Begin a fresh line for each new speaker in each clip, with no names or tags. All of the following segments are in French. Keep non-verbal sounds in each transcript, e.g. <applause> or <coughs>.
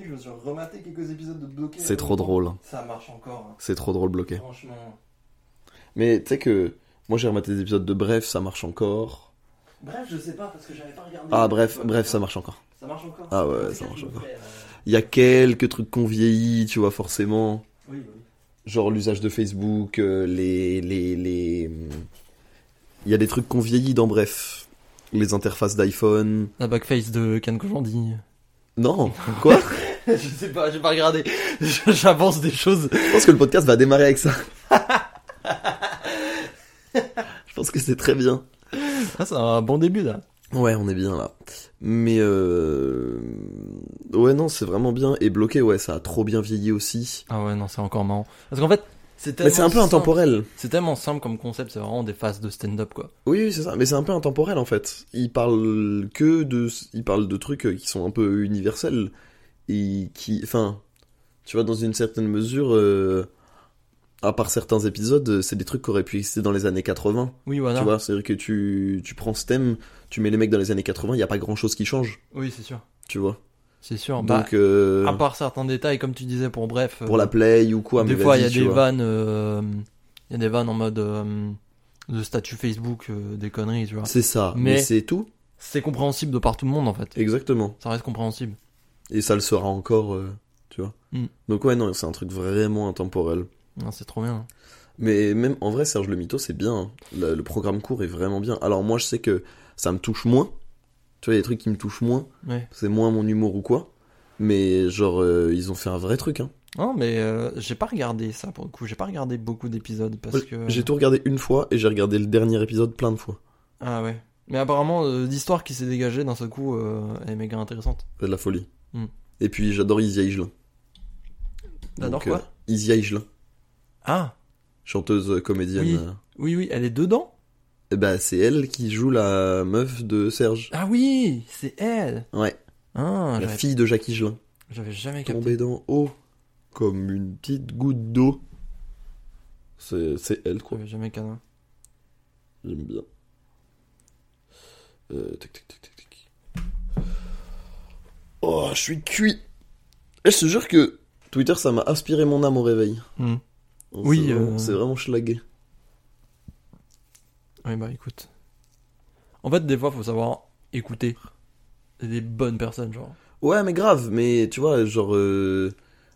je me suis rematé quelques épisodes de bloqué.
C'est trop drôle.
Ça marche encore. hein.
C'est trop drôle bloqué.
Franchement.
Mais tu sais que moi j'ai rematé des épisodes de Bref, ça marche encore.
Bref, je sais pas parce que j'avais pas regardé.
Ah bref, bref, ça marche encore.
Ça marche encore.
Ah ouais,
C'est
ça marche
que je me
encore.
fais, euh,
Il y a quelques trucs qu'on vieillit, tu vois, forcément.
Oui, oui.
Genre l'usage de Facebook, euh, les, les, les... hmm. Il y a des trucs qu'on vieillit dans Bref. Les interfaces d'iPhone.
La backface de
<laughs>
Ken Kojandi.
Non, quoi
je sais pas, j'ai pas
<laughs>
regardé. J'avance des choses.
Je pense que le podcast va démarrer avec ça. <laughs> Je pense que c'est très bien.
Ah, c'est un bon début là.
Ouais, on est bien là. Mais euh... ouais, non, c'est vraiment bien. Et bloqué, ouais, ça a trop bien vieilli aussi.
Ah ouais, non, c'est encore marrant. Parce qu'en fait, c'est
Mais c'est un peu
tellement simple.
intemporel.
C'est tellement simple comme concept, c'est vraiment des phases de stand-up quoi.
Oui, oui, c'est ça. Mais c'est un peu intemporel en fait. Il parle que de, il parle de trucs euh, qui sont un peu universels et qui, enfin, tu vois, dans une certaine mesure, euh, à part certains épisodes, euh, c'est des trucs qui auraient pu exister dans les années 80.
Oui, voilà.
Tu vois, c'est-à-dire que tu, tu prends ce thème, tu mets les mecs dans les années 80, il n'y a pas grand-chose qui change,
Oui, c'est sûr.
tu vois.
C'est sûr. bah,
Donc, euh,
à part certains détails, comme tu disais, pour bref.
pour
euh,
la play ou quoi, mais
des fois, il y a
vas-y, tu
des
vois.
vannes, euh, il y a des vannes en mode euh, de statut Facebook, euh, des conneries, tu vois.
C'est ça, mais,
Mais-
c'est tout,
C'est compréhensible de par tout le monde en fait.
exactement.
Ça reste compréhensible.
Et ça le sera encore, euh, tu vois.
Mm.
Donc ouais, non, c'est un truc vraiment intemporel.
Non, c'est trop bien.
Mais même en vrai, Serge le Mito, c'est bien. hein. Le, le programme court est vraiment bien. Alors moi, je sais que ça me touche moins. Tu vois, il y a des trucs qui me touchent moins.
Ouais.
C'est moins mon humour ou quoi. Mais genre, euh, ils ont fait un vrai truc. Hein.
Non, mais euh, j'ai pas regardé ça pour le coup. J'ai pas regardé beaucoup d'épisodes parce que.
J'ai tout regardé une fois et j'ai regardé le dernier épisode plein de fois.
Ah ouais. Mais apparemment, euh, l'histoire qui s'est dégagée d'un seul coup euh, est méga intéressante.
C'est Euh, de la folie.
Mm.
Et puis j'adore Isia Higelin.
T'adores
Donc,
quoi
euh, Isia Higelin,
Ah
chanteuse euh, comédienne.
Oui.
euh.
Oui, oui, elle est dedans
Eh ben, c'est elle qui joue la meuf de Serge.
Ah oui C'est elle
Ouais,
Ah,
la
j'avais-
fille de Jacques Higelin.
j'avais jamais capté.
Tombée dans eau comme une petite goutte d'eau. C'est c'est elle quoi,
J'avais jamais capté.
j'aime bien. Euh, tac, tac, tac, tac, tac. Oh, je suis cuit. Et je te jure que Twitter, ça m'a aspiré mon âme au réveil.
Hmm.
On
Oui,
s'est vraiment-
euh,
C'est vraiment schlagué.
Ouais, bah écoute. En fait, des fois, faut savoir écouter des bonnes personnes, genre.
Ouais, mais grave, mais tu vois, genre, euh,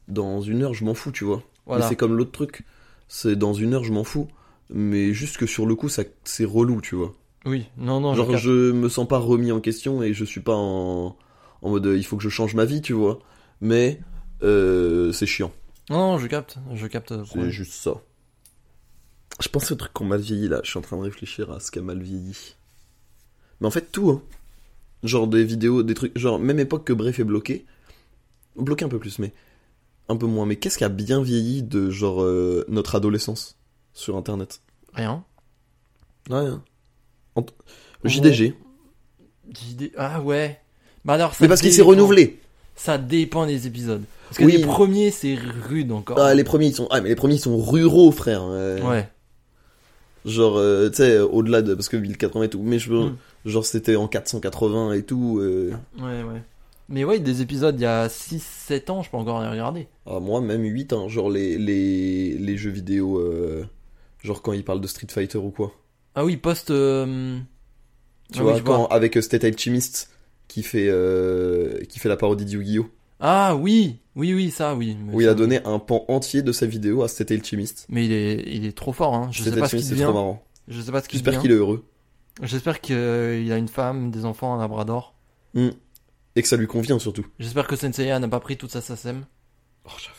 dans une heure, je m'en fous, tu vois.
Voilà.
Mais c'est comme l'autre truc. C'est dans une heure, je m'en fous. Mais juste que sur le coup, ça, c'est relou, tu vois.
Oui, non, non,
genre,
je capte.
je me sens pas remis en question et je suis pas en, en mode euh, il faut que je change ma vie, tu vois. Mais euh, c'est chiant.
Non, non, je capte. Je capte. le
C'est
problème.
juste ça. Je pense au truc qu'on m'a vieilli là. Je suis en train de réfléchir à ce qu'a mal vieilli. Mais en fait, tout, hein. Genre des vidéos, des trucs. Genre, même époque que Bref est bloqué. Bloqué un peu plus, mais. Un peu moins. Mais qu'est-ce qui a bien vieilli de genre euh, notre adolescence sur internet
Rien.
Rien. Ent-
Ouais.
JDG.
JD- Ah ouais. Bah alors, ça
Mais parce qu'il s'est
dépend-
renouvelé.
Ça dépend des épisodes. Parce que
Oui.
les premiers, c'est rude encore.
Ah, les premiers, ils sont. Ah, mais les premiers, ils sont ruraux, frère. Euh,
Ouais.
Genre, euh, tu sais, au-delà de. Parce que 1080 et tout. Mais je veux.
Mm.
Genre, c'était en 480 et tout. euh,
Ouais, ouais. Mais ouais, des épisodes il y a 6-7 ans, je peux encore les regarder.
Ah, moi, même 8, hein, genre les, les, les jeux vidéo, euh, genre quand ils parlent de Street Fighter ou quoi.
Ah oui, post. euh,
Tu
ah
vois,
oui, je
quand, avec euh, State Alchemist qui fait, euh, qui fait la parodie de Yu-Gi-Oh!
Ah oui, oui, oui, ça, oui. Mais
Où il
ça-
a donné un pan entier de sa vidéo à State Alchemist.
Mais il est, il est trop fort, hein. Je sais
State
pas ce
Alchemist,
qu'il
c'est trop
devient.
marrant.
Je sais pas ce qu'il
J'espère
devient.
qu'il est heureux
J'espère qu'il a une femme, des enfants, un labrador.
et que ça lui convient surtout.
J'espère que Senseiya n'a pas pris toute sa SACEM.
Oh, j'avoue.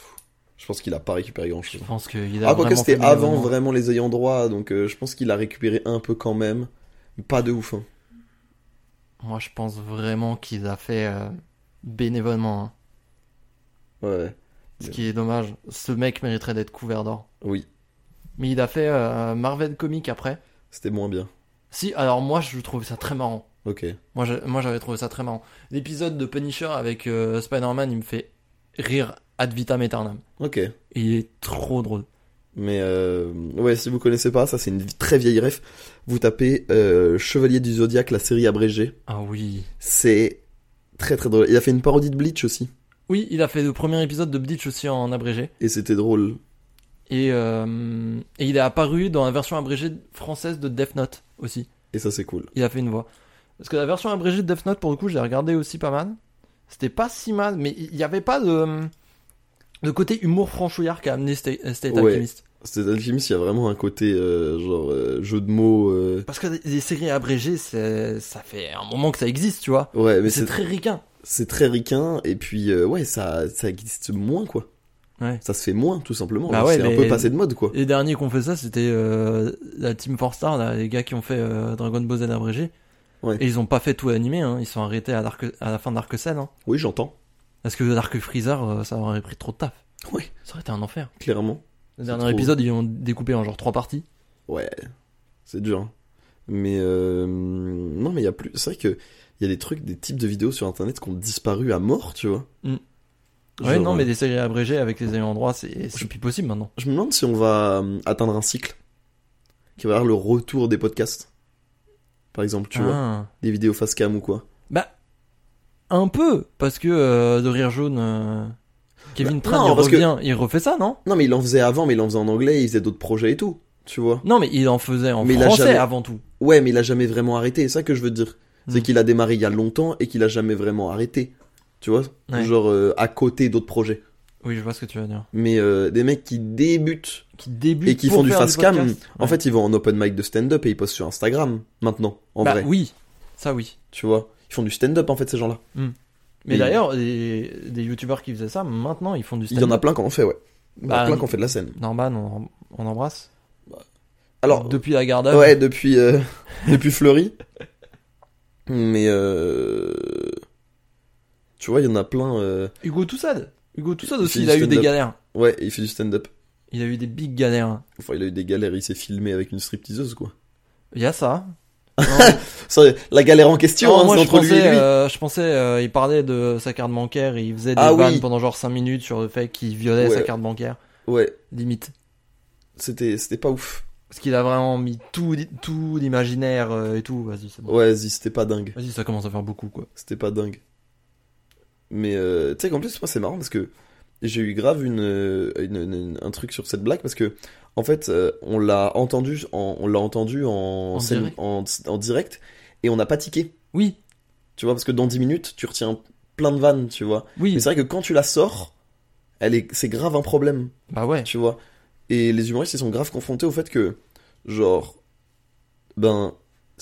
Je pense qu'il a pas récupéré grand
Je
chose.
pense qu'il a.
Ah, quoique
vraiment
c'était
fait des
avant
moments.
vraiment les ayants droit, donc euh, je pense qu'il a récupéré un peu quand même. Mais Pas de ouf, hein.
Moi, je pense vraiment qu'il a fait euh, bénévolement. hein.
Ouais,
Ce
Bien.
qui est dommage. Ce mec mériterait d'être couvert d'or.
oui,
Mais il a fait euh, Marvel Comics après.
c'était moins bien.
Si, alors moi, je trouve ça très marrant.
Ok.
Moi, je- moi, j'avais trouvé ça très marrant. L'épisode de Punisher avec euh, Spider-Man, il me fait rire ad vitam aeternam.
Ok.
Il est trop drôle.
Mais euh, ouais, si vous connaissez pas, ça c'est une très vieille ref. Vous tapez euh, Chevalier du Zodiaque, la série abrégée.
Ah oui.
C'est très très drôle. Il a fait une parodie de Bleach aussi.
Oui, il a fait le premier épisode de Bleach aussi en abrégé.
Et c'était drôle.
Et, euh, et il est apparu dans la version abrégée française de Death Note aussi.
Et ça, c'est cool.
Il a fait une voix. Parce que la version abrégée de Death Note, pour le coup, je l'ai regardé aussi pas mal. C'était pas si mal, mais il n'y avait pas de, de côté humour franchouillard qu'a amené State, euh, State
Ouais.
Alchemist.
C'était Alchemist, il y a vraiment un côté euh, genre euh, jeu de mots. euh,
Parce que les- les séries abrégées, c'est- ça fait un moment que ça existe, tu vois.
Ouais, mais
c'est
c'est
très ricain.
c'est très ricain et puis euh, ouais, ça ça existe moins quoi.
Ouais.
Ça se fait moins tout simplement.
Bah
Genre,
ouais,
c'est
mais-
un peu passé de mode quoi.
Les derniers qui ont fait ça, c'était euh, la Team 4 Star, là, les gars qui ont fait euh, Dragon Ball Z abrégé.
Ouais.
Et ils ont pas fait tout animé, hein. ils sont arrêtés à, l'arc- à la fin d'Arc Cell. Hein.
Oui, j'entends. <laughs>
Parce que l'arc Freezer, euh, ça aurait pris trop de taf.
Ouais,
Ça aurait été un enfer.
clairement.
Le
C'est
dernier
trop.
épisode, ils ont découpé en genre trois parties.
Ouais. C'est dur. hein. Mais euh, non, mais il y a plus c'est vrai que il y a des trucs des types de vidéos sur internet qui ont disparu à mort, tu vois.
Mm.
Genre,
Ouais, non, mais
euh,
des séries abrégées avec les ayants droit, c'est c'est plus possible maintenant.
je me demande si on va euh, atteindre un cycle qui va y avoir le retour des podcasts. Par exemple, tu vois.
Ah.
des vidéos face cam ou quoi.
Bah, un peu, parce que euh, de rire jaune, euh, Kevin
Bah,
Tran,
non,
il
parce que-
revient, il refait ça, non
Non, mais il en faisait avant, mais il en faisait en anglais, il faisait d'autres projets et tout, tu vois.
Non, mais il en faisait en
Mais il a
français
jamais-
avant tout.
Ouais, mais il a jamais vraiment arrêté, c'est ça que je veux dire. C'est
Mm.
qu'il a démarré il y a longtemps et qu'il a jamais vraiment arrêté, tu vois.
Ouais.
Genre euh, à côté d'autres projets.
Oui, je vois ce que tu veux dire.
Mais euh, des mecs qui débutent
Qui débute
et qui
pour
font du
faire
face cam,
podcast.
en
Ouais.
fait, ils vont en open mic de stand-up et ils postent sur Instagram maintenant, en
bah
vrai,
oui, ça oui.
tu vois. Ils font du stand-up en fait, ces gens-là.
Mais
Et-
d'ailleurs, des, des youtubeurs qui faisaient ça, maintenant ils font du
Il y en
stand-up.
a plein qui en ont fait, ouais. Il y en a
Bah,
plein qui ont fait de la scène.
Norman, on, on embrasse.
Alors,
Depuis la garde
Oh. Ouais, depuis, euh, <laughs> depuis Fleury. Mais euh, tu vois, il y en a plein. euh,
Hugo Toussad. Hugo Toussad
Il
aussi,
fait
il
du
a eu des
stand-up.
galères.
Ouais, il fait du stand-up.
Il a eu des big galères.
Enfin, il a eu des galères, il s'est filmé avec une stripteaseuse, quoi.
Il y a ça. Non,
Ça, la galère en question,
non,
hein,
moi
c'est
je
entre lui et
pensais,
lui.
euh, je pensais euh, il parlait de sa carte bancaire, et il faisait des
Ah oui.
vannes pendant genre 5 minutes sur le fait qu'il violait
Ouais.
sa carte bancaire,
Ouais,
limite.
c'était, c'était pas ouf.
Parce qu'il a vraiment mis tout, tout l'imaginaire euh, et tout. Vas-y, c'est bon.
Ouais, vas-y, c'était pas dingue.
Vas-y, ça commence à faire beaucoup quoi.
C'était pas dingue. Mais euh, tu sais qu'en plus, moi, c'est marrant parce que j'ai eu grave une, euh, une- une- une- un truc sur cette blague parce que, en fait, euh, on l'a entendu en, on l'a entendu en,
En
scène-
direct.
en- en direct et on n'a pas tiqué.
Oui,
Tu vois, parce que dans 10 minutes, tu retiens plein de vannes, tu vois. Mais
oui.
c'est vrai que quand tu la sors, elle est, c'est grave un problème,
Bah ouais.
tu vois. Et les humoristes, ils sont grave confrontés au fait que, genre, ben,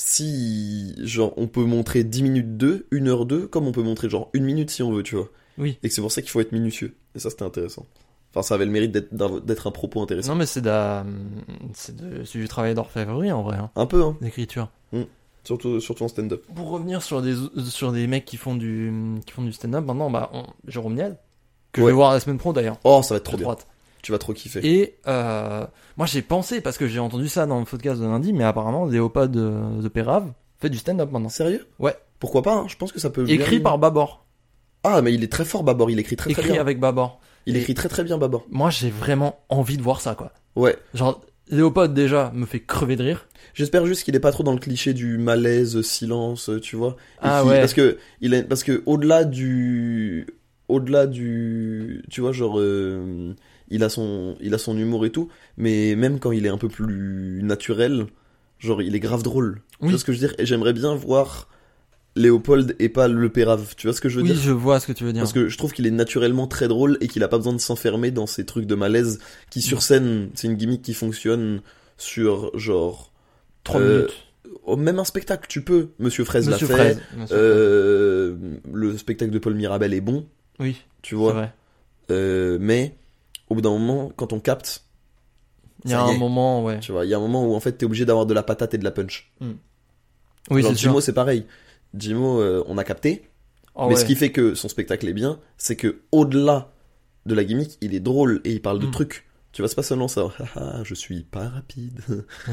si, genre, on peut montrer 10 minutes 2, 1 heure 2, comme on peut montrer, genre, 1 minute si on veut, tu vois.
Oui.
Et que c'est pour ça qu'il faut être minutieux. Et ça, c'était intéressant. Enfin, ça avait le mérite d'être, d'un- d'être un propos intéressant.
Non mais c'est de, la- c'est de- c'est du travail d'orfèvrerie en vrai, hein,
Un peu, hein.
l'écriture.
Surtout, surtout en stand-up.
Pour revenir sur des sur des mecs qui font du qui font du stand-up maintenant, bah on- Jérôme Niel que je
Ouais.
vais voir la semaine pro d'ailleurs.
Oh, ça va être trop
de
bien.
droite.
Tu vas trop kiffer.
Et euh, moi j'ai pensé, parce que j'ai entendu ça dans le podcast de lundi, mais apparemment Léopold de, de Pérave fait du stand-up maintenant.
Sérieux?
Ouais.
Pourquoi pas, hein Je pense que ça peut
Écrit
bien-
par Babor.
Ah, mais il est très fort, Babor. Il écrit très très
écrit
bien.
avec Babor.
Il écrit très très bien, Babor.
Moi j'ai vraiment envie de voir ça quoi.
Ouais.
Genre Léopold déjà me fait crever de rire.
J'espère juste qu'il est pas trop dans le cliché du malaise, silence, tu vois. Et
Ah
qu'il-
ouais.
Parce que il est, parce que au-delà du, au-delà du, tu vois, genre, euh, il a son, il a son humour et tout, mais même quand il est un peu plus naturel, genre, il est grave drôle. Tu
Oui.
vois ce que je veux dire Et j'aimerais bien voir Léopold et pas le Pérave. Tu vois ce que je veux
oui
dire
je vois ce que tu veux dire.
Parce que je trouve qu'il est naturellement très drôle et qu'il a pas besoin de s'enfermer dans ces trucs de malaise qui sur scène, c'est une gimmick qui fonctionne sur genre
3
euh,
minutes.
oh, même un spectacle, tu peux. Monsieur Fraise l'a
Monsieur
fait.
Fraise. monsieur
Euh, le spectacle de Paul Mirabel est bon,
Fraise. Oui, c'est
tu vois.
vrai.
Euh, mais au bout d'un moment, quand on capte,
Il y a
Ça y
un
est.
moment, ouais.
tu vois, il y a un moment où en fait t'es obligé d'avoir de la patate et de la punch.
Oui,
genre
c'est sûr.
Jimo, c'est pareil. Jimo, euh, on a capté.
Oh,
mais
ouais.
ce qui fait que son spectacle est bien, c'est que au-delà de la gimmick, il est drôle et il parle de
Mm.
trucs. Tu vois, c'est pas seulement ça. <laughs> Ah, ah, je suis pas rapide.
<laughs>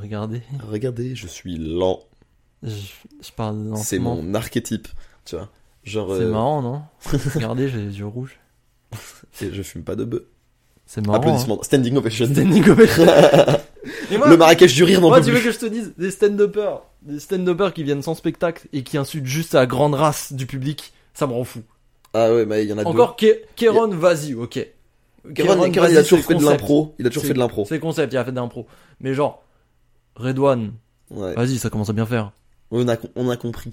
Regardez,
Regardez, je suis lent.
je, je parle lentement.
C'est mon archétype. Tu vois, genre,
C'est
euh,
marrant,
<laughs>
non Regardez, j'ai les yeux rouges.
et je fume pas de bœuf.
C'est marrant.
Applaudissements. Standing ovation.
hein. Standing ovation. <laughs> Et moi,
Le Marrakech du rire n'en
Moi,
peut
tu veux
plus.
que je te dise des stand-uppers, des stand-uppers qui viennent sans spectacle et qui insultent juste à grande race du public, ça me rend fou.
Ah ouais, mais il y en a
Encore Ke- Kéron, vas-y, ok.
deux. Kéron, Kéron,
vas-y,
il a toujours
c'est
fait de
concept.
l'impro. Il a toujours
C'est-
fait de l'impro.
C'est concept, il a fait de l'impro. Mais genre, Redouane,
Ouais.
vas-y, ça commence à bien faire.
On a, com- on a compris.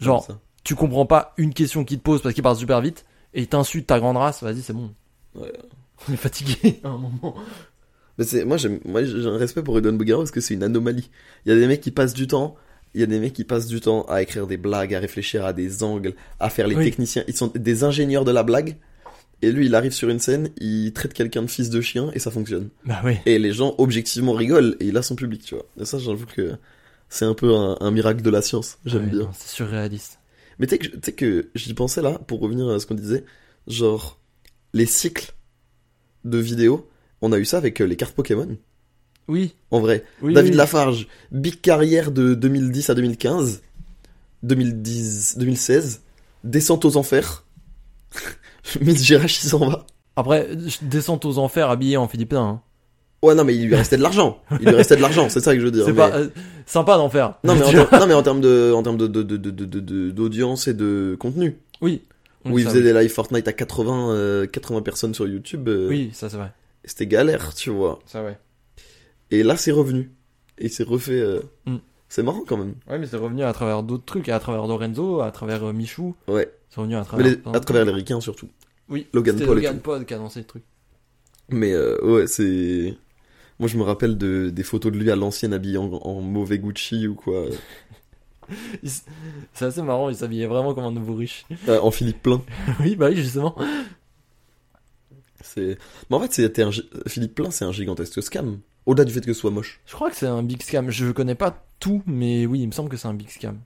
Genre,
Comme ça.
tu comprends pas une question qu'il te pose parce qu'il parle super vite et il t'insulte ta grande race, vas-y, c'est bon.
Ouais.
On est fatigué <laughs> à un moment.
Mais c'est, moi, j'aime, moi, j'ai un respect pour Edouard Bougaro parce que c'est une anomalie. Il y a des mecs qui passent du temps, il y a des mecs qui passent du temps à écrire des blagues, à réfléchir à des angles, à faire les
Oui.
techniciens. Ils sont des ingénieurs de la blague. Et lui, il arrive sur une scène, il traite quelqu'un de fils de chien et ça fonctionne.
Bah oui.
Et les gens, objectivement, rigolent et il a son public, tu vois. Et ça, j'avoue que c'est un peu un, un miracle de la science. J'aime
Ouais,
bien.
non, C'est surréaliste.
Mais tu sais que, je- tu sais que j'y pensais là, pour revenir à ce qu'on disait, genre, les cycles de vidéos, on a eu ça avec euh, les cartes Pokémon,
Oui.
en vrai.
oui
David
oui.
Lafarge, big carrière de 2010 à 2015, 2010, 2016, descente aux enfers, <laughs> Mitch Girache il s'en va.
Après, je- descente aux enfers habillé en Philippin. hein.
Ouais, non, mais il lui restait de l'argent. Il lui restait de l'argent, c'est ça que je veux dire.
C'est
mais-
pas euh, sympa d'en faire.
Non, mais
<laughs>
en
Tu
termes- non, mais en termes de, en termes de, de, de, de- de- de- d'audience et de contenu.
vois Oui.
où
Oui,
il
ça,
faisait
oui.
des live Fortnite à 80, euh, 80 personnes sur YouTube. euh,
Oui, ça c'est vrai.
C'était galère, tu vois.
Ça ouais.
Et là, c'est revenu. Et il s'est refait. euh,
Mm.
C'est marrant quand même.
Ouais, mais c'est revenu à travers d'autres trucs, à travers Lorenzo, à travers euh, Michou.
Ouais.
C'est revenu à travers.
Mais les-
plein de
à travers les ricains surtout.
trucs. Oui.
Logan
c'était
Paul et
Logan Paul qui a lancé le truc.
Mais euh, ouais, c'est. Moi, je me rappelle de, des photos de lui à l'ancienne habillé en, en mauvais Gucci ou quoi.
C'est assez marrant, il s'habillait vraiment comme un nouveau riche. <laughs>
Euh, en Philippe Plein.
oui, bah oui, justement.
C'est. Mais en fait, c'était un gi- Philippe Plein, c'est un gigantesque scam. Au-delà du fait que ce soit moche.
Je crois que c'est un big scam. Je connais pas tout, mais oui, il me semble que c'est un big scam.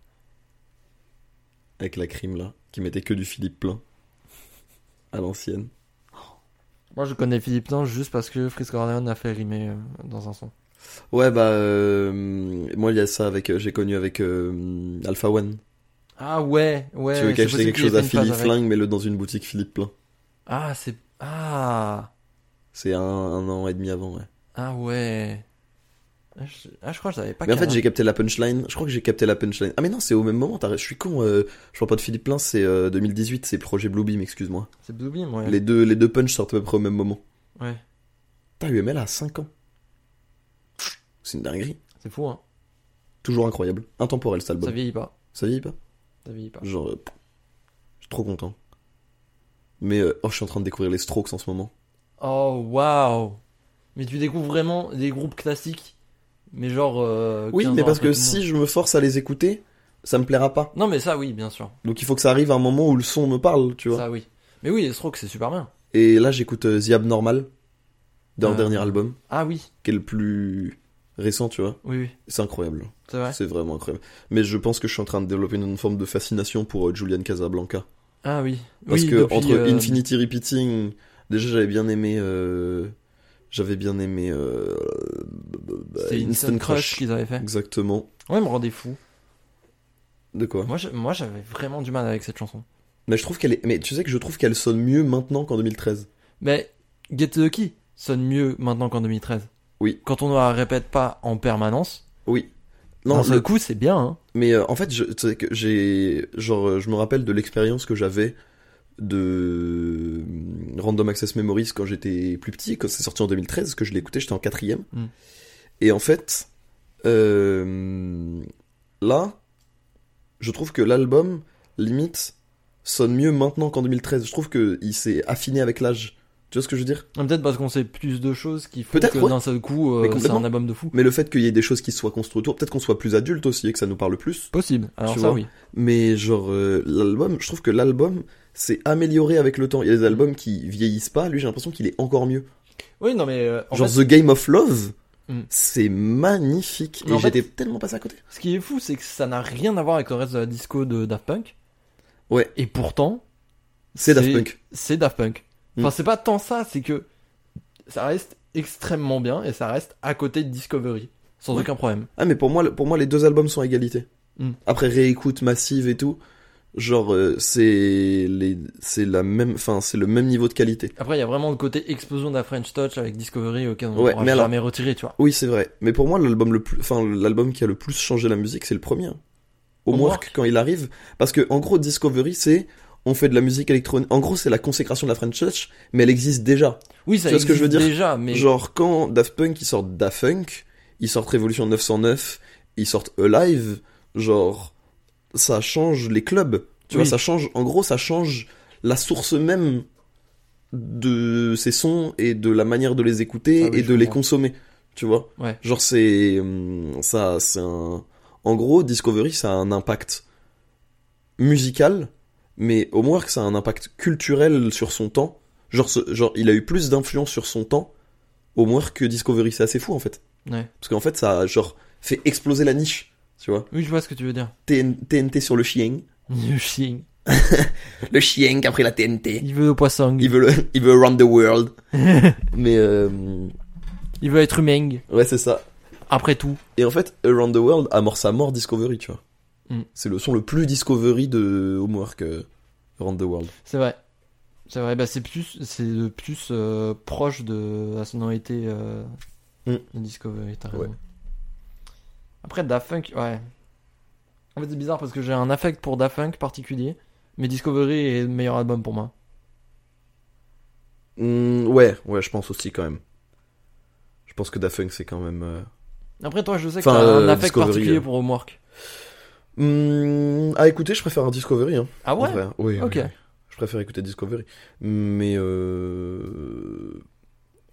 Avec la crime là, qui mettait que du Philippe Plein. À l'ancienne.
Moi, je connais Philippe Tain juste parce que Fritz Corleone a fait rimer euh, dans un son.
Ouais, bah. euh, Moi, il y a ça avec. euh, J'ai connu avec euh, Alpha One.
Ah ouais, ouais.
tu veux
c'est
cacher
possible
quelque
qu'il ait
chose
fait
à
une phase
Philippe
avec.
Flingue, mets-le dans une boutique Philippe Plein.
Ah, c'est. Ah.
C'est un, un an et demi avant, ouais.
Ah ouais. Ah, je, ah, je crois que j'avais pas
mais en fait,
calé.
j'ai capté la punchline. Je crois que j'ai capté la punchline. Ah, mais non, c'est au même moment. t'as- Je suis con. euh, je parle pas de Philippe Plein, c'est euh, 2018, c'est Projet Bluebeam, excuse-moi.
C'est Bluebeam, ouais.
Les deux, les deux punchs sortent à peu près au même moment.
Ouais.
T'as UML à 5 ans. C'est une dinguerie.
C'est fou, hein.
Toujours incroyable. Intemporel cet
Ça
album.
vieillit pas.
Ça vieillit pas
Ça vieillit pas.
Genre. euh, pff, je suis trop content. Mais euh, oh, je suis en train de découvrir les Strokes en ce moment.
Oh waouh. Mais tu découvres vraiment des groupes classiques. Mais genre. euh,
Oui,
15
mais
ans
parce
après
que
tout le monde.
si je me force à les écouter, ça me plaira pas.
Non, mais ça, oui, bien sûr.
Donc il faut que ça arrive à un moment où le son me parle, tu vois.
Ça, oui. Mais oui, les Strokes, c'est super bien.
Et là, j'écoute euh, The Abnormal, de leur
Euh.
dernier album,
Ah oui,
qui est le plus récent, tu vois.
oui, oui.
C'est incroyable.
C'est vrai.
C'est vraiment incroyable. Mais je pense que je suis en train de développer une forme de fascination pour euh, Julian Casablanca.
Ah oui.
Parce
Oui,
que
depuis,
entre
euh,
Infinity Repeating, déjà j'avais bien aimé. euh, J'avais bien aimé. euh,
C'est Instant Crush qu'ils avaient fait.
Exactement.
Ouais, me rendait fou.
De quoi
Moi, je- moi, j'avais vraiment du mal avec cette chanson.
Mais je trouve qu'elle est. Mais tu sais que je trouve qu'elle sonne mieux maintenant qu'en 2013.
Mais Get Lucky sonne mieux maintenant qu'en 2013.
Oui.
Quand on ne la répète pas en permanence,
Oui.
non,
Non,
d'un
le-
seul coup, c'est bien. Hein.
Mais euh, en fait, je, tu sais que j'ai, genre, euh, je me rappelle de l'expérience que j'avais de euh, Random Access Memories quand j'étais plus petit, quand c'est sorti en 2013, que je l'écoutais, j'étais en quatrième.
Mm.
Et en fait, euh, là, je trouve que l'album, limite, sonne mieux maintenant qu'en 2013. Je trouve que il s'est affiné avec l'âge. Tu vois ce que je veux dire
Ah, Peut-être parce qu'on sait plus de choses qui font
Peut-être,
que
ouais.
d'un seul coup, euh,
Mais
c'est
complètement.
un album de fou.
Mais le fait qu'il y ait des choses qui soient construites autour, peut-être qu'on soit plus adulte aussi et que ça nous parle plus.
Possible. Alors
Tu
ça,
vois.
oui.
Mais genre euh, l'album, je trouve que l'album s'est amélioré avec le temps. Il y a des albums qui vieillissent pas, lui j'ai l'impression qu'il est encore mieux.
Oui, non, mais euh, en
genre
fait,
The Game of Love,
Mm.
c'est magnifique.
Mais en
et j'étais tellement passé à côté.
ce qui est fou, c'est que ça n'a rien à voir avec le reste de la disco de Daft Punk.
Ouais.
Et pourtant,
C'est Daft Punk.
c'est Daft Punk. Enfin,
Mm.
c'est pas tant ça, c'est que ça reste extrêmement bien et ça reste à côté de Discovery, sans
Ouais.
aucun problème.
Ah mais pour moi, le- pour moi les deux albums sont à égalité.
Mm.
Après réécoute massive et tout, genre euh, c'est les c'est la même, enfin c'est le même niveau de qualité.
Après, il y a vraiment le côté explosion de la French Touch avec Discovery, auquel on
Ouais,
pourra
mais alors-
jamais retirer, tu vois.
Oui c'est vrai. Mais pour moi l'album le plus, enfin l'album qui a le plus changé la musique, c'est le premier. Homework
Homework.
quand il arrive, parce que en gros Discovery c'est on fait de la musique électronique. En gros, c'est la consécration de la French Touch, mais elle existe déjà.
Oui, ça
Tu vois ce que je veux
existe
dire
déjà, mais
Genre, quand Daft Punk, ils sortent Daft Punk, ils sortent Révolution 909, ils sortent Alive, genre, ça change les clubs. Tu
Oui.
vois, ça change, en gros, ça change la source même de ces sons et de la manière de les écouter
Ah oui,
et
je
de les
comprends.
consommer. Tu vois
Ouais.
Genre, c'est. hum, Ça, c'est un. En gros, Discovery, ça a un impact musical, mais Homework, ça a un impact culturel sur son temps. Genre, ce- genre il a eu plus d'influence sur son temps, Homework, que Discovery. C'est assez fou, en fait.
Ouais.
Parce qu'en fait, ça a, genre, fait exploser la niche. Tu vois
oui, je vois ce que tu veux dire. <laughs>
TN- TNT sur le chien.
Le chien.
Le chien qui a pris la TNT.
Il veut le poisson.
Il
Il,
veut, le, <laughs> il veut around the world. mais, euh,
veut être humain.
ouais, c'est ça.
Après tout.
Et en fait, Around the World amorce à mort Discovery, tu vois.
Mm.
C'est le son le plus Discovery de Homework, euh, Around the World.
C'est vrai. C'est vrai, bah c'est plus, c'est le plus euh, proche de la sonorité euh,
Mm.
de Discovery, t'as
Ouais.
raison. Après, Daft Punk, ouais. En fait, c'est bizarre parce que j'ai un affect pour Daft Punk particulier, mais Discovery est le meilleur album pour moi.
Mm, ouais, ouais, je pense aussi quand même. Je pense que Daft Punk, c'est quand même. euh,
Après, toi, je sais que
Enfin,
t'as un
euh,
affect
Discovery,
particulier
euh.
pour Homework.
mm, à écouter, je préfère un Discovery. Hein,
Ah
en
ouais
vrai. Oui, oui,
Ok.
oui. Je préfère écouter Discovery. Mais. euh,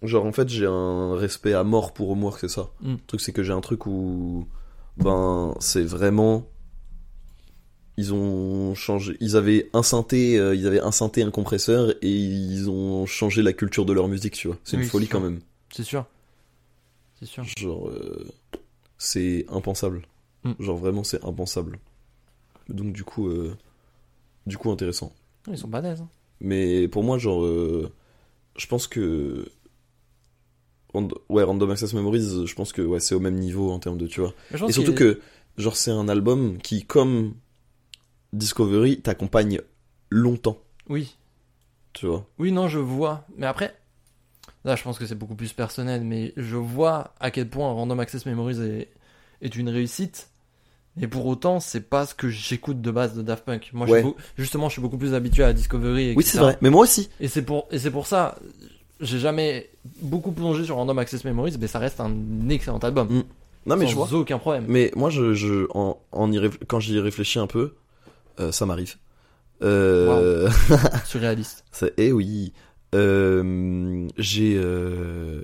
Genre, en fait, j'ai un respect à mort pour Homework, c'est ça.
Mm.
Le truc, c'est que j'ai un truc où. Ben, c'est vraiment. Ils ont changé. Ils avaient un synthé, euh, ils avaient un synthé, un compresseur, et ils ont changé la culture de leur musique, tu vois. C'est une
Oui,
folie
c'est sûr.
quand même.
C'est sûr. C'est sûr.
Genre, euh, c'est impensable.
Mm.
Genre, vraiment, c'est impensable. Donc, du coup, euh, du coup, intéressant.
Ils sont balèzes. hein.
Mais pour moi, genre, euh, je pense que. Rand- Ouais, Random Access Memories, je pense que ouais, c'est au même niveau en termes de, tu vois.
Mais je pense
Et surtout
qu'il-
que, genre, c'est un album qui, comme Discovery, t'accompagne longtemps,
Oui.
tu vois.
Oui, non, je vois. Mais après, là, je pense que c'est beaucoup plus personnel, mais je vois à quel point Random Access Memories est, est une réussite. Et pour autant, c'est pas ce que j'écoute de base de Daft Punk. Moi, je suis
Ouais.
beau- justement, je suis beaucoup plus habitué à Discovery.
Oui,
etc.
c'est vrai, mais moi aussi.
Et c'est pour, et c'est pour ça, j'ai jamais beaucoup plongé sur Random Access Memories, mais ça reste un excellent album.
Mm. Non, mais
sans
je vois.
aucun
<laughs>
problème.
Mais moi, je, je- en, en y réfl- quand j'y réfléchis un peu, euh, ça m'arrive. Euh,
Surréaliste.
c'est- eh oui. Euh, j'ai. euh,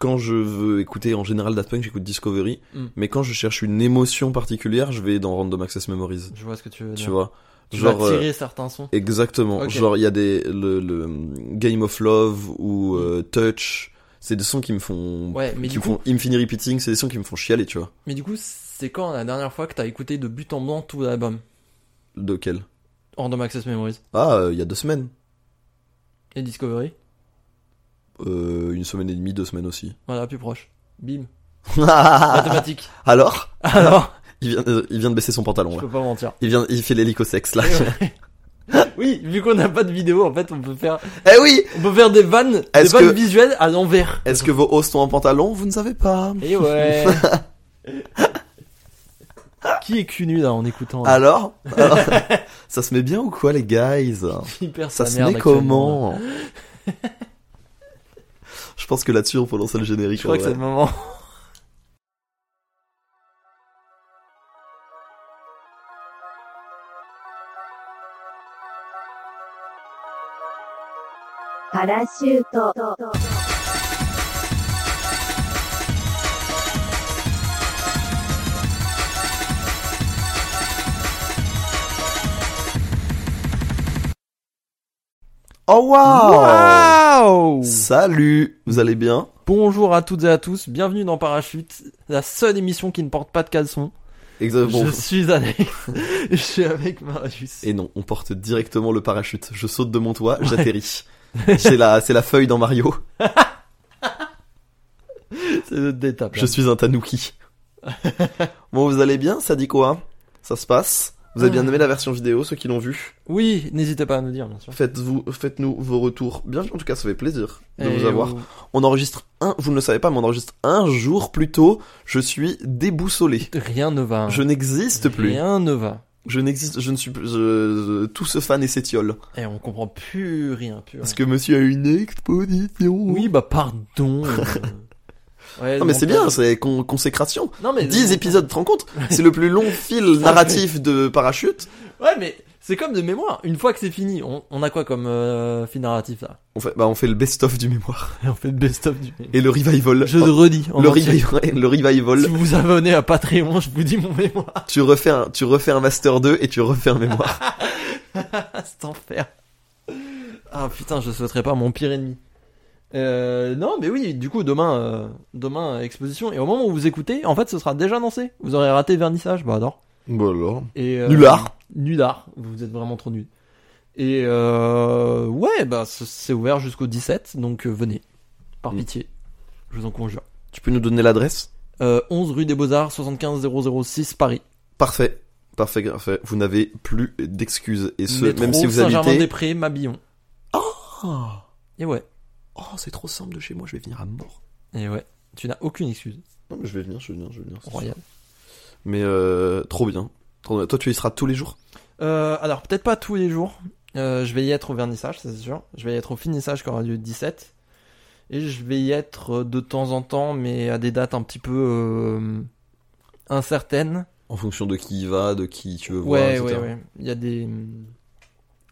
Quand je veux écouter en général Daft Punk, j'écoute Discovery.
Mm.
Mais quand je cherche une émotion particulière, je vais dans Random Access Memories.
Je vois ce que tu veux dire.
Tu vois
Tu
Genre.
vas
euh,
tirer certains sons.
Exactement.
Ok.
Genre, il y a des. Le, le, hum, Game of Love ou euh, Touch. C'est des sons qui me font.
Hmm. Ouais, mais
qui
du
me
coup,
font Infinity Repeating. C'est des sons qui me font chialer, tu vois.
mais du coup, c'est quand la dernière fois que t'as écouté de but en blanc tout l'album
De quel
Random Access Memories
Ah, euh, il y a deux semaines.
et Discovery
Euh, une semaine et demie, deux semaines aussi. <laughs>
Voilà, plus proche. Bim.
Alors <laughs>
Mathématiques. Alors,
il vient, euh, il vient de baisser son pantalon
je
là.
peux pas
<laughs>
mentir.
Il vient, il fait l'hélicosexe là.
Oui, vu qu'on n'a pas de vidéo, en fait, on peut faire,
<laughs> eh oui
on peut faire des vannes, des
Est-ce
vannes
que-
visuelles à l'envers.
Est-ce que vos hosts sont en pantalon Vous ne savez pas.
Et ouais. <laughs> Qui est cul nu là en écoutant là
Alors Alors Ça se met bien ou quoi les guys
<laughs> Hyper
Ça
sa
se
merde <laughs>
met comment Je pense que là-dessus on peut lancer le générique.
Je crois
en
que c'est
vrai.
le moment.
Parachute.
Oh waouh
Waouh
Salut Vous allez bien
Bonjour à toutes et à tous, bienvenue dans Parachute, la seule émission qui ne porte pas de caleçon.
Exactement.
Je suis Alex, <laughs> je suis avec Marius.
Et non, on porte directement le parachute. Je saute de mon toit, j'atterris. c'est la, c'est la feuille dans Mario.
C'est notre étape.
Je suis
<laughs>
un tanuki. bon, vous allez bien Ça dit quoi Ça se passe Vous avez bien aimé la version vidéo, ceux qui l'ont vue
Oui, n'hésitez pas à nous dire, bien sûr.
Faites-vous, faites-nous vos retours. Bien, en tout cas, ça fait plaisir de
Et
vous avoir.
vous-
On enregistre un, vous ne le savez pas, mais on enregistre un jour plus tôt. Je suis déboussolé.
Rien ne va.
Je n'existe plus.
Rien ne va.
Je n'existe, je ne suis plus. je- je- tout ce fan et s'étiole.
Et on comprend plus rien, plus
Parce
rien.
que monsieur a une exposition.
Oui, bah
<laughs>
pardon. euh. Ouais,
Non, mais c'est
montage.
bien, c'est con- consécration.
Non, mais
10 épisodes, tu te rends compte C'est le plus
<laughs>
long fil narratif de Parachute.
Ouais, mais c'est comme de mémoire. Une fois que c'est fini, on, on a quoi comme euh, film narratif
<laughs>
là
On fait, bah, on fait le best-of du mémoire.
On fait le best-of du.
Et le revival.
Je le redis. en
le,
entier.
revival, le revival.
Si vous vous abonnez à Patreon, je vous dis mon mémoire. <laughs>
Tu refais, un, tu refais un Master 2 et tu refais un mémoire.
Cet enfer. Ah putain, je souhaiterais pas mon pire ennemi. Euh, non, mais oui, du coup, demain, euh, demain euh, exposition. Et au moment où vous écoutez, en fait, ce sera déjà lancé. Vous aurez raté le vernissage. Bah alors.
<laughs> bon alors.
Et, euh,
Nulard.
Nulard. Vous êtes vraiment trop nuls. Et euh, ouais, bah c- c'est ouvert jusqu'au 17, donc euh, venez. Par
Mm.
pitié. Je vous en conjure.
Tu peux nous donner l'adresse
Euh, 11 rue des Beaux-Arts, 75 006 Paris.
Parfait. Parfait, parfait. Vous n'avez plus d'excuses. Et ce,
Métro
même si vous habitez.
Saint-Germain-des-Prés, Mabillon.
Oh,
Et ouais.
Oh, c'est trop simple de chez moi, je vais venir à mort.
Et ouais. Tu n'as aucune excuse.
Non, mais je vais venir, je vais venir, je vais venir. c'est
Royal.
sûr. Mais euh, trop bien. Trop bien. Toi, tu y seras tous les jours
Euh, alors, peut-être pas tous les jours. Euh, je vais y être au vernissage, ça, c'est sûr. Je vais y être au finissage qui aura lieu le 17. Et je vais y être euh, de temps en temps, mais à des dates un petit peu euh, incertaines.
En fonction de qui y va, de qui tu veux voir,
Ouais,
etc.
ouais, ouais. Il y a des,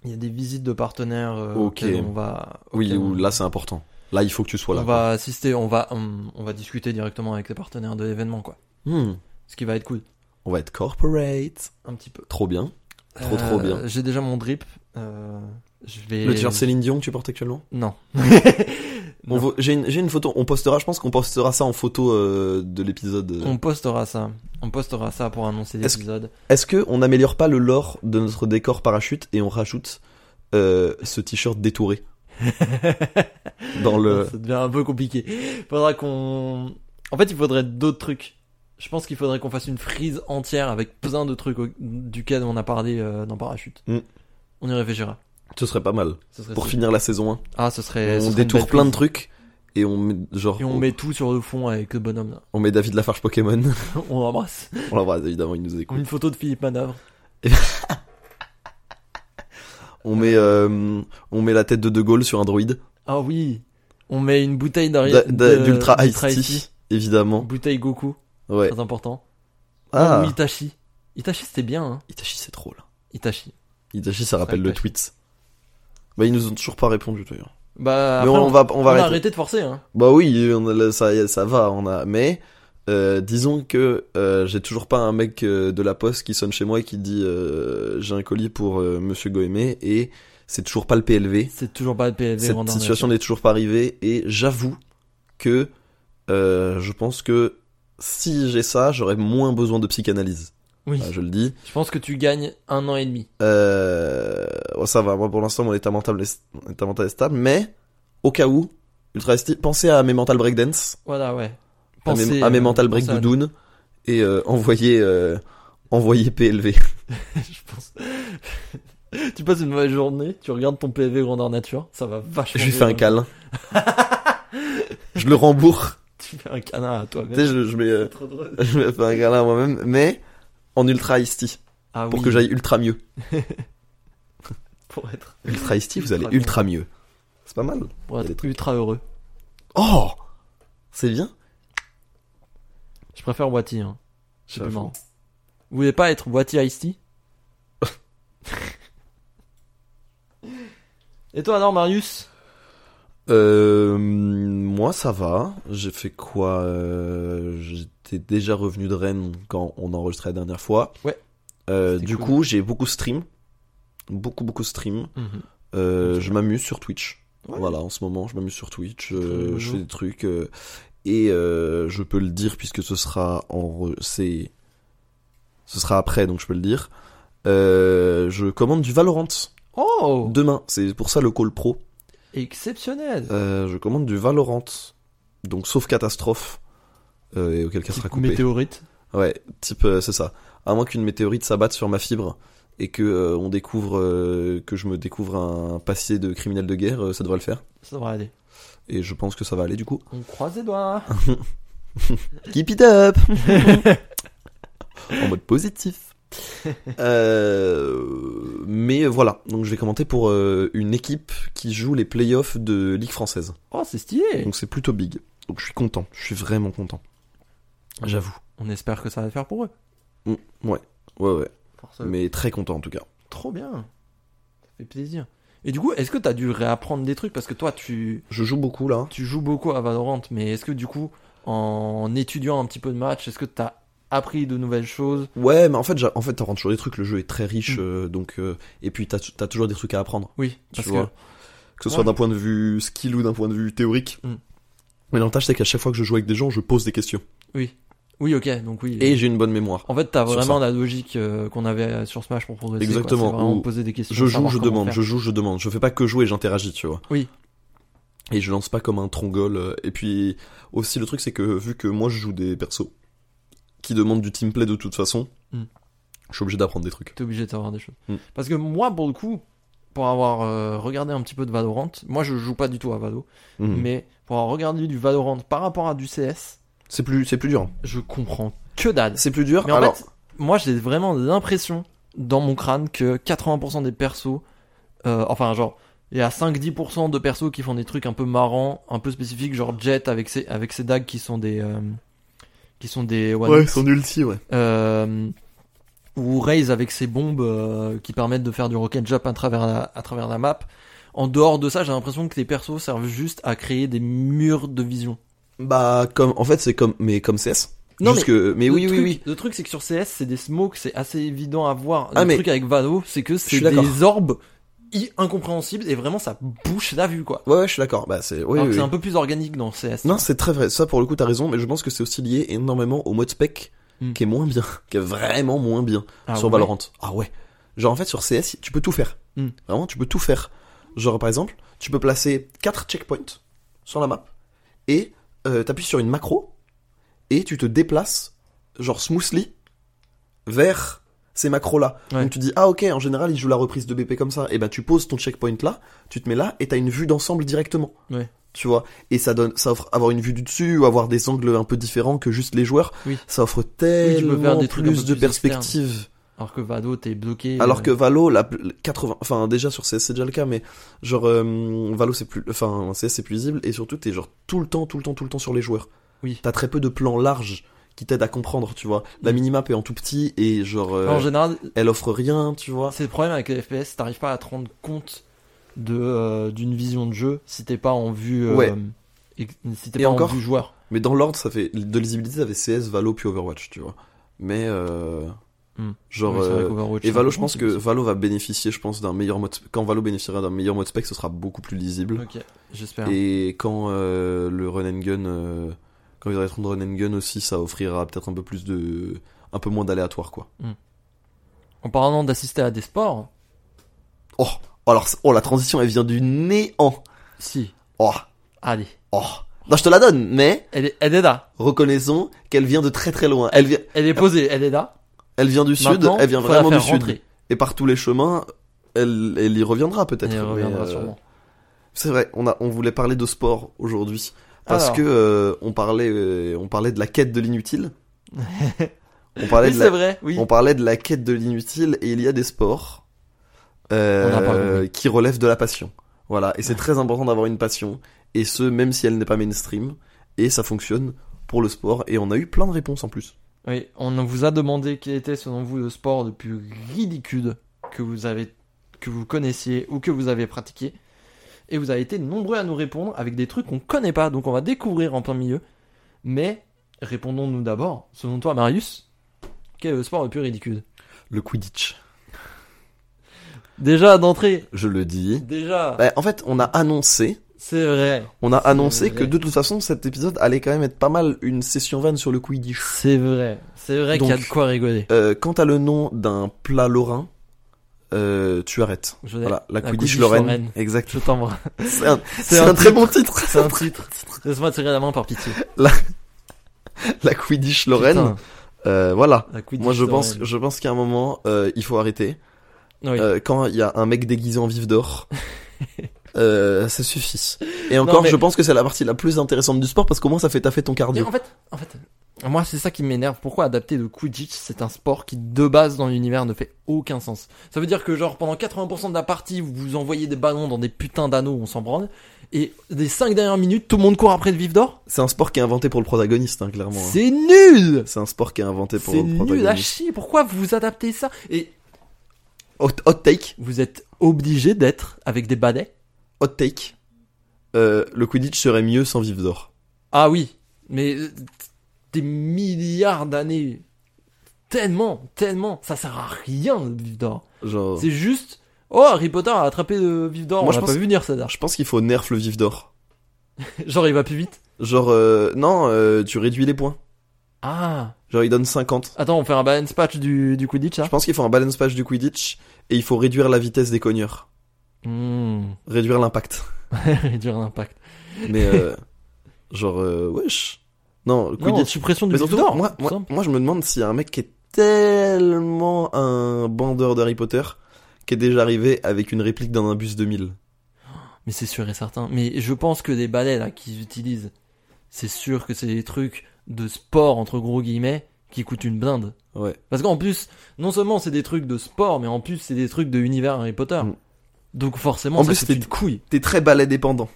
il y a des visites de partenaires. euh,
Ok.
auxquelles On va,
Oui,
auxquelles
ou
on-
là, c'est important. Là, il faut que tu sois là.
on
quoi.
va assister, on va, hum, on va discuter directement avec les partenaires de l'événement, quoi.
Hmm.
Ce qui va être cool,
On va être corporate.
un petit peu.
Trop bien. Trop, trop bien.
J'ai déjà mon drip. euh, je vais.
Le t-shirt Céline Dion que tu portes actuellement
Non.
<laughs> On
Non.
vo- J'ai une, j'ai une photo, on postera, je pense qu'on postera ça en photo euh, de l'épisode. euh.
On postera ça. On postera ça pour annoncer
Est-ce-
l'épisode.
Est-ce que on n'améliore pas le lore de notre décor parachute et on rajoute euh, ce
<laughs>
t-shirt détouré Dans le.
Ça devient un peu compliqué. Faudra qu'on. En fait, il faudrait d'autres trucs. Je pense qu'il faudrait qu'on fasse une frise entière avec plein de trucs au- duquel on a parlé euh, dans Parachute.
Mm.
On y réfléchira.
Ce serait pas mal.
Ce serait
Pour
ça.
finir la saison 1.
Ah, ce serait. ce
on
serait une
détourne
belle
plein Oh. de
frise.
trucs et on met, genre,
Et on met tout sur le fond avec le bonhomme. là. <laughs>
on met David Lafarge Pokémon. <laughs>
on l'embrasse.
on l'embrasse évidemment, il nous écoute.
Une photo de Philippe Manœuvre.
On met, euh, on met la tête de De Gaulle sur un droïde.
Ah oui. On met une bouteille d'Ari-
D'a- d'a-
de-
D'Ultra Ice
d'Ultra Ice
Tea, évidemment.
Bouteille Goku,
Ouais.
très important.
Ah,
Ou Itachi. Itachi, c'était bien, hein.
Itachi, c'est trop là.
Itachi.
Itachi, ça rappelle le
Itachi.
tweet. Bah, ils nous ont toujours pas répondu d'ailleurs.
Bah,
Mais
après,
on, va, on va
on a
arrêter.
arrêté de forcer, hein.
Bah oui, on a le- ça, ça va, on a. Mais euh, disons que euh, j'ai toujours pas un mec euh, de la poste qui sonne chez moi et qui dit euh, j'ai un colis pour euh, Monsieur Goémé et c'est toujours pas le PLV.
C'est toujours pas le PLV.
Cette
Rwanda,
situation n'est toujours pas arrivée et j'avoue que euh, je pense que si j'ai ça, j'aurais moins besoin de psychanalyse.
Oui.
Voilà, je le dis.
Je pense que tu gagnes un an et demi.
Euh, oh, ça va, moi pour l'instant mon état mental est, mon état mental est stable, mais au cas où, ultra ST, pensez à mes mental breakdance,
Voilà, ouais.
à mes- à mes,
euh,
mental break
pensez à-
doudoune, et euh, envoyez, euh, envoyez PLV.
<laughs> <laughs> Je pense. <laughs> tu passes une mauvaise journée, tu regardes ton PLV grandeur nature, ça va vachement. hein.
Je lui
bien.
fais
<laughs>
un câlin. je le rembourse.
Tu fais un câlin à
Tu
toi-même.
sais, je, je mets, euh, <laughs>
C'est trop drôle.
je me fais un câlin à moi-même, mais en ultra ST,
Ah
pour
oui,
que j'aille ultra mieux.
Pour être,
Ultra ST, vous
Ultra
allez
bien.
ultra mieux. C'est pas mal.
pour
Il y a
être
des trucs.
ultra heureux.
Oh C'est bien
Je préfère Wati, hein. C'est plus
J'avoue.
marrant. Vous voulez pas être Wati Ice Tea Et toi alors, Marius
Euh, moi, ça va. J'ai fait quoi euh, J'étais déjà revenu de Rennes quand on enregistrait la dernière fois.
Ouais.
Euh,
C'était
du
cool.
coup, j'ai beaucoup stream. Beaucoup, beaucoup stream. Euh, je m'amuse sur Twitch.
Ouais.
Voilà, en ce moment, je m'amuse sur Twitch.
Très
euh,
bien.
je fais des trucs. euh, et euh, je peux le dire puisque ce sera en. re- C'est. Ce sera après, donc je peux le dire. Euh, je commande du Valorant
Oh
demain. C'est pour ça le call pro.
Exceptionnel
Euh, je commande du Valorant. Donc sauf catastrophe. Euh, et auquel cas sera
Petite
coupé.
Météorite.
Ouais, type euh, c'est ça. À moins qu'une météorite s'abatte sur ma fibre et que euh, on découvre euh, que je me découvre un passé de criminel de guerre, euh, ça devrait le faire.
Ça devrait aller.
Et je pense que ça va aller du coup.
On croise les doigts.
Keep it up En mode positif. Euh, mais voilà, donc je vais commenter pour euh, une équipe qui joue les playoffs de Ligue française.
Oh, c'est stylé.
Donc c'est plutôt big. Donc je suis content, je suis vraiment content. J'avoue.
On espère que ça va faire pour eux.
Ouais, ouais.
Forcément.
Mais très content en tout cas.
Trop bien. Ça fait plaisir. Et du coup, est-ce que t'as dû réapprendre des trucs parce que toi, tu
Je joue beaucoup là.
tu joues beaucoup à Valorant, mais est-ce que du coup, en étudiant un petit peu de match, est-ce que t'as appris de nouvelles choses
Ouais, mais en fait, j'a- en fait, t'en rends toujours des trucs. Le jeu est très riche, euh, donc euh, et puis t'as t'as toujours des trucs à apprendre.
Oui,
tu
parce
vois.
que
Que... ce soit
Ouais.
d'un point de vue skill ou d'un point de vue théorique.
Mm.
Mais l'avantage, c'est qu'à chaque fois que je joue avec des gens, je pose des questions.
oui, oui, ok, donc oui.
Et j'ai une bonne mémoire.
En fait, t'as
Sur
vraiment la logique euh, qu'on avait sur Smash pour progresser. quoi.
Exactement,
C'est Vraiment
où
poser des questions.
Je joue,
savoir
je
comment
demande,
faire.
je joue, je demande. Je fais pas que jouer, j'interagis, tu vois.
Oui.
Et je lance pas comme un trongol. euh, Et puis, aussi, le truc, c'est que vu que moi, je joue des persos qui demandent du teamplay de toute façon,
Mm.
je suis obligé d'apprendre des trucs.
T'es obligé de savoir des choses.
Mm.
Parce que moi, pour le coup, pour avoir euh, regardé un petit peu de Valorant, moi je joue pas du tout à Valo,
Mm.
mais pour avoir regardé du Valorant par rapport à du CS,
C'est plus, c'est plus dur.
je comprends que dalle.
C'est plus dur.
Mais en
Alors,
fait, moi j'ai vraiment l'impression dans mon crâne que 80% des persos, euh, enfin genre, il y a 5-10% de persos qui font des trucs un peu marrants, un peu spécifiques, genre Jet avec ses, avec ses dagues qui sont des. euh, qui sont des one
ouais, son ulti, ouais.
euh, ou Raze avec ses bombes euh, qui permettent de faire du rocket jump à travers la, à travers la map. En dehors de ça, j'ai l'impression que les persos servent juste à créer des murs de vision.
Bah, comme, en fait, c'est comme, mais comme CS.
Non,
Juste que- mais
Le
oui, oui,
truc-
oui.
Le truc, c'est que sur CS, c'est des smokes, c'est assez évident à voir.
Ah,
le
mais-
truc avec Valo, c'est que c'est
suis d'accord.
des orbes i- incompréhensibles et vraiment ça bouche la vue, quoi.
Ouais, ouais, je suis d'accord. Bah, c'est, oui,
Alors
oui,
que c'est
oui.
un peu plus organique dans CS.
Non, c'est très vrai. Ça, pour le coup, t'as raison, mais je pense que c'est aussi lié énormément au mode spec
Mm.
qui est moins bien, <laughs> qui est vraiment moins bien
Ah,
sur
ouais.
Valorant. Ah ouais. Genre, en fait, sur CS, tu peux tout faire.
Mm.
Vraiment, tu peux tout faire. Genre, par exemple, tu peux placer 4 checkpoints sur la map et euh, t'appuies sur une macro et tu te déplaces, genre, smoothly vers ces macros-là.
Ouais.
Donc, tu dis, ah ok, en général, ils jouent la reprise de BP comme ça. Et ben, tu poses ton checkpoint là, tu te mets là et t'as une vue d'ensemble directement.
Ouais.
Tu vois, et ça donne, ça offre avoir une vue du dessus ou avoir des angles un peu différents que juste les joueurs.
Oui.
Ça offre tellement
faire des trucs un peu
plus de
plus externes.
perspectives.
Alors que Valo, t'es bloqué.
Alors
euh,
que Valo, la pl- 80, enfin déjà sur CS c'est déjà le cas, mais genre euh, Valo c'est plus, enfin CS c'est plus visible et surtout t'es genre tout le temps, tout le temps, tout le temps sur les joueurs.
Oui.
T'as très peu de plans larges qui t'aident à comprendre, tu vois. La minimap est en tout petit et genre euh,
En général,
elle offre rien, tu vois.
C'est le problème avec les FPS, t'arrives pas à te rendre compte de euh, d'une vision de jeu si t'es pas en vue. euh,
Ouais.
et- si t'es
Et
pas
encore
en vue joueur.
Mais dans l'ordre ça fait de lisibilité, ça fait CS, Valo puis Overwatch, tu vois. Mais euh,
Hmm.
genre
Oui, c'est vrai
euh,
qu'Overwatch,
et
c'est
Valo,
un
je
peu
pense
bon,
que
c'est
Valo va bénéficier, je pense, d'un meilleur mode. Quand Valo bénéficiera d'un meilleur mode spec, ce sera beaucoup plus lisible.
possible. Ok, j'espère.
Et quand euh, le run and gun, euh, quand ils arrêteront de run and gun aussi, ça offrira peut-être un peu plus de, un peu moins d'aléatoire quoi.
En parlant d'assister à des sports,
Oh, alors oh la transition elle vient du néant.
si,
Oh,
allez,
oh. Non je te la donne, mais
elle est, elle est là,
reconnaissons qu'elle vient de très très loin. Elle vient,
elle est posée, elle est là.
elle vient du sud,
Maintenant,
elle vient
faut la
vraiment du
faire
sud.
rentrer.
Et par tous les chemins, elle, elle y reviendra peut-être.
Elle
mais,
reviendra
euh,
sûrement.
C'est vrai, on a, on voulait parler de sport aujourd'hui parce
Alors.
que euh, on parlait, euh, on parlait de la quête de
<laughs>
l'inutile. on parlait
Oui,
de
c'est
la,
vrai, oui.
On parlait de la quête de l'inutile et il y a des sports euh,
On en parle, oui.
qui relèvent de la passion. Voilà, et c'est très important d'avoir une passion, et ce, même si elle n'est pas mainstream, et ça fonctionne pour le sport, et on a eu plein de réponses en plus.
Oui, on vous a demandé quel était selon vous le sport le plus ridicule que vous avez que vous connaissiez ou que vous avez pratiqué. Et vous avez été nombreux à nous répondre avec des trucs qu'on connaît pas, donc on va découvrir en plein milieu. Mais répondons-nous d'abord, selon toi Marius, quel est le sport le plus ridicule
Le Quidditch,
Déjà d'entrée,
je le dis.
déjà,
Bah, en fait, on a annoncé,
c'est vrai,
on a annoncé
vrai.
que de toute façon, cet épisode allait quand même être pas mal une session vanne sur le Quidditch.
c'est vrai, c'est vrai qu'il y a de
Donc,
quoi rigoler.
Euh, quant à le nom d'un plat lorrain, euh, tu arrêtes.
Je,
Voilà,
la
la, Quidditch,
Quidditch
Lorraine.
lorraine.
Exact.
je t'embrasse,
C'est un, c'est
un
un très bon titre.
c'est <laughs>
<laughs>
un titre. Laisse-moi tirer la main par pitié.
<laughs> la Quidditch Lorraine.
Putain,
Euh, voilà.
la Quidditch
Moi, je pense,
lorraine.
je pense qu'à un moment, euh, il faut arrêter.
Oui.
Euh, quand il y a un mec déguisé en
<laughs>
vif d'or, euh, ça suffit. Et encore,
mais-
je pense que c'est la partie la plus intéressante du sport parce qu'au moins ça fait taffer ton
Mais
cardio.
en fait, en fait, Moi, c'est ça qui m'énerve. Pourquoi adapter de Quidditch C'est un sport qui, de base, dans l'univers, ne fait aucun sens. Ça veut dire que, genre, pendant 80% de la partie, vous envoyez des ballons dans des putains d'anneaux, on s'en branle. Et des 5 dernières minutes, tout le monde court après le vif d'or
C'est un sport qui est inventé pour le protagoniste, hein, clairement. hein.
C'est nul
C'est un sport qui est inventé pour
C'est
le
nul à
protagoniste.
chier. Pourquoi vous adaptez ça Et
Hot, hot take,
vous êtes obligé d'être avec des badets
hot take. Euh, le Quidditch serait mieux sans vivre d'or.
Ah oui, mais euh, des milliards d'années. Tellement, tellement. Ça sert à rien, le vif d'or.
Genre,
C'est juste. Oh, Harry Potter a attrapé le vif d'or.
Moi,
Moi,
je
je
pense-
pas vu venir ça. Dark.
je pense qu'il faut nerf le vif d'or.
Genre, il va plus vite.
Genre, euh, non, euh, tu réduis les points.
Ah.
Genre, il donne 50.
Attends, on fait un balance patch du, du Quidditch
Je
là
pense qu'il faut un balance patch du Quidditch et il faut réduire la vitesse des cogneurs.
Hmm. <laughs>
Réduire l'impact.
Réduire l'impact. <laughs>
Mais, euh, genre, euh, wesh. Non, le
Non,
Quidditch.
suppression du
Mais
vif
surtout,
d'or.
moi,
tout
moi,
simple.
moi, je me demande s'il y a un mec qui est tellement un bandeur d'Harry Potter qui est déjà arrivé avec une réplique d'un Imbus 2000.
Mais c'est sûr et certain. Mais je pense que les balais là qu'ils utilisent, c'est sûr que c'est des trucs de sport entre gros guillemets qui coûtent une blinde.
Ouais.
Parce qu'en plus, non seulement c'est des trucs de sport, mais en plus c'est des trucs de univers Harry Potter.
Mm.
Donc forcément,
En
ça
plus,
coûte
t'es-
une couille.
T'es très balai dépendant.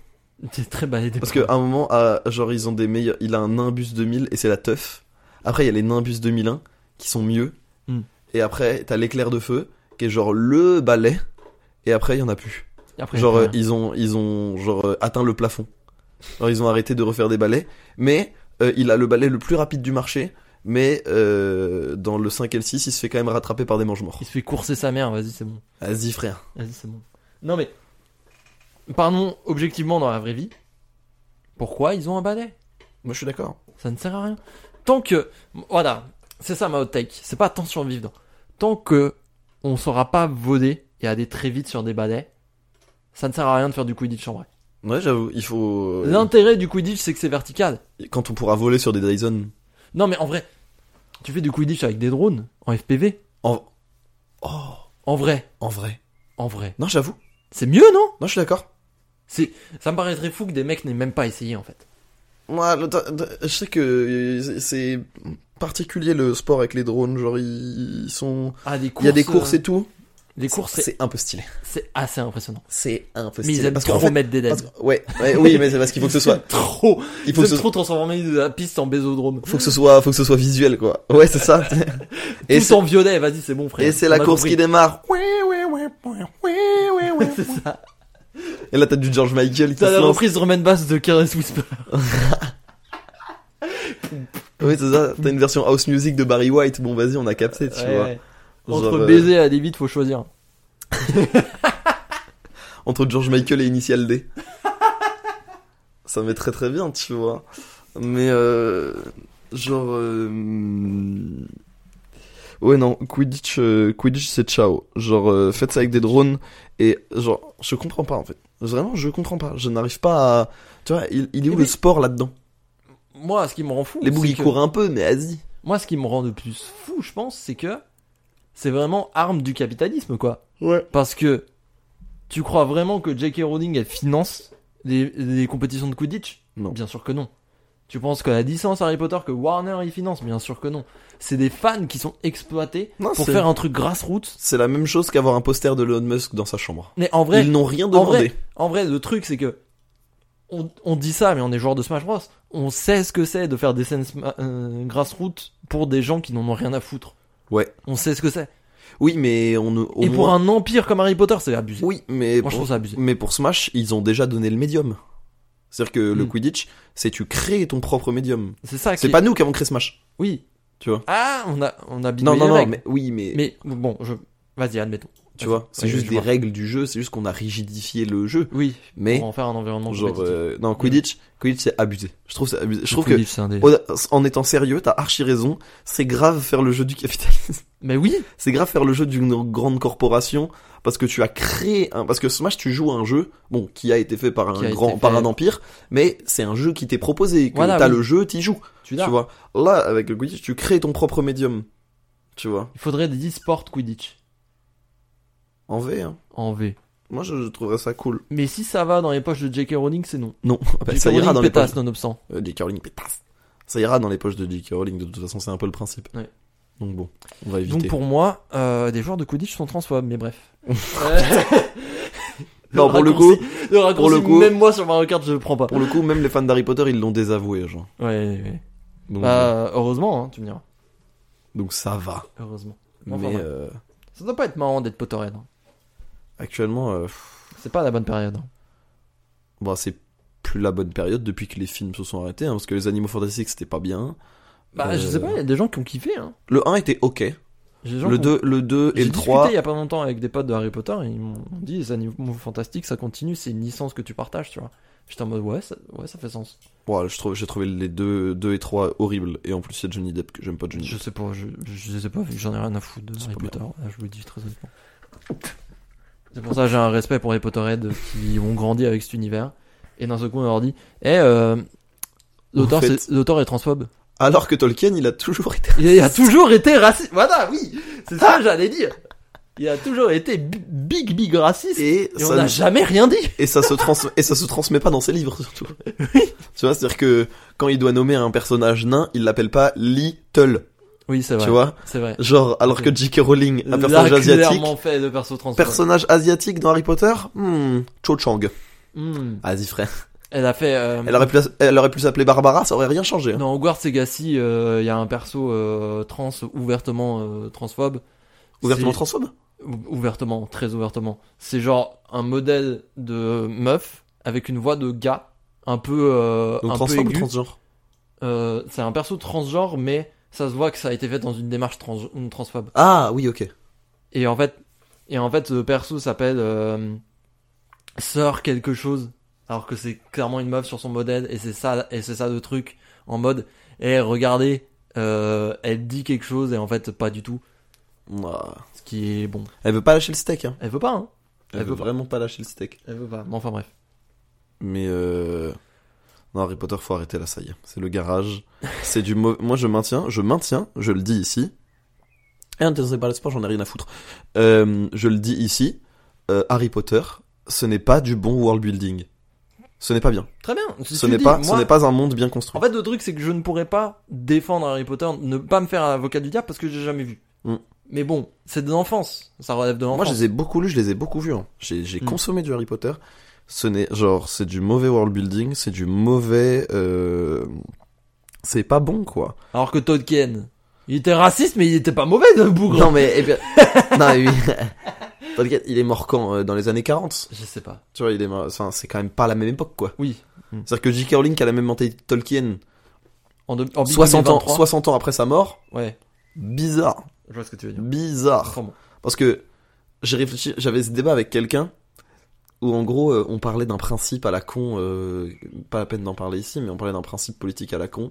<laughs> C'est très balai.
Parce qu'à un moment, à- genre, ils ont des meilleurs. Il a un Nimbus 2000 et c'est la teuf. Après, il y a les Nimbus 2001 qui sont mieux.
Hmm.
Et après, t'as l'éclair de feu qui est genre le balai. Et après, il y en a plus.
Après,
genre,
après,
euh, ils ont, ils ont genre, euh, atteint le plafond. Genre, ils ont arrêté de refaire des balais. Mais euh, il a le balai le plus rapide du marché. Mais euh, dans le 5 et le 6, il se fait quand même rattraper par des manches morts.
il se fait courser sa mère. Vas-y, c'est bon.
Vas-y, frère.
Vas-y, c'est bon. Non, mais. Parlons objectivement dans la vraie vie. Pourquoi ils ont un balai
Moi, je suis d'accord.
Ça ne sert à rien. Tant que. Voilà. C'est ça ma hot take. C'est pas attention vivre dedans. Tant que on saura pas voler et aller très vite sur des balais, ça ne sert à rien de faire du Quidditch en vrai.
Ouais, j'avoue, il faut. euh,
L'intérêt du Quidditch, c'est que c'est vertical.
Quand on pourra voler sur des Dyson.
Non, mais en vrai, tu fais du Quidditch avec des drones en FPV.
En... Oh,
En vrai.
en vrai.
En vrai.
Non, j'avoue.
C'est mieux, non
Non, je suis d'accord.
C'est. Ça me paraîtrait fou que des mecs n'aient même pas essayé en fait.
Moi, le- je sais que euh, c'est particulier le sport avec les drones. Genre, ils sont.
Ah, des
Il y a des
euh,
courses et tout.
Les courses, c'est-
c'est un peu stylé.
c'est assez impressionnant.
C'est un peu
Mais
stylé.
ils aiment
parce
trop
qu'en fait-
mettre des
parce
deads.
que- ouais, ouais, oui, mais c'est parce qu'il faut que ce soit.
Trop.
Il
Ils
faut que
aiment
ce
trop transformer la piste en bésodrome.
Faut que ce soit, faut que ce soit visuel, quoi. Ouais, c'est ça. <laughs> et
Tout
c'est,
en violet, vas-y, c'est bon, frère.
et c'est
On
la
a
course
compris.
qui démarre.
<laughs> C'est ça.
Et là, t'as du George Michael qui
T'as
se
la
lance.
reprise de Roman Bass de Careless Whisper.
Oui, c'est ça. T'as une version house music de Barry White. Bon, vas-y, on a capté, tu
Ouais,
vois.
ouais. Entre
Genre, euh,
baiser à débit, faut choisir.
entre George Michael et Initial D. Ça met très très bien, tu vois. Mais euh, genre euh, ouais non, Quidditch, euh, Quidditch c'est ciao. Genre euh, faites ça avec des drones et genre je comprends pas en fait. Vraiment, je comprends pas. Je n'arrive pas à. Tu vois, il, il est où
Eh
le
oui.
sport là-dedans
Moi, ce qui me rend fou.
Les boules
c'est
ils
que-
courent un peu, mais vas-y.
Moi, ce qui me rend le plus fou, je pense, c'est que c'est vraiment arme du capitalisme, quoi.
Ouais.
Parce que tu crois vraiment que J.K. Rowling, elle finance les, les compétitions de Quidditch
Non.
Bien sûr que non. Tu penses que la licence Harry Potter que Warner y finance Bien sûr que non. C'est des fans qui sont exploités
Non,
pour
c'est-
faire un truc grassroots.
C'est la même chose qu'avoir un poster de Elon Musk dans sa chambre.
Mais en vrai,
Ils n'ont rien
en
demandé.
vrai, en vrai, le truc c'est que on, on dit ça, mais on est joueur de Smash Bros. On sait ce que c'est de faire des scènes sma- euh, grassroots pour des gens qui n'en ont rien à foutre.
Ouais.
On sait ce que c'est.
Oui, mais on ne- au
Et pour
moins-
un empire comme Harry Potter, c'est abusé.
Oui, mais
Moi, je
pour-
trouve ça abusé.
Mais pour Smash, ils ont déjà donné le médium. C'est-à-dire que le
Hmm.
Quidditch, c'est tu crées ton propre médium.
C'est ça.
C'est
qui-
pas nous qui avons créé Smash,
Oui.
tu vois.
Ah, on a, on a
Non,
bidouillé
non,
les
non,
règles.
mais oui, mais,
mais bon, je, vas-y, admettons.
tu
Vas-y.
vois, c'est
Ouais,
juste
je
des
vois.
règles du jeu, c'est juste qu'on a rigidifié le jeu.
Oui.
Mais,
Pour en faire un environnement.
genre,
compétitif.
euh, non, Quidditch, Quidditch, c'est abusé. Je trouve, c'est abusé.
Le
Je trouve que,
Quidditch, c'est un des-
en étant sérieux, t'as archi raison, c'est grave faire le jeu du capitalisme.
Mais oui.
C'est grave faire le jeu d'une grande corporation parce que tu as créé un, parce que Smash, tu joues à un jeu, bon, qui a été fait
Qui
par
a
un
été
grand, par
fait.
un empire, mais c'est un jeu qui t'est proposé, que
Voilà,
t'as
oui.
le jeu, t'y joues.
Tu
Tu vois, là, avec le Quidditch, tu crées ton propre médium. Tu vois,
Il faudrait des e-sports Quidditch
en V, hein.
en V.
Moi, je, je trouverais ça cool.
Mais si ça va dans les poches de J.K. Rowling, c'est non.
Non, <laughs> bah,
J.K.
ça ira
Rowling
dans les
pétasse,
poches.
nonobstant.
Euh, des curling pétasses. Ça ira dans les poches de J.K. Rowling, de toute façon, c'est un peu le principe.
Ouais.
Donc bon, on va éviter.
Donc pour moi, euh, des joueurs de Quidditch sont transphobes, mais
<laughs>
bref.
non, pour le coup,
raccourci- <laughs> le raccourci,
pour le coup-
même moi sur Mario Kart, je le prends pas.
pour le coup, même les fans d'Harry Potter, ils l'ont désavoué, genre.
Ouais, ouais, ouais.
Donc,
Bah, heureusement, hein, tu me diras.
donc ça va.
Heureusement. Enfin,
Mais
ouais.
euh,
Ça doit pas être marrant d'être Potterhead. hein.
actuellement, euh, pff,
C'est pas la bonne période. hein.
bon, Bah, c'est plus la bonne période depuis que les films se sont arrêtés, hein, parce que les animaux fantastiques, c'était pas bien.
Bah, je
Euh,
sais pas, il y a des gens qui ont kiffé. Hein.
Le 1 était ok.
J'ai des gens
Le
qui ont-
2, le 2
J'ai
et le
discuté
3.
il y a pas longtemps avec des potes de Harry Potter, et ils m'ont dit les animaux fantastiques, ça continue, c'est une licence que tu partages, tu vois. J'étais en mode ouais, ça, ouais, ça fait sens.
Ouais, je trouve, j'ai trouvé les 2, 2 et 3 horribles. Et en plus, il y a Johnny Depp que j'aime pas Johnny
Je
Depp.
sais pas, je, je sais pas, vu que j'en ai rien à foutre de
C'est
Harry
pas
Potter, là, je vous le dis très honnêtement. C'est pour ça que j'ai un respect pour les Potterheads qui ont grandi avec cet univers, et d'un second on leur dit, eh, euh, l'auteur
Au fait-
c'est- l'auteur est transphobe.
Alors que Tolkien, il a toujours été.
Il a toujours été raciste. Voilà, oui, c'est ça que j'allais dire. Il a toujours été bi- big, big raciste. Et,
Et,
on n'a
ça,
jamais rien dit.
et, ça se trans, et ça se transmet pas dans ses livres, surtout. <laughs> tu vois, c'est-à-dire que quand il doit nommer un personnage nain, il l'appelle pas Little.
Oui, c'est vrai.
Tu vois
C'est vrai.
Genre, alors que J.K. Rowling, un
Là,
personnage asiatique.
clairement fait de perso trans.
Personnage asiatique dans Harry Potter Hmm, Cho Chang.
Hmm.
Vas-y, frère.
Elle a fait. euh,
Elle aurait, pu, elle aurait pu s'appeler Barbara, ça aurait rien changé. hein.
Dans Hogwarts Legacy, euh, il y a un perso euh, trans ouvertement euh, transphobe.
Ouvertement
C'est-
transphobe
ou- Ouvertement, très ouvertement. C'est genre un modèle de meuf avec une voix de gars un peu euh,
Donc
un peu
transphobe ou
aiguë.
transgenre
Euh, c'est un perso transgenre, mais ça se voit que ça a été fait dans une démarche trans- une transphobe.
Ah, oui, ok.
Et en fait, et en fait, le perso s'appelle euh, Sœur quelque chose, alors que c'est clairement une meuf sur son modèle, et c'est ça, et c'est ça le truc en mode, et regardez, euh, elle dit quelque chose, et en fait, pas du tout.
Ouah.
Ce qui est bon.
Elle veut pas lâcher le steak, hein.
Elle veut pas, hein.
Elle,
Elle
veut
veut pas.
vraiment pas lâcher le steak.
Elle veut pas. Mais enfin bref.
Mais euh... non, Harry Potter, faut arrêter là, ça y est. C'est le <laughs> garage. C'est du mau- moi je maintiens, je maintiens, je le dis ici. Et intéressé par le sport, j'en ai rien à foutre. Euh, je le dis ici, euh, Harry Potter, ce n'est pas du bon world building. Ce n'est pas bien.
Très bien. Si
Ce
tu
n'est
dis,
pas, ce
moi-
n'est pas un monde bien construit.
En fait, le truc, c'est que je ne pourrais pas défendre Harry Potter, ne pas me faire un avocat du diable parce que j'ai jamais vu.
Mm.
Mais bon, c'est de l'enfance. Ça relève de
Moi,
l'enfance.
je les ai beaucoup lus, je les ai beaucoup vus. hein. J'ai j'ai
Mm.
consommé du Harry Potter. Ce n'est genre, c'est du mauvais world building, c'est du mauvais. euh, C'est pas bon, quoi.
Alors que Tolkien, il était raciste, mais il était pas mauvais, le bougre.
Non mais eh bien- <laughs> non mais oui. <laughs> T'inquiète, il est mort quand euh, dans les années 40.
Je sais pas.
Tu vois, il est mort. Enfin, c'est quand même pas la même époque quoi.
Oui.
C'est-à-dire que J.K. Rowling qui a la même mentalité que Tolkien,
En, deux- en
60 ans,
2023.
60 ans après sa mort,
Ouais.
bizarre,
Je vois ce que tu veux dire.
bizarre. <laughs>
Vraiment.
Parce que j'ai réfléchi, j'avais ce débat avec quelqu'un où en gros euh, on parlait d'un principe à la con, euh, pas la peine d'en parler ici, mais on parlait d'un principe politique à la con.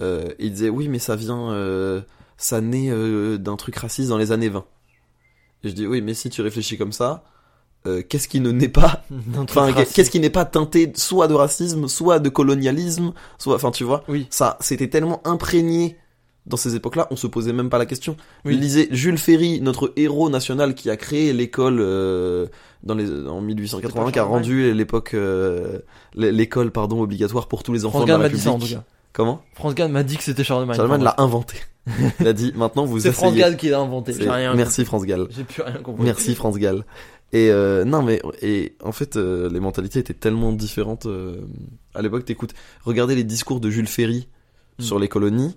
Euh, et il disait oui, mais ça vient, euh, ça naît euh, d'un truc raciste dans les années 20. Et je dis oui, mais si tu réfléchis comme ça, euh, qu'est-ce qui ne naît pas,
D'un truc
enfin
raciste.
qu'est-ce qui n'est pas teinté soit de racisme, soit de colonialisme, soit, enfin tu vois,
Oui.
ça c'était tellement imprégné dans ces époques-là, on se posait même pas la question.
Oui.
Lisez Jules Ferry, notre héros national qui a créé l'école euh, dans les en 1880,
C'est pas
qui a
Charlemagne.
rendu l'époque euh, l'é- l'école pardon obligatoire pour tous les enfants
France
de la
Gann m'a dit
République.
ça, en tout cas.
Comment
France Gann m'a dit que c'était Charlemagne.
Charlemagne
Pardon.
l'a inventé. Il a dit maintenant vous
C'est France
essayez.
Gann qui l'a inventé.
C'est-
J'ai rien
Merci France Gall.
J'ai plus rien compris.
Merci France Gall. Et euh, non mais et en fait euh, les mentalités étaient tellement différentes euh, à l'époque. T'écoutes, regardez les discours de Jules Ferry
Mm.
sur les colonies,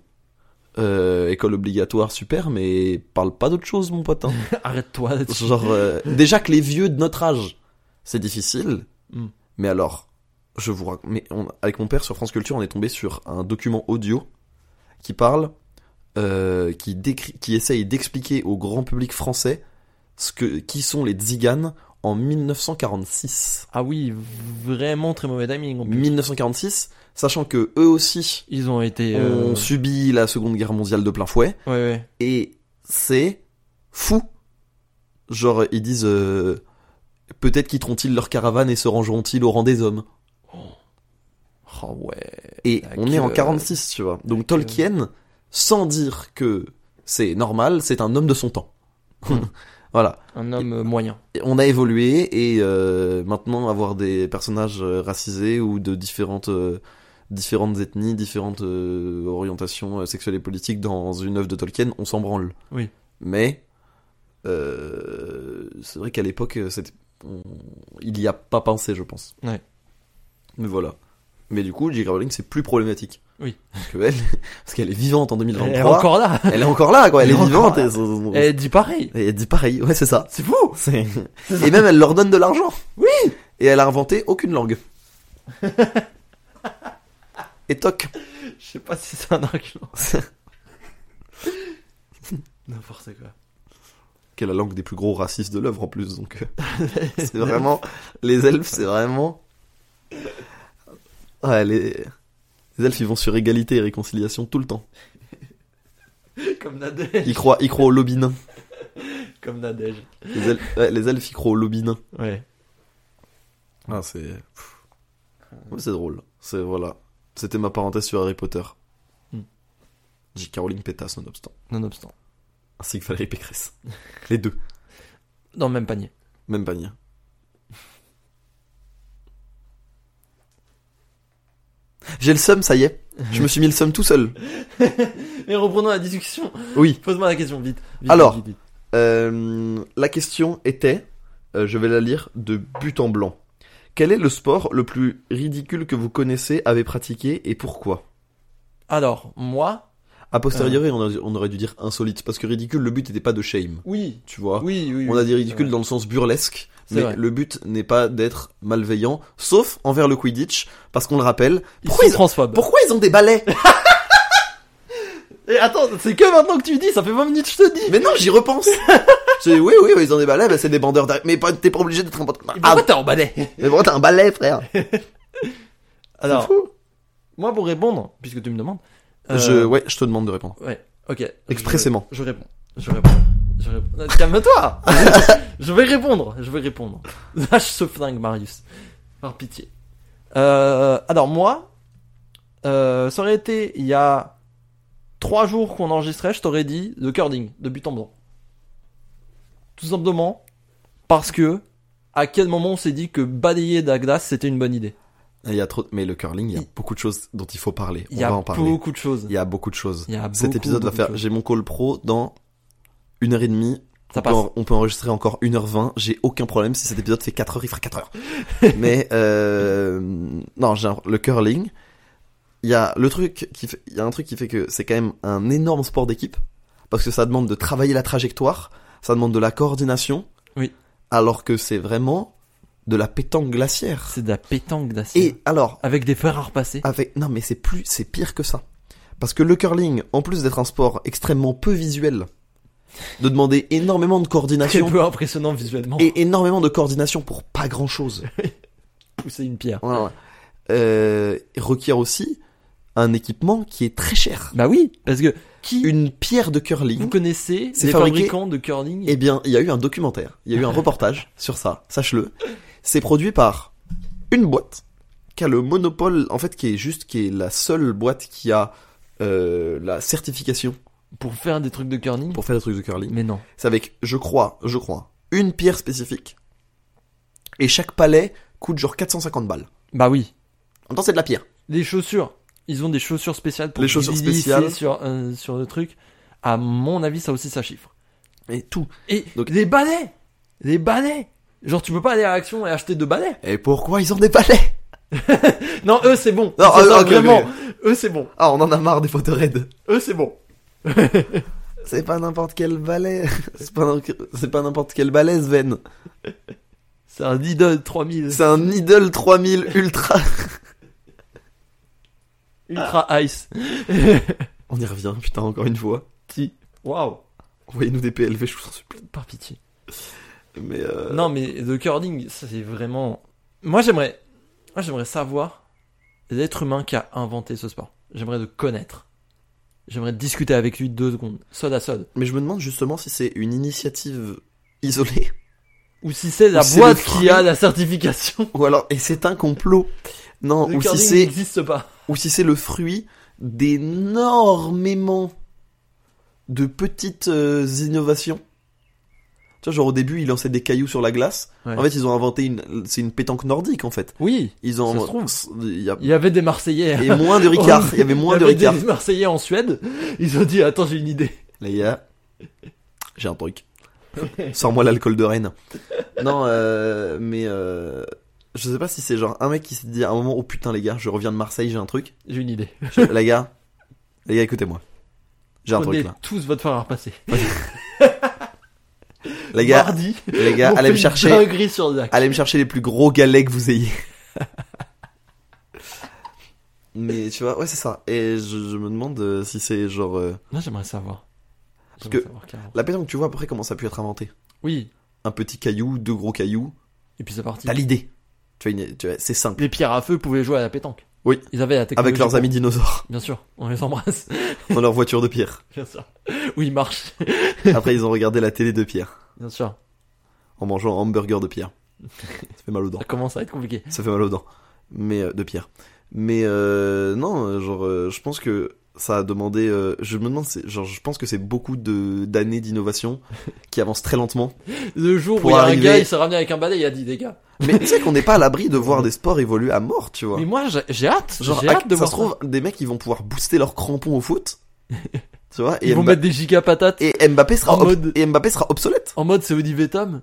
Euh, école obligatoire super, mais parle pas d'autre chose mon pote. hein.
<laughs> Arrête-toi. là-dessus.
Genre euh, déjà que les vieux de notre âge, c'est difficile.
Mm.
Mais alors, je vous rac- mais on- avec mon père sur France Culture, on est tombé sur un document audio qui parle, euh, qui décrit, qui essaye d'expliquer au grand public français ce que qui sont les tziganes en 1946.
Ah oui, vraiment très mauvais timing. en plus.
1946, sachant que eux aussi
Ils ont été. euh,
ont subi la Seconde Guerre mondiale de plein fouet.
Ouais, ouais.
Et c'est fou. Genre, ils disent euh, peut-être quitteront-ils leur caravane et se rangeront-ils au rang des hommes.
Oh ouais.
Et
Tac,
on est en
euh,
46, tu vois. Donc
tac,
Tolkien, sans dire que c'est normal, c'est un homme de son temps. <laughs> voilà.
Un homme euh, moyen.
Et On a évolué et euh, maintenant avoir des personnages euh, racisés ou de différentes euh, différentes ethnies, différentes euh, orientations euh, sexuelles et politiques dans une œuvre de Tolkien, on s'en branle.
Oui.
Mais euh, c'est vrai qu'à l'époque, euh, c'était- on- il n'y a pas pensé, je pense.
Ouais.
Mais voilà. Mais du coup, J.K. Rowling, c'est plus problématique.
Oui.
Que elle, parce qu'elle <laughs> est vivante en 2023.
Elle est encore
<laughs>
là.
Elle est encore là, quoi. Elle,
Elle
est
est encore
vivante.
là.
Et, son- son-
Elle dit pareil.
et elle dit pareil. Ouais, c'est ça.
C'est fou.
C'est- Et même, elle leur donne de l'argent. Oui. Et elle a inventé aucune langue. et toc.
Je sais pas si c'est un argument. <laughs> N'importe quoi.
qui est la langue des plus gros racistes de l'œuvre en plus. Donc, <laughs> euh, c'est vraiment. Les elfes, c'est vraiment. Ouais, les... les elfes, ils vont sur égalité et réconciliation tout le temps.
Comme Nadège.
Ils croient, ils croient au lobby nain.
Comme Nadège.
Les elfes, ouais, les elfes, ils croient au lobby nain.
Ouais.
Ah, c'est. pff. Ouais, c'est drôle. C'est voilà. C'était ma parenthèse sur Harry Potter.
Hmm.
J. Caroline Pétasse, nonobstant.
Nonobstant.
Ainsi que Valérie Pécresse. <laughs> Les deux.
Dans le même panier.
Même panier. J'ai le seum, ça y est. Je me suis mis le seum tout seul.
Mais reprenons la discussion.
Oui.
Pose-moi la question vite. Vite,
Alors.
vite, vite, vite.
Euh, la question était, euh, je vais la lire de but en blanc. Quel est le sport le plus ridicule que vous connaissez, avez pratiqué et pourquoi
Alors, moi.
A posteriori, on, a- on aurait dû dire insolite, parce que ridicule, le but n'était pas de shame,
Oui.
tu vois.
Oui, oui.
Ah, on a dit ridicule
Ouais.
dans le sens burlesque,
C'est
mais
vrai.
le but n'est pas d'être malveillant, sauf envers le Quidditch, parce qu'on le rappelle,
Ils
pourquoi
sont
ils,
transphobes.
pourquoi ils ont des balais
Et attends, c'est que maintenant que tu dis, ça fait 20 minutes que je te dis.
Mais non, j'y <laughs> repense. C'est oui, oui, oui, ils ont des balais, bah, c'est des bandeurs. d'arri- Mais pas, t'es pas obligé d'être un bandeur. Ah,
Pourquoi t'es en balai
mais bon, t'as un balai, frère.
Alors,
fou.
moi pour répondre, puisque tu me demandes. euh,
Je, ouais, je te demande de répondre.
Ouais, ok.
euh, Expressément.
Je, je réponds. Je réponds. Je réponds. Euh, Calme-toi <laughs> Je vais répondre. Je vais répondre. <laughs> Lâche ce flingue, Marius. Par pitié. Euh, alors, moi, euh, ça aurait été il y a trois jours qu'on enregistrait, je t'aurais dit le curling, de but en blanc. Tout simplement parce que à quel moment on s'est dit que balayer de la glace c'était une bonne idée
Il y a trop, mais le curling, il y a
Il-
beaucoup de choses dont il faut parler.
Il
On
y a
va en parler.
beaucoup de choses.
Il y a beaucoup de choses.
Il y a
Cet
beaucoup,
épisode va
beaucoup de
faire,
choses.
j'ai mon call pro dans une heure et demie.
Ça
On peut
passe.
en- on peut enregistrer encore 1h20, j'ai aucun problème. Si cet épisode fait 4 heures, il fera
<laughs>
4 heures. Mais euh, non, genre le curling, il y a le truc qui fait, il y a un truc qui fait que c'est quand même un énorme sport d'équipe parce que ça demande de travailler la trajectoire, ça demande de la coordination.
Oui.
Alors que c'est vraiment de la pétanque glaciaire.
C'est de la pétanque d'acier.
Et alors,
Avec des fers à repasser.
avec non mais c'est plus c'est pire que ça parce que le curling en plus d'être un sport extrêmement peu visuel de demander énormément de
Très
coordination
peu impressionnant visuellement.
et énormément de coordination pour pas grand chose
pousser une pierre.
Euh, requiert aussi un équipement qui est très cher
Bah oui, parce que qui
une pierre de curling
vous connaissez
C'est
les
fabriqué-
fabricants de curling
Eh bien, il y a eu un documentaire, il y a eu un reportage sur ça, sache-le. C'est produit par une boîte qui a le monopole, en fait, qui est juste, qui est la seule boîte qui a euh, la certification
pour faire des trucs de curling
pour faire des trucs de curling.
Mais non.
C'est avec, je crois, je crois, une pierre spécifique. Et chaque palais coûte genre 450 balles.
Bah oui.
En même temps, c'est de la pierre.
Les chaussures, ils ont des chaussures spéciales pour
Les chaussures
glisser
spéciales.
sur euh, sur le truc. À mon avis, ça aussi ça chiffre.
Et tout.
Et
Donc-
les balais, les balais. Genre tu peux pas aller à l'action et acheter deux balais.
Et pourquoi ils ont des palais
Non, eux c'est bon.
Non,
Ils sont
eux,
ça,
ok, ok,
vraiment.
ok.
Eux c'est bon.
Ah, on en a marre des photos raides.
Eux c'est bon.
C'est pas n'importe quel balai. <laughs> C'est pas n'im- c'est pas n'importe quel balai, Sven.
C'est un Didol 3000
C'est un Idol 3000 Ultra.
Ultra Ice. <laughs>
On y revient, putain, encore une fois.
Petit. Waouh.
Envoyez-nous des PLV, je vous en supplie.
Par pitié.
Mais euh,
Non, mais le curling, ça, c'est vraiment. Moi, j'aimerais, moi, j'aimerais savoir l'être humain qui a inventé ce sport. J'aimerais le connaître. J'aimerais discuter avec lui deux secondes, solde à solde.
Mais je me demande justement si c'est une initiative isolée
Ou si c'est
Ou
la
c'est le
boîte
fruit.
qui a la certification.
ou alors et c'est un complot. Non,
Le
ou si
curling
c'est
n'existe pas.
ou si c'est le fruit d'énormément de petites euh, innovations Tu vois, genre au début, ils lançaient des cailloux sur la glace.
Ouais.
En fait, ils ont inventé une. C'est une pétanque nordique, en fait.
Oui,
Ils ont.
Ça se trouve.
Il y a-
il y Oh, avait des Marseillais.
Et
<laughs>
moins de Ricard. Il y avait moins de
avait
Ricard.
des Marseillais en Suède. Ils ont dit attends j'ai une idée.
Les gars, j'ai un truc. Sors-moi l'alcool de Rennes. Non, euh, mais euh, je sais pas si c'est genre un mec qui se dit à un moment oh putain les gars, je reviens de Marseille, j'ai
<laughs>
un truc.
J'ai une idée.
Je- les gars, les gars, écoutez-moi. J'ai un
Prenez
truc là.
tous votre phare à repasser.
Les gars,
Mardi,
les gars,
on
allez
fait
me
une
chercher,
dinguerie sur Zach.
allez me chercher les plus gros galets que vous ayez. <laughs> mais tu vois, ouais c'est ça. Et je, je me demande euh, si c'est genre euh,
Moi j'aimerais savoir. J'aimerais
que-
savoir, carrément.
la pétanque. Tu vois après comment ça a pu être inventé.
Oui.
Un petit caillou, deux gros cailloux.
Et puis c'est parti.
T'as l'idée. Tu vois, une- tu vois, c'est simple.
Les pierres à feu pouvaient jouer à la pétanque.
Oui.
Ils avaient la technologie.
Avec leurs amis dinosaures <laughs>
Bien sûr. On les embrasse. <laughs>
dans leur voiture de pierre.
Bien sûr. Oui, ils marchent. <laughs>
Après, ils ont regardé la télé de pierre
Bien sûr.
en mangeant un hamburger de pierre. Ça fait mal aux dents.
Ça commence à être compliqué.
Ça fait mal aux dents. Mais euh, de pierre. Mais euh, non, euh, genre, euh, je pense que ça a demandé. euh, je me demande, c'est- genre, je pense que c'est beaucoup de
<laughs>
d'années d'innovation qui avancent très lentement.
Le jour
Pour
où il y a
arriver-
un gars, il s'est ramené avec un balai, il a dit des gars.
Mais tu sais qu'on n'est pas à l'abri de voir des sports évoluer à mort, tu vois.
Mais moi, j'ai- j'ai hâte.
Genre,
J'ai
ah,
hâte de
ça
voir
se trouve, des mecs ils vont pouvoir booster leurs crampons
<laughs>
au foot, tu vois.
Ils
Et,
vont
Mba-
mettre des giga patates
et Mbappé sera
en
ob-
mode-
et Mbappé sera obsolète.
en mode c'est Vetom.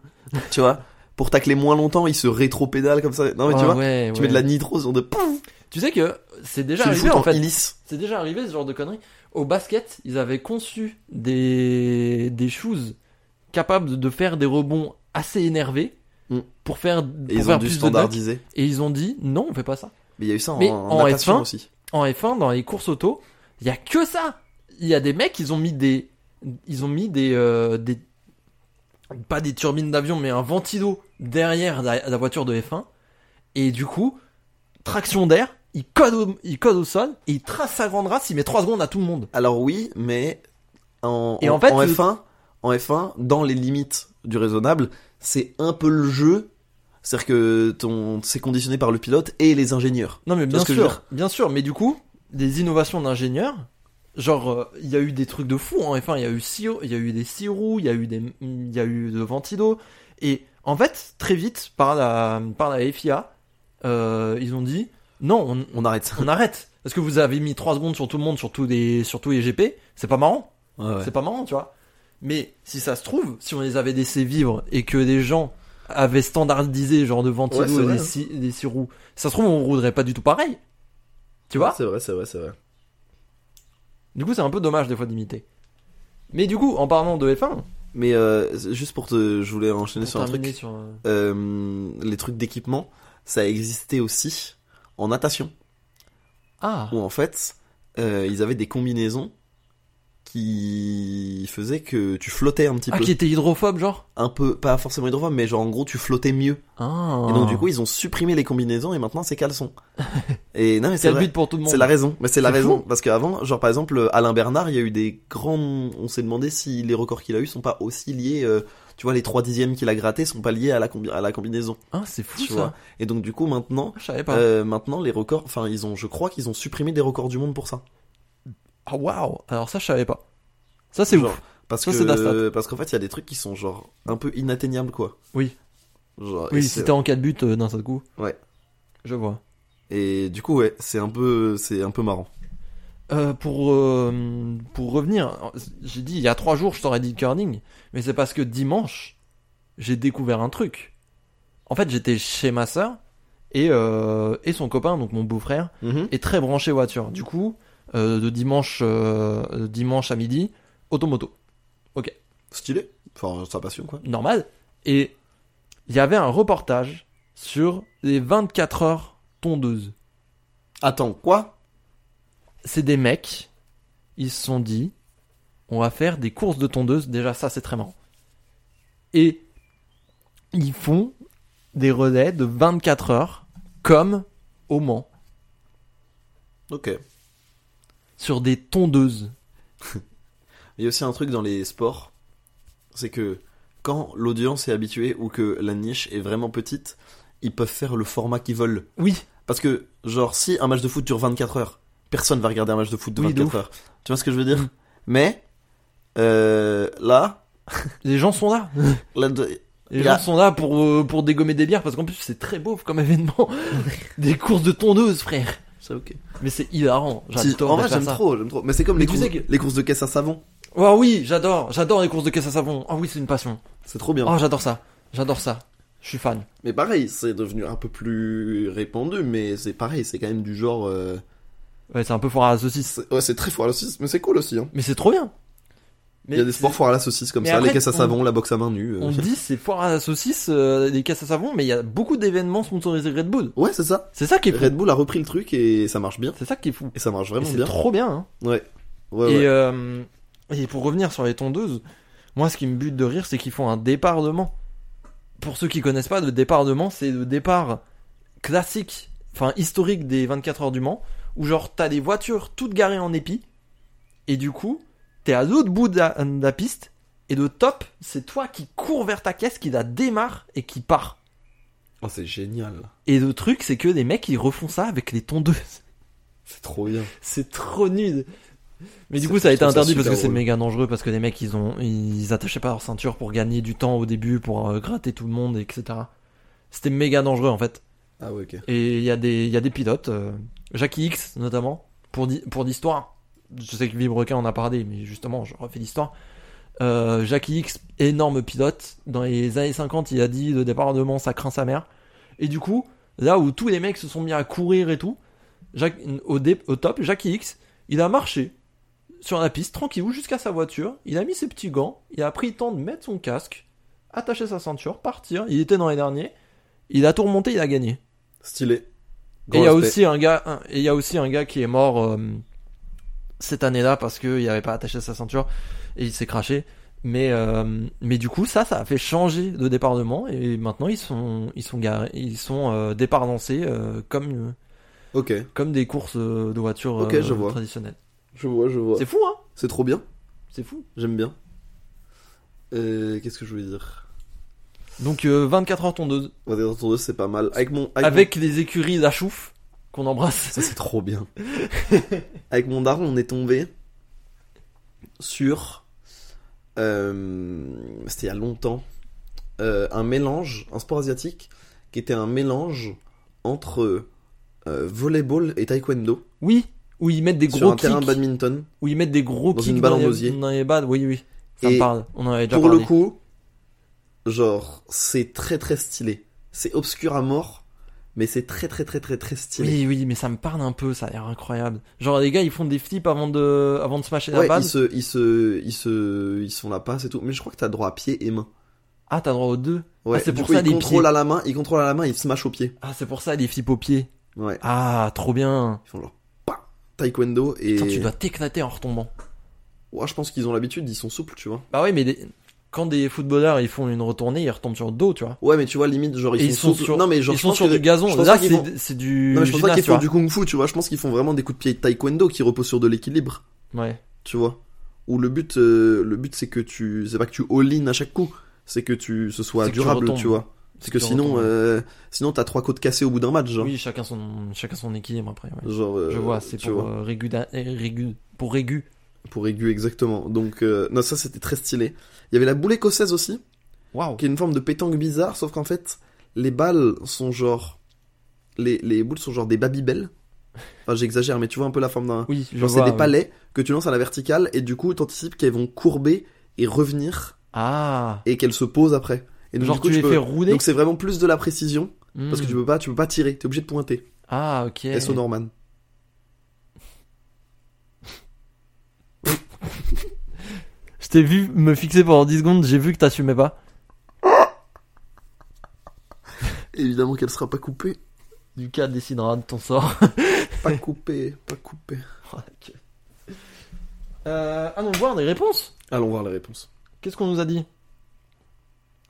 tu vois, pour tacler moins longtemps, il se rétro-pédale comme ça. Non, mais Ah tu vois,
Ah ouais,
tu
ouais.
mets de la nitro, on de pouf,
Tu sais que c'est déjà
tu le
arrivé
foot en,
en fait.
hélice.
C'est déjà arrivé ce genre de conneries. Au basket, ils avaient conçu des des shoes capables de faire des rebonds assez énervés
Mm.
pour faire pour
Et ils
faire
ont dû
plus de dunks.
standardiser.
Et ils ont dit non, on fait pas ça.
Mais il y a eu ça en,
Mais
en
en
natation
F1,
aussi.
En F1, dans les courses auto, il y a que ça. Il y a des mecs, ils ont mis des ils ont mis des euh, des pas des turbines d'avion, mais un ventilo derrière la, la voiture de F1. Et du coup, traction d'air, il code au, il code au sol, et il trace sa grande race, il met 3 secondes à tout le monde.
Alors oui, mais en,
Et
en,
en fait,
en
le-
F1, en F1, dans les limites du raisonnable, c'est un peu le jeu. C'est-à-dire que ton, c'est conditionné par le pilote et les ingénieurs.
Non mais
vois
bien
ce que je veux
sûr, bien sûr, mais du coup, des innovations d'ingénieurs, genre euh, il y a eu des trucs de fou en F1, il y a eu six- il y a eu des six roues, il y a eu des il y a eu de ventido et en fait, très vite par la par la FIA, euh, ils ont dit non, on,
On arrête ça.
on arrête parce que vous avez mis 3 secondes sur tout le monde sur tous les sur tous les GP, c'est pas marrant. C'est pas marrant, tu vois. Mais si ça se trouve, si on les avait laissés vivre et que des gens avaient standardisé genre de ventilo
Ouais, c'est
et
vrai,
des,
hein.
six- des six roues, ça se trouve on roulerait pas du tout pareil. Tu vois
C'est vrai, c'est vrai, c'est vrai.
Du coup, c'est un peu dommage des fois d'imiter. Mais du coup, en parlant de F1,
Mais euh, juste pour te, je voulais enchaîner
pour
sur un truc.
terminer sur, euh,
Euh, les trucs d'équipement, ça existait aussi en natation.
ah
où en fait euh, ils avaient des combinaisons qui faisaient que tu flottais un petit
ah
peu,
qui était hydrophobe genre
un peu pas forcément hydrophobe, mais genre en gros tu flottais mieux.
ah
Et donc du coup ils ont supprimé les combinaisons et maintenant c'est caleçon.
<laughs>
et non mais c'est
c'est le
vrai.
but pour tout le monde.
C'est la raison, mais c'est la
C'est
raison
fou.
parce qu'avant, genre par exemple Alain Bernard, il y a eu des grands, on s'est demandé si les records qu'il a eu sont pas aussi liés, euh, tu vois les trois dixièmes qu'il a grattés sont pas liés à la combi- à la combinaison,
Ah, c'est fou
tu
ça.
vois. Et donc du coup maintenant,
Je savais pas.
euh, maintenant les records, enfin ils ont, je crois qu'ils ont supprimé des records du monde pour ça.
Ah waouh. Alors ça je savais pas. Ça c'est
Genre,
ouf.
Parce
Ça,
que
c'est de la stat.
parce qu'en fait, il y a des trucs qui sont genre un peu inatteignables quoi.
Oui.
Genre, et,
Oui,
c'est-
c'était en 4 buts euh, d'un seul coup.
Ouais.
Je vois.
et du coup ouais, c'est un peu c'est un peu marrant.
Euh, pour, euh, pour revenir, j'ai dit il y a trois jours je t'aurais dit le curling, mais c'est parce que dimanche j'ai découvert un truc. En fait j'étais chez ma sœur et, euh, et son copain, donc mon beau-frère, est très branché voiture. Du coup, euh, de dimanche, euh, dimanche à midi, automoto.
Stylé. Enfin, sa passion quoi.
normal. Et il y avait un reportage sur les 24 heures tondeuses.
Attends, quoi
c'est des mecs, ils se sont dit, on va faire des courses de tondeuses, déjà ça c'est très marrant. Et ils font des relais de 24 heures, comme au Mans,
OK.
sur des tondeuses.
Il y a aussi un truc dans les sports, c'est que quand l'audience est habituée ou que la niche est vraiment petite, ils peuvent faire le format qu'ils veulent.
Oui,
Parce que, genre, si un match de foot dure 24 heures, personne va regarder un match de foot de
Oui, de
24 heures. Tu vois ce que je veux dire Mais, euh, là,
Les gens sont là.
Là, de-
Les
Il
gens
a-
sont là pour, euh, pour dégommer des bières parce qu'en plus c'est très beau comme
<laughs>
événement. des courses de tondeuses, frère.
C'est ok.
Mais c'est hilarant.
Si-
J'adore
en vrai,
de faire
j'aime
ça.
trop, j'aime trop. Mais c'est comme
Mais
les
tu
courses,
sais que-
les courses de caisse à savon.
Oh oui, j'adore. J'adore les courses de caisse à savon. Oh oui, c'est une passion.
C'est trop bien.
Oh, j'adore ça. J'adore ça. Je suis fan.
Mais pareil, c'est devenu un peu plus répandu, mais c'est pareil, c'est quand même du genre. euh,
Ouais, c'est un peu foire à la saucisse.
c'est- Ouais, c'est très fort à la saucisse, mais c'est cool aussi. Hein.
Mais c'est trop bien. Mais
Il y a des
c'est-
sports forts à la saucisse comme
Mais
ça,
après,
les caisses à
on-
savon, la boxe à main nue. euh.
On dit c'est foire à la saucisse, euh, des caisses à savon, mais il y a beaucoup d'événements sponsorisés Red Bull.
Ouais, c'est ça.
C'est ça qui est fou.
Red Bull a repris le truc et ça marche bien.
C'est ça qui est fou.
Et ça marche
Et
vraiment
C'est
bien.
trop bien. hein.
Ouais. Ouais,
et,
ouais.
euh, et pour revenir sur les tondeuses, moi ce qui me bute de rire, c'est qu'ils font un départ de Mans. Pour ceux qui connaissent pas, le départ de Mans, c'est le départ classique, enfin historique des 24 heures du Mans, où genre t'as des voitures toutes garées en épi, et du coup t'es à l'autre bout de la, de la piste, et le top, c'est toi qui cours vers ta caisse, qui la démarre et qui part. euh,
Oh, c'est génial.
Et le truc, c'est que les mecs ils refont ça avec les tondeuses.
C'est trop bien.
C'est trop nul. Mais du
C'est-
coup, ça a
je
été
trouve ça
interdit parce que
super
c'est
drôle.
méga dangereux parce que les mecs ils ont ils attachaient pas leur ceinture pour gagner du temps au début pour euh, gratter tout le monde etc. C'était méga dangereux en fait.
Ah ouais, ok.
Et il y a des il y a des pilotes, euh, Jackie X notamment pour di- pour l'histoire. Je sais que Vibrequin en a parlé, mais justement je refais l'histoire. Euh, Jackie X, énorme pilote, dans les années 50, il a dit le départ de Mans ça craint sa mère. Et du coup, là où tous les mecs se sont mis à courir et tout, Jacques- au, dé- au top, Jackie X, il a marché sur la piste tranquillou jusqu'à sa voiture. Il a mis ses petits gants, il a pris le temps de mettre son casque, attacher sa ceinture, partir. Il était dans les derniers. Il a tout remonté, il a gagné.
Stylé.
et
Grand
il y a
respect.
aussi un gars, un- et il y a aussi un gars qui est mort euh, cette année-là parce qu'il n'avait pas attaché sa ceinture et il s'est craché. Mais euh, mais du coup ça ça a fait changer de départ de Mans et maintenant ils sont ils sont garés ils sont euh, départ lancés euh, comme euh,
Ok,
comme des courses euh, de voitures
Ok,
euh,
je vois.
traditionnelles.
je vois, je vois.
C'est fou, hein
C'est trop bien.
C'est fou.
J'aime bien. Euh, Qu'est-ce que je voulais dire
Donc euh, 24 heures tondeuse
Ouais, dans ton dos, c'est pas mal. Avec mon. mon-
avec les écuries La Chouffe qu'on embrasse.
<laughs> Ça, c'est trop bien. Avec mon daron, on est tombé sur. euh, C'était il y a longtemps. euh, un mélange, un sport asiatique, qui était un mélange entre euh, volleyball et taekwondo.
Oui, où ils mettent des
sur
gros
un terrain
kicks,
de badminton.
où ils mettent des gros
Dans
kicks
une balle
dans,
en
les,
osier.
dans les balles. Oui oui, ça me
Et
parle. On en avait déjà
Pour
parlé.
le coup, genre, c'est très très stylé. C'est obscur à mort, mais c'est très très très très très stylé.
oui oui, mais ça me parle un peu, ça a l'air incroyable. Genre les gars, ils font des flips avant de avant de smasher la
Ouais,
balle.
ils se, ils se, ils se, ils sont la passe et tout. Mais je crois que t'as droit à pied et main.
Ah, t'as droit aux deux.
Ouais,
Ah, c'est
du
pour
coup,
ça,
ils
les
contrôlent
pieds.
à la main, ils contrôlent à la main, ils se mâchent au pied.
Ah, c'est pour ça les flips aux pieds.
Ouais,
Ah, trop bien.
ils font genre pa, taekwondo et.
Putain, tu dois t'éclater en retombant.
Ouais, je pense qu'ils ont l'habitude, ils sont souples, tu vois.
Bah oui, mais des- quand des footballeurs ils font une retournée, ils retombent sur le dos, tu vois.
Ouais, mais tu vois limite genre ils,
Et ils sont
souples.
sur-
Non mais genre
ils
je
sont
pense
sur
que-
du gazon.
je pense
Là,
pas qu'ils
c'est
font-
d- c'est du.
Non mais je pense pas
gymnase,
qu'ils
tu
font
vois.
du kung-fu, tu vois. Je pense qu'ils font vraiment des coups de pied taekwondo qui reposent sur de l'équilibre.
Ouais.
tu vois. Où le but, euh, le but c'est que tu, c'est pas que tu all-in à chaque coup, c'est que tu, ce soit
C'est que tu
durable,
retombes.
tu, vois. C'est que
Tu
sinon,
retombes.
euh, sinon t'as trois côtes cassées au bout d'un match, genre.
Oui, chacun son, chacun son équilibre après. ouais.
Genre, euh,
Je vois, c'est
tu
pour
vois,
euh, régu, d'un- euh, régu- pour régu.
pour aigu exactement. Donc, euh, non, ça c'était très stylé. Il y avait la boule écossaise aussi,
Waouh.
qui est une forme de pétanque bizarre, sauf qu'en fait, les balles sont genre, les, les boules sont genre des babybel. Enfin, j'exagère, mais tu vois un peu la forme d'un.
Oui, je
Genre, c'est
vois.
des
ouais.
palais que tu lances à la verticale et du coup, t'anticipes qu'elles vont courber et revenir
Ah.
et qu'elle se pose après. Et donc,
Genre
du coup,
tu les
peux-
fais rouler.
Donc c'est vraiment plus de la précision parce que
Hmm.
tu peux pas, tu peux pas tirer, t'es obligé de pointer.
Ah ok.
S.O. Norman.
Je t'ai vu me fixer pendant 10 secondes, j'ai vu que t'assumais pas.
Évidemment qu'elle sera pas <laughs> coupée,
Lucas décidera de ton sort. <laughs>
pas coupée, pas coupée.
Oh, la gueule. euh, allons voir des réponses.
Allons voir les réponses.
Qu'est-ce qu'on nous a dit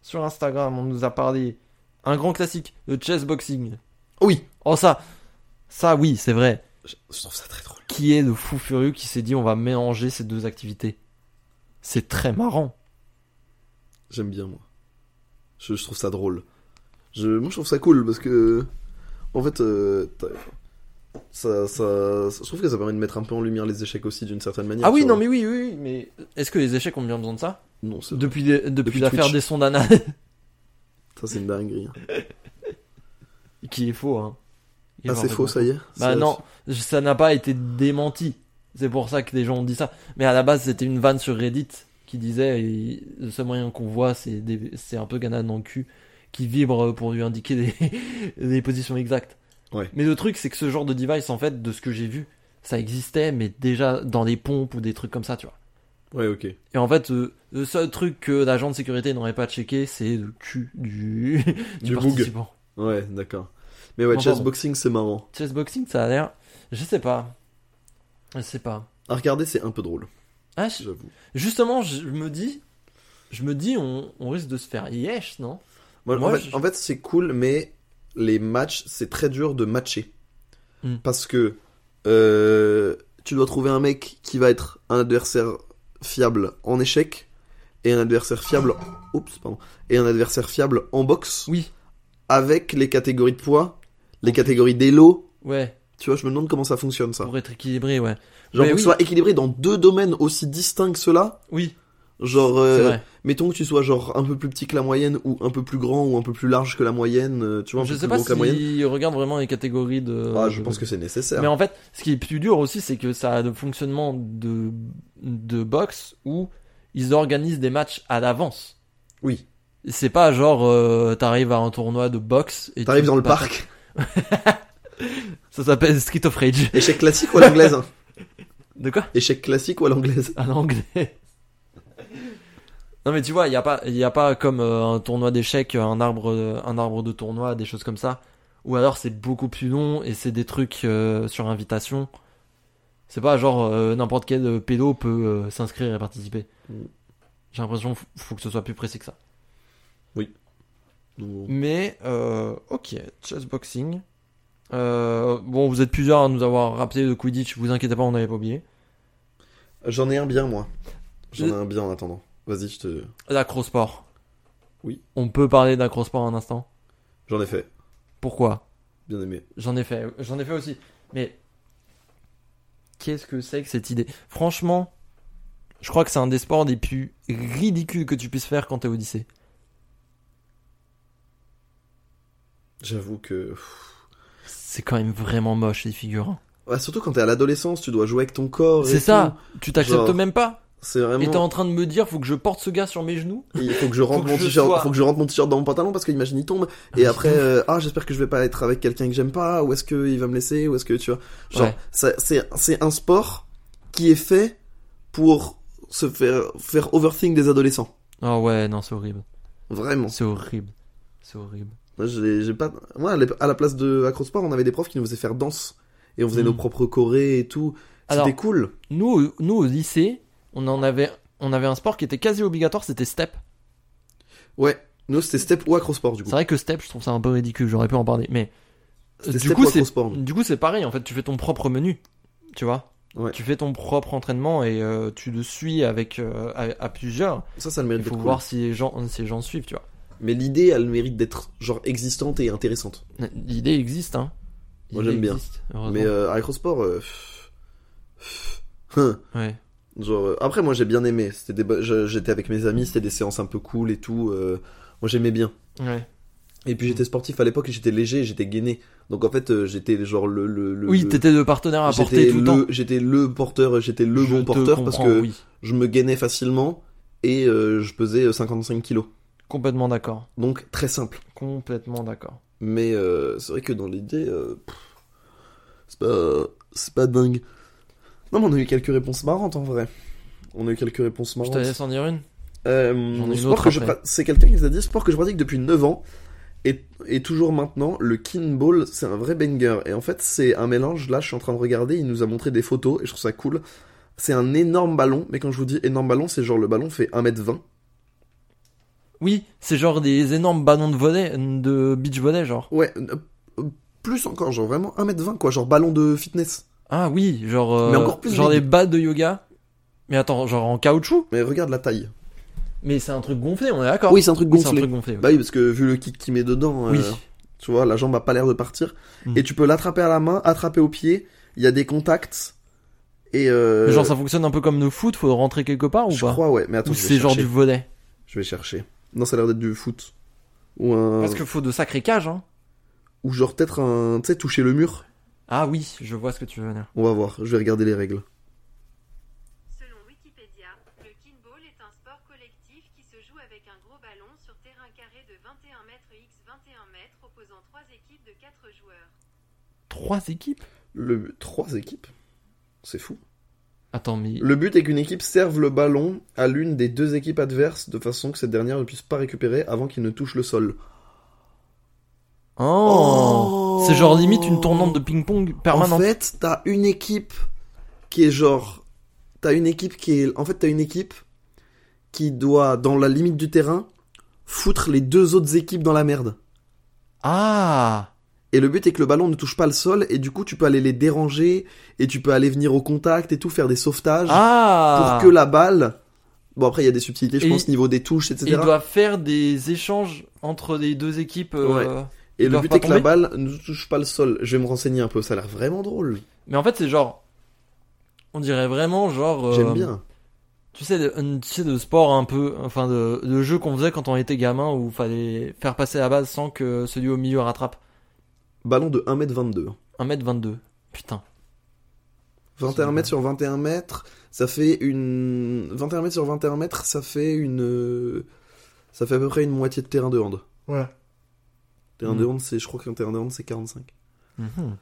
Sur Instagram, on nous a parlé un grand classique, le chess boxing.
Oui,
Oh ça, ça oui, c'est vrai.
je, je trouve ça très drôle.
Qui est le fou furieux qui s'est dit on va mélanger ces deux activités C'est très marrant.
J'aime bien moi. Je, je trouve ça drôle. Je, moi je trouve ça cool parce que en fait, euh, t'as- ça, ça- ça- je trouve que ça permet de mettre un peu en lumière les échecs aussi d'une certaine manière.
Ah oui,
tu
non,
vois.
mais oui, oui, oui, mais est-ce que les échecs ont bien besoin de ça
Non, c'est-
Depuis, les- depuis,
Depuis
l'affaire
Twitch.
des sons d'Anna,
ça c'est une dinguerie.
<laughs>
hein.
qui est faux, hein. Qui est
Ah, c'est
n'importe
faux,
quoi.
ça y est
Bah
C'est-
non, ça n'a pas été démenti. C'est pour ça que les gens ont dit ça. Mais à la base, c'était une vanne sur Reddit qui disait il- le seul moyen qu'on voit, c'est des- c'est un peu Ganan dans le cul qui vibre pour lui indiquer des, des <laughs> positions exactes.
Ouais.
Mais le truc, c'est que ce genre de device, en fait, de ce que j'ai vu, ça existait, mais déjà dans des pompes ou des trucs comme ça, tu vois.
Ouais, ok.
Et en fait, euh, le seul truc que l'agent de sécurité n'aurait pas checké, c'est le cul du, <laughs> du,
Du boug.
participant.
Ouais, d'accord. Mais
Non,
ouais,
pardon.
chessboxing, c'est marrant.
Chessboxing, ça a l'air. Je sais pas. Je sais pas.
À regarder, c'est un peu drôle,
Ah, je-
j'avoue.
justement, je me dis. Je me dis, on, on risque de se faire yesh, non
Moi,
Moi,
en fait,
je-
en fait, c'est cool, mais les matchs, c'est très dur de matcher.
Hmm.
Parce que euh, tu dois trouver un mec qui va être un adversaire fiable en échec et un adversaire fiable, oups, pardon, et un adversaire fiable en boxe
Oui.
avec les catégories de poids, les catégories d'élo.
Ouais,
Tu vois, je me demande comment ça fonctionne ça.
pour être équilibré, ouais.
Genre
Mais
pour que
oui.
ce soit équilibré dans deux domaines aussi distincts que cela.
Oui,
Genre,
c'est
euh,
vrai.
mettons que tu sois genre un peu plus petit que la moyenne ou un peu plus grand ou un peu plus large que la moyenne, euh, tu vois, un
Je
peu
sais
plus
pas
gros que la moyenne.
si regarde vraiment les catégories de.
Ah, je
de-
pense que c'est nécessaire.
Euh, Mais en fait, ce qui est plus dur aussi, c'est que ça a le fonctionnement de, de boxe où ils organisent des matchs à l'avance.
Oui.
C'est pas genre euh, t'arrives à un tournoi de boxe et
T'arrives
tu-
dans le
t'as-
parc.
Ça s'appelle Street of Rage.
Échec classique ou à l'anglaise hein
De quoi
Échec classique ou à l'anglaise
À l'anglais. non mais tu vois, il y a pas, il y a pas comme euh, un tournoi d'échecs, un arbre, euh, un arbre de tournoi, des choses comme ça. Ou alors c'est beaucoup plus long et c'est des trucs euh, sur invitation. C'est pas genre euh, n'importe quel euh, pédo peut euh, s'inscrire et participer.
Mm.
J'ai l'impression qu'il faut que ce soit plus précis que ça.
Non.
Mais euh, ok, chessboxing. Euh, bon, vous êtes plusieurs à nous avoir rappelé le Quidditch. Vous inquiétez pas, on n'avait pas oublié.
J'en ai un bien, moi. J'en ai
Je-
un bien en attendant. Vas-y, je te.
L'acrosport.
Oui.
On peut parler d'acrosport un instant.
J'en ai fait.
Pourquoi
Bien aimé.
J'en ai fait, j'en ai fait aussi. Mais qu'est-ce que c'est que cette idée Franchement, je crois que c'est un des sports des plus ridicules que tu puisses faire quand t'es au lycée.
J'avoue que.
C'est quand même vraiment moche les figures. hein.
Ouais, surtout quand t'es à l'adolescence, tu dois jouer avec ton corps. Oh, et
C'est
tout.
ça. Tu t'acceptes
Genre,
même pas.
C'est
Et t'es
vraiment.
en train de me dire, faut que je porte ce gars sur mes genoux
Il faut que je rentre
Faut que
mon
je
t-shirt,
sois-
faut que je rentre mon t-shirt dans mon pantalon parce que imagine il tombe et
Ah,
après euh, ah j'espère que je vais pas être avec quelqu'un que j'aime pas ou est-ce que il va me laisser ou est-ce que tu vois genre
Ouais.
ça- c'est c'est un sport qui est fait pour se faire faire overthink des adolescents
Ah ouais, non, c'est horrible.
vraiment.
C'est horrible. C'est horrible.
Moi j'ai j'ai pas moi à l'ép- à la place de acrosport on avait des profs qui nous faisaient faire danse et on faisait
Mm.
nos propres chorés et tout c'était
Alors-
cool
Nous, au- nous au lycée, on en avait, on avait un sport qui était quasi obligatoire, c'était step.
ouais nous c'était step ou acrosport du coup
C'est vrai que step, je trouve ça un peu ridicule. J'aurais pu en parler, mais Euh,
c'était
du
step
coup,
ou
c'est
acrosport nous.
du coup c'est pareil. En fait, tu fais ton propre menu, tu vois.
Ouais.
Tu fais ton propre entraînement et euh, tu le suis avec euh, à, à plusieurs.
ça ça a le
Il
mérite
faut
d'être cool.
voir si les gens, si les gens suivent, tu vois.
mais l'idée a le mérite d'être genre existante et intéressante
L'idée existe, hein.
Moi,
L'idée
j'aime bien.
existe, heureusement.
Mais euh, Acrosport, euh, pff, pff, hein,
Ouais.
genre euh, après moi j'ai bien aimé. C'était des bo- je- j'étais avec mes amis, c'était des séances un peu cool et tout. euh, moi j'aimais bien.
Ouais.
Et
Hmm.
puis j'étais sportif à l'époque, et j'étais léger, et j'étais gainé. Donc en fait euh, j'étais genre le le, le-
oui,
le-
t'étais le partenaire à porter
j'étais
Ah, tout le temps.
le j'étais le porteur, j'étais le
Je
bon
te
porteur parce
comprends,
que
oui.
je me gainais facilement et euh, je pesais 55 kilos.
Complètement d'accord.
Donc très simple.
Complètement d'accord.
Mais euh, c'est vrai que dans l'idée, euh, pff, c'est pas, c'est pas dingue. Non, mais on a eu quelques réponses marrantes en vrai. On a eu quelques réponses
Je te
marrantes.
laisse en dire une
Euh,
J'en ai une
sport
autre
que je
après.
pra- c'est quelqu'un qui nous a dit sport que je pratique depuis 9 ans et, et toujours maintenant le kinball c'est un vrai banger et en fait c'est un mélange là je suis en train de regarder il nous a montré des photos et je trouve ça cool c'est un énorme ballon mais quand je vous dis énorme ballon c'est genre le ballon fait 1m20
Oui, c'est genre des énormes ballons de volet, de beach volley, genre.
ouais euh, euh, plus encore genre vraiment 1m20 quoi genre ballon de fitness
Ah oui, genre. euh,
Mais encore plus
genre des
vide.
balles de yoga. Mais attends, genre en caoutchouc
mais regarde la taille
Mais c'est un truc gonflé, on est d'accord
oui c'est un truc
Oui, c'est un
gonflé
truc gonflé. oui.
Bah oui, parce que vu le kick qu'il met dedans, euh,
oui.
Tu vois, la jambe a pas l'air de partir.
Mhm.
Et tu peux l'attraper à la main, attraper au pied. Il y a des contacts. Et euh,
Mais Genre, ça fonctionne un peu comme le foot, faut rentrer quelque part ou
je
pas
crois, ouais. Mais attends,
Ou
je vais
c'est genre
chercher.
du volet
Je vais chercher. Non, ça a l'air d'être du foot. Ou un.
Parce que faut de sacrés cages, hein.
Ou genre peut-être un. Tu sais, toucher le mur.
Ah oui, je vois ce que tu veux dire.
On va voir. Je vais regarder les règles.
Selon Wikipédia, le kinball est un sport collectif qui se joue avec un gros ballon sur terrain carré de 21 mètres x 21 mètres opposant trois équipes de 4 joueurs.
Trois équipes
Le trois équipes. C'est fou.
Attends, mais.
Le but est qu'une équipe serve le ballon à l'une des deux équipes adverses de façon que cette dernière ne puisse pas récupérer avant qu'il ne touche le sol.
Oh, C'est genre limite une tournante de ping-pong
En
permanente.
fait, t'as une équipe qui est genre. T'as une équipe qui est. En fait, t'as une équipe qui doit, dans la limite du terrain, foutre les deux autres équipes dans la merde.
Ah
Et le but est que le ballon ne touche pas le sol, et du coup, tu peux aller les déranger, et tu peux aller venir au contact et tout, faire des sauvetages.
Ah
pour que la balle. Bon, après, il y a des subtilités, je
Et
pense,
il-
niveau des touches, etc.
Et Il doit faire des échanges entre les deux équipes. euh, ils
Et le
doivent
but
pas
est que la
tomber
balle ne touche pas le sol. Je vais me renseigner un peu, ça a l'air vraiment drôle.
Mais en fait, c'est genre. On dirait vraiment genre. euh,
J'aime bien.
Tu sais, de, un- tu sais, de sport un peu. Enfin, de, de jeu qu'on faisait quand on était gamin où fallait faire passer la base sans que celui au milieu rattrape.
Ballon de 1m22.
1m22. Putain.
21 mètres sur 21 mètres, ça fait une. 21 mètres sur 21 mètres, ça fait une. euh, Ça fait à peu près une moitié de terrain de hand.
Ouais.
Terrain de
Mm.
hand, c'est. Je crois qu'un terrain de hand, c'est 45. Mhm.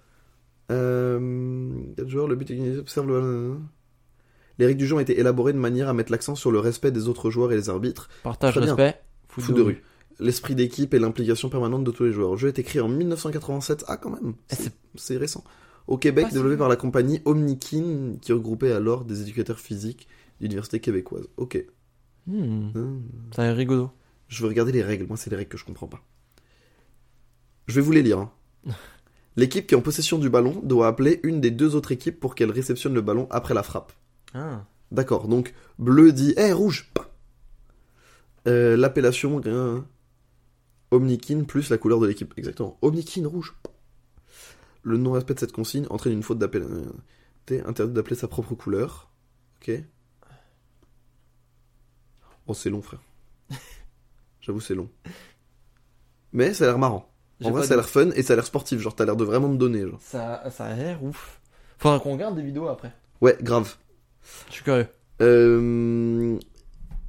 Euh, 4 joueurs, le but est qu'ils observent le. Les règles du jeu ont été élaborées de manière à mettre l'accent sur le respect des autres joueurs et les arbitres.
Partage,
Très bien.
respect.
Foot de rue. L'esprit d'équipe et l'implication permanente de tous les joueurs. Le jeu est écrit en 1987. Ah, quand même.
Eh,
C'est-
c'est-
C'est récent. Au Québec,
Pas si
développé
vieux.
par la compagnie Omnikin, qui regroupait alors des éducateurs physiques de l'université québécoise. Ok.
Hmm,
Hmm.
ça a l'air rigolo.
Je veux regarder les règles. Moi, c'est les règles que je comprends pas. Je vais vous les lire. hein. L'équipe qui est en possession du ballon doit appeler une des deux autres équipes pour qu'elle réceptionne le ballon après la frappe. Ah. D'accord, donc bleu dit Eh, rouge Pah Euh, L'appellation euh, Omnikin plus la couleur de l'équipe. Exactement. Omnikin rouge. Pah Le non-respect de cette consigne entraîne une faute d'appel. euh, T'es interdit d'appeler sa propre couleur. Ok. Oh, c'est
<laughs>
long, frère. J'avoue, c'est long. Mais ça a l'air marrant.
J'ai
En vrai,
pas
ça a
de-
l'air fun et ça a l'air sportif. Genre, t'as l'air de vraiment me donner. Genre.
ça, ça a l'air ouf. Faudra qu'on regarde des vidéos après.
Ouais, grave.
Je suis curieux.
Euh,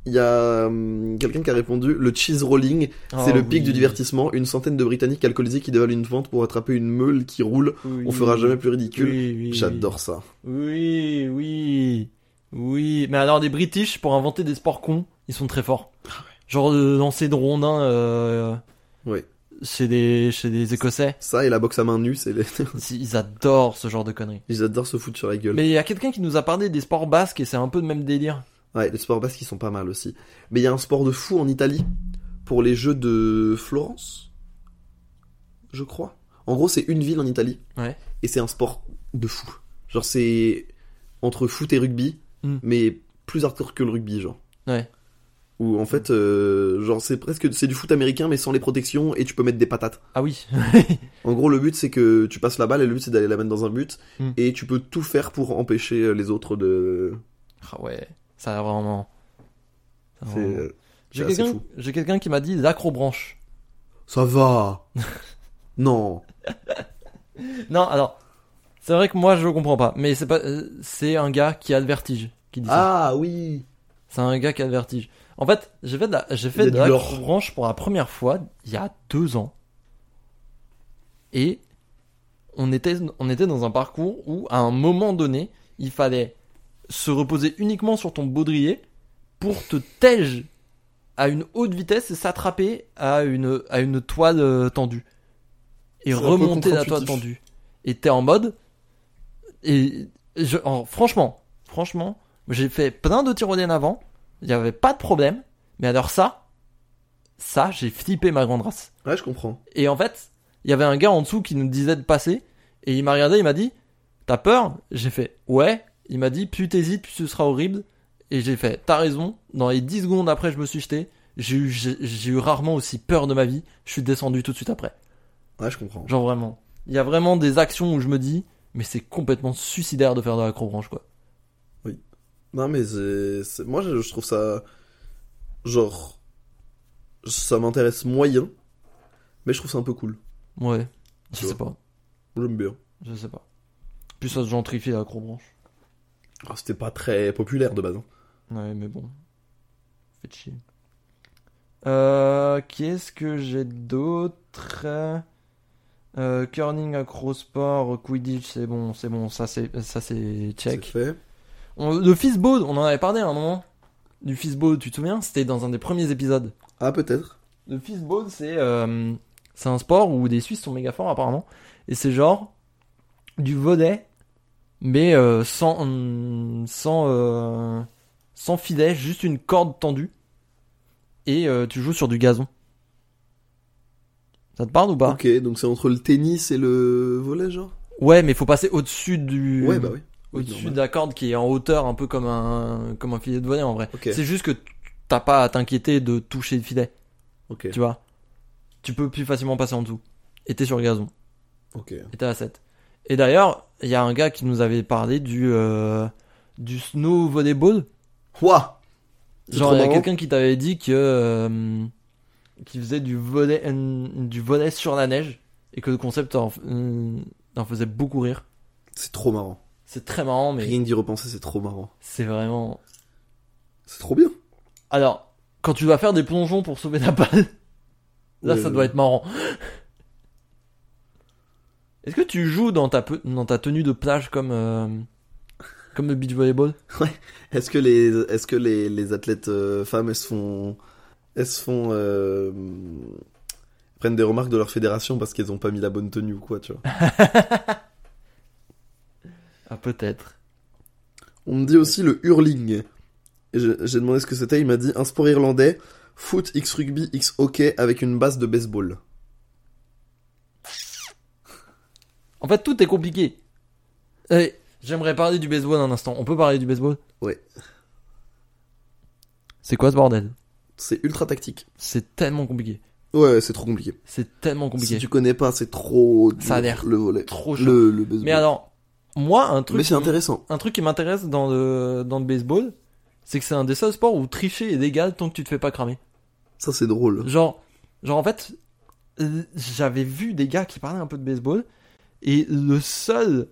Il y a hum, quelqu'un qui a répondu le cheese rolling, c'est
Ah Oh
le pic du divertissement. Une centaine de Britanniques alcoolisés qui dévalent une pente pour attraper une meule qui roule. On fera jamais plus ridicule. J'adore ça.
Oui, oui, oui. Mais alors, les British, pour inventer des sports cons, ils sont très forts.
Ah
Genre le lancer de rondins euh,
Ouais.
chez, des, chez des Écossais.
Ça et la boxe à main nue, c'est les... <laughs>
Ils- Ils adorent ce genre de conneries.
ils adorent se foutre sur la gueule.
Mais il y a quelqu'un qui nous a parlé des sports basques et c'est un peu le même délire.
Ouais, les sports basques ils sont pas mal aussi. Mais il y a un sport de fou en Italie pour les Jeux de Florence, je crois. En gros, c'est une ville en Italie.
Ouais.
Et c'est un sport de fou. Genre c'est entre foot et rugby,
Mm.
mais plus hardcore que le rugby, genre.
Ouais.
Où en fait, euh, genre c'est presque c'est du foot américain mais sans les protections et tu peux mettre des patates.
Ah oui. <laughs>
En gros, le but c'est que tu passes la balle et le but c'est d'aller la mettre dans un but
Mm.
et tu peux tout faire pour empêcher euh, les autres de.
ah ouais, ça a l'air vraiment. ça a
C'est,
vraiment-
euh,
J'ai
c'est assez
quelqu'un
fou.
j'ai quelqu'un qui m'a dit l'acrobranche. <laughs>
Ça va. non.
Non, alors, c'est vrai que moi je comprends pas, mais c'est pas, euh, c'est un gars qui a le vertige qui dit ça.
Ah oui.
C'est un gars qui a le vertige. En fait, j'ai fait de la, j'ai
Il y
fait
a
de
du lore.
l'acrobranche pour la première fois il y a deux ans. Et on était, on était dans un parcours où à un moment donné, il fallait se reposer uniquement sur ton baudrier pour te tège à une haute vitesse et s'attraper à une, à une toile euh, tendue. Et
C'est un peu
remonter la toile
contre-intuitif.
tendue. Et t'es en mode. Et je, en- franchement, franchement, j'ai fait plein de tyroliennes avant. Il n'y avait pas de problème. Mais alors ça, ça, j'ai flippé ma grande race.
Ouais, je comprends.
Et en fait, il y avait un gars en dessous qui nous disait de passer. Et il m'a regardé, il m'a dit T'as peur J'ai fait Ouais. Il m'a dit Plus t'hésites, plus ce sera horrible. Et j'ai fait T'as raison. Dans les 10 secondes après, je me suis jeté. J'ai eu, j'ai j'ai eu rarement aussi peur de ma vie. Je suis descendu tout de suite après.
Ouais, je comprends.
Genre vraiment. Il y a vraiment des actions où je me dis, mais c'est complètement suicidaire de faire de la branche quoi.
Non, mais c'est- c'est- moi, je, je trouve ça. Genre. Ça m'intéresse moyen, mais je trouve ça un peu cool.
Ouais. Je
Tu
sais pas.
J'aime bien.
Je sais pas. Puis ça se gentrifie la branche
Ah, C'était pas très populaire de base. hein.
Ouais, mais bon. Faites chier. Euh, Qu'est-ce que j'ai d'autre euh, Curling, acrosport, Quidditch, c'est bon, c'est bon, ça c'est ça c'est
C'est
check.
fait.
On- le fistball, on en avait parlé à un moment. Du fistball, tu te souviens C'était dans un des premiers épisodes.
Ah, peut-être.
Le fistball, c'est euh, c'est un sport où des Suisses sont méga forts apparemment. Et c'est genre du volet, mais euh, sans hum, sans euh, sans filet, juste une corde tendue. Et euh, tu joues sur du gazon. Ça te parle ou pas
Ok, donc c'est entre le tennis et le volet, genre
Ouais, mais faut passer au-dessus du
Ouais, bah oui. Oui,
au-dessus
normal.
de la corde qui est en hauteur, un peu comme un comme un filet de volet en vrai.
Ok.
C'est juste que t'as pas à t'inquiéter de toucher le filet,
Ok,
tu vois. Tu peux plus facilement passer en dessous. Et t'es sur le gazon.
ok.
Et t'es à 7. Et d'ailleurs, il y a un gars qui nous avait parlé du euh, du snow volleyball.
Ouah C'est
Genre
trop
il y a
marrant.
quelqu'un qui t'avait dit que euh, qui faisait du volet du volet sur la neige et que le concept en, euh, en faisait beaucoup rire.
C'est trop marrant.
C'est très marrant, mais
Rien que d'y repenser, c'est trop marrant.
c'est vraiment
C'est trop bien.
Alors, quand tu vas faire des plongeons pour sauver ta balle, là
Ouais,
ça
ouais.
doit être marrant. Est-ce que tu joues dans ta, pe- dans ta tenue de plage comme, euh, comme le beach volleyball
Est-ce que les, est-ce que les, les athlètes euh, femmes, elles se font, elles se font, euh, prennent des remarques de leur fédération parce qu'elles ont pas mis la bonne tenue ou quoi, tu vois.
Ah, peut-être.
On me dit aussi le hurling. Et je- J'ai demandé ce que c'était, il m'a dit un sport irlandais, foot x rugby x hockey avec une base de baseball.
En fait, tout est compliqué. Eh, J'aimerais parler du baseball un instant. On peut parler du baseball
Ouais.
C'est quoi ce bordel
C'est ultra tactique.
C'est tellement compliqué.
Ouais, c'est trop compliqué.
C'est tellement compliqué.
Si tu connais pas, c'est trop. dur,
Ça a l'air
le volet.
trop chaud.
le, le baseball.
Mais alors, moi, un truc.
Mais c'est
qui-
intéressant.
un truc qui m'intéresse dans le, dans le baseball, c'est que c'est un des seuls sports où tricher est légal tant que tu te fais pas cramer.
Ça, c'est drôle.
Genre, genre en fait, euh, j'avais vu des gars qui parlaient un peu de baseball, et le seul,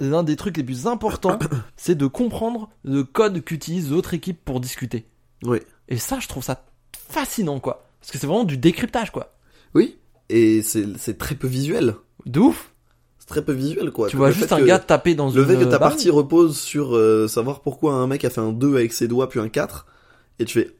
l'un des trucs les plus
<coughs>
importants, c'est de comprendre le code qu'utilise l'autre équipe pour discuter.
Oui.
Et ça, je trouve ça fascinant, quoi. Parce que c'est vraiment du décryptage, quoi.
Oui. Et c'est c'est très peu visuel.
De ouf
C'est très peu visuel, quoi.
Tu vois
Le
juste
fait
un
que-
gars taper dans
Le
une
fait que ta
barre.
partie repose sur euh, savoir pourquoi un mec a fait un 2 avec ses doigts puis un 4, et tu fais.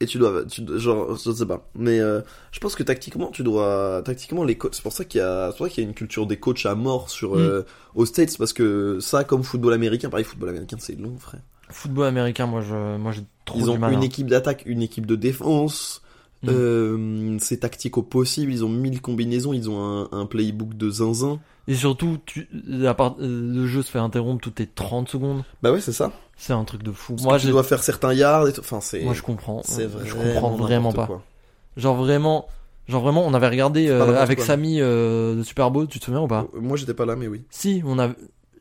Et tu dois. Tu, genre, je sais pas. Mais euh, je pense que tactiquement, tu dois. Tactiquement, les coachs. C'est pour ça qu'il y, a- c'est pour ça qu'il y a une culture des coachs à mort
Mm.
sur, euh, aux States, parce que ça, comme football américain, pareil, football américain, c'est long, frère.
Football américain, moi, je, moi, j'ai trop
Ils
du
ont
mal,
une
hein.
équipe d'attaque, une équipe de défense.
Mm.
euh, c'est tactique au possible, ils ont mille combinaisons, ils ont un, un playbook de zinzin.
Et surtout, tu, la part- euh, le jeu se fait interrompre toutes les 30 secondes.
Bah ouais, c'est ça.
C'est un truc de fou.
Parce
Moi
que tu
je,
dois faire certains yards et tout. Enfin, c'est.
moi, je comprends.
C'est
je comprends
n'importe
vraiment pas.
quoi.
Genre vraiment, genre vraiment, on avait regardé
pas
euh,
n'importe
avec
quoi.
Samy euh, le Super Bowl, tu te souviens ou pas
Euh, Moi j'étais pas là, mais oui.
Si, on a.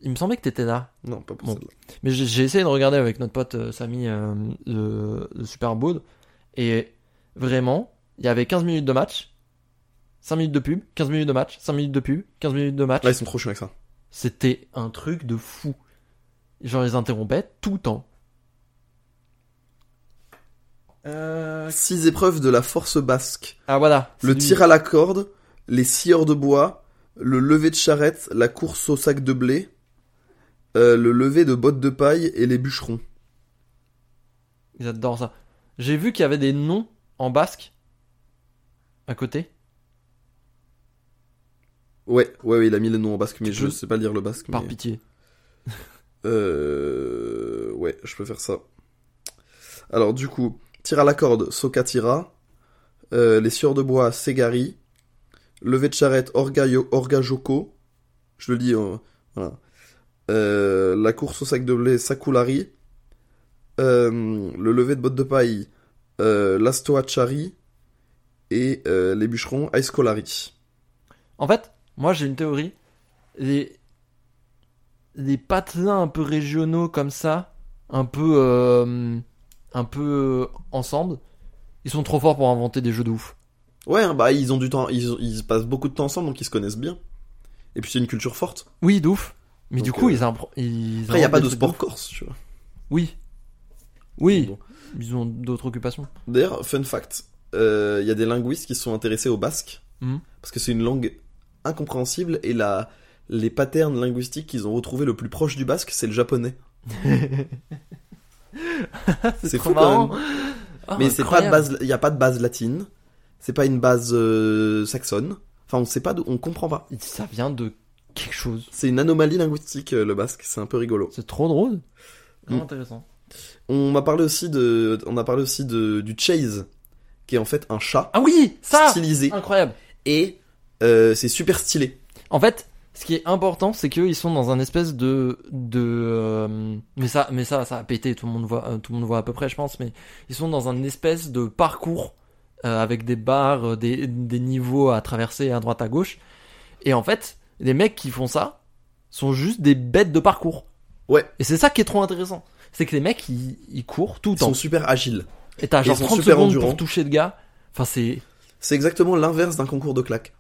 Il me semblait que t'étais là.
Non, pas pour
Bon.
celle-là.
Mais j'ai- j'ai essayé de regarder avec notre pote euh, Samy euh, le, le Super Bowl. Et vraiment, il y avait 15 minutes de match, 5 minutes de pub, 15 minutes de match, 5 minutes de pub, 15 minutes de match.
Là, Ah, ils sont trop chiants avec ça.
C'était un truc de fou. Genre, ils interrompaient tout le temps.
Six épreuves de la force basque.
Ah voilà.
Euh, Le
C'est du-
tir à la corde, les scieurs de bois, le lever de charrette, la course au sac de blé, euh, le lever de bottes de paille et les bûcherons.
Ils adorent ça. J'ai vu qu'il y avait des noms en basque à côté.
Ouais, ouais, ouais, il a mis les noms en basque, mais
Tu
je
peux-
sais pas lire le basque.
Par
mais-
pitié.
Euh... Ouais, je peux faire ça. Alors, du coup, tir à la corde, Sokatira. Euh, les sieurs de bois, Segari. Levé de charrette, Orgayo, Orgajoko. Je le dis, euh, voilà. Euh, la course au sac de blé, Sakulari. Euh, le lever de botte de paille, euh, Lastoachari. Et euh, les bûcherons, Aiskolari.
En fait, moi j'ai une théorie. Les, les patelins un peu régionaux comme ça, un peu, euh, un peu euh, ensemble, ils sont trop forts pour inventer des jeux de ouf.
Ouais, bah ils ont du temps, ils, ont- ils passent beaucoup de temps ensemble, donc ils se connaissent bien. Et puis c'est une culture forte.
Oui, de ouf. Mais
Donc,
du coup,
euh,
ils, impro- ils
Après, il n'y a
inventent
pas
des
de
trucs
sport
ouf.
corse, tu vois.
Oui. Oui,
Bon.
ils ont d'autres occupations.
D'ailleurs, fun fact, euh, il y a des linguistes qui se sont intéressés au basque,
Mhm.
parce que c'est une langue incompréhensible, et la, les patterns linguistiques qu'ils ont retrouvés le plus proche du basque, c'est le japonais. <laughs> C'est
trop
fou quand
marrant.
même.
Ah,
Mais c'est pas de
incroyable.
base, il n'y a pas de base latine, c'est pas une base euh, saxonne, enfin on sait pas, d'où- on comprend pas.
Ça vient de quelque chose.
C'est une anomalie linguistique euh, le basque, c'est un peu rigolo.
C'est trop drôle.
Mm.
intéressant.
On m'a parlé aussi de, on a parlé aussi de, du chase, qui est en fait un chat
Ah oui, ça Ah.
stylisé
Incroyable.
et euh, c'est super stylé.
En fait, ce qui est important, c'est qu'ils sont dans un espèce de de euh, mais ça mais ça ça a pété. Tout le monde voit euh, tout le monde voit à peu près, je pense. Mais ils sont dans un espèce de parcours euh, avec des barres, euh, des des niveaux à traverser à droite à gauche. Et en fait, les mecs qui font ça sont juste des bêtes de parcours.
Ouais.
Et c'est ça qui est trop intéressant. C'est que les mecs ils, ils courent tout le
Ils sont
temps.
super agiles.
Et t'as
ils
genre
sont
30
super
secondes
endurants.
pour toucher le gars. Enfin c'est
C'est exactement l'inverse d'un concours de claques.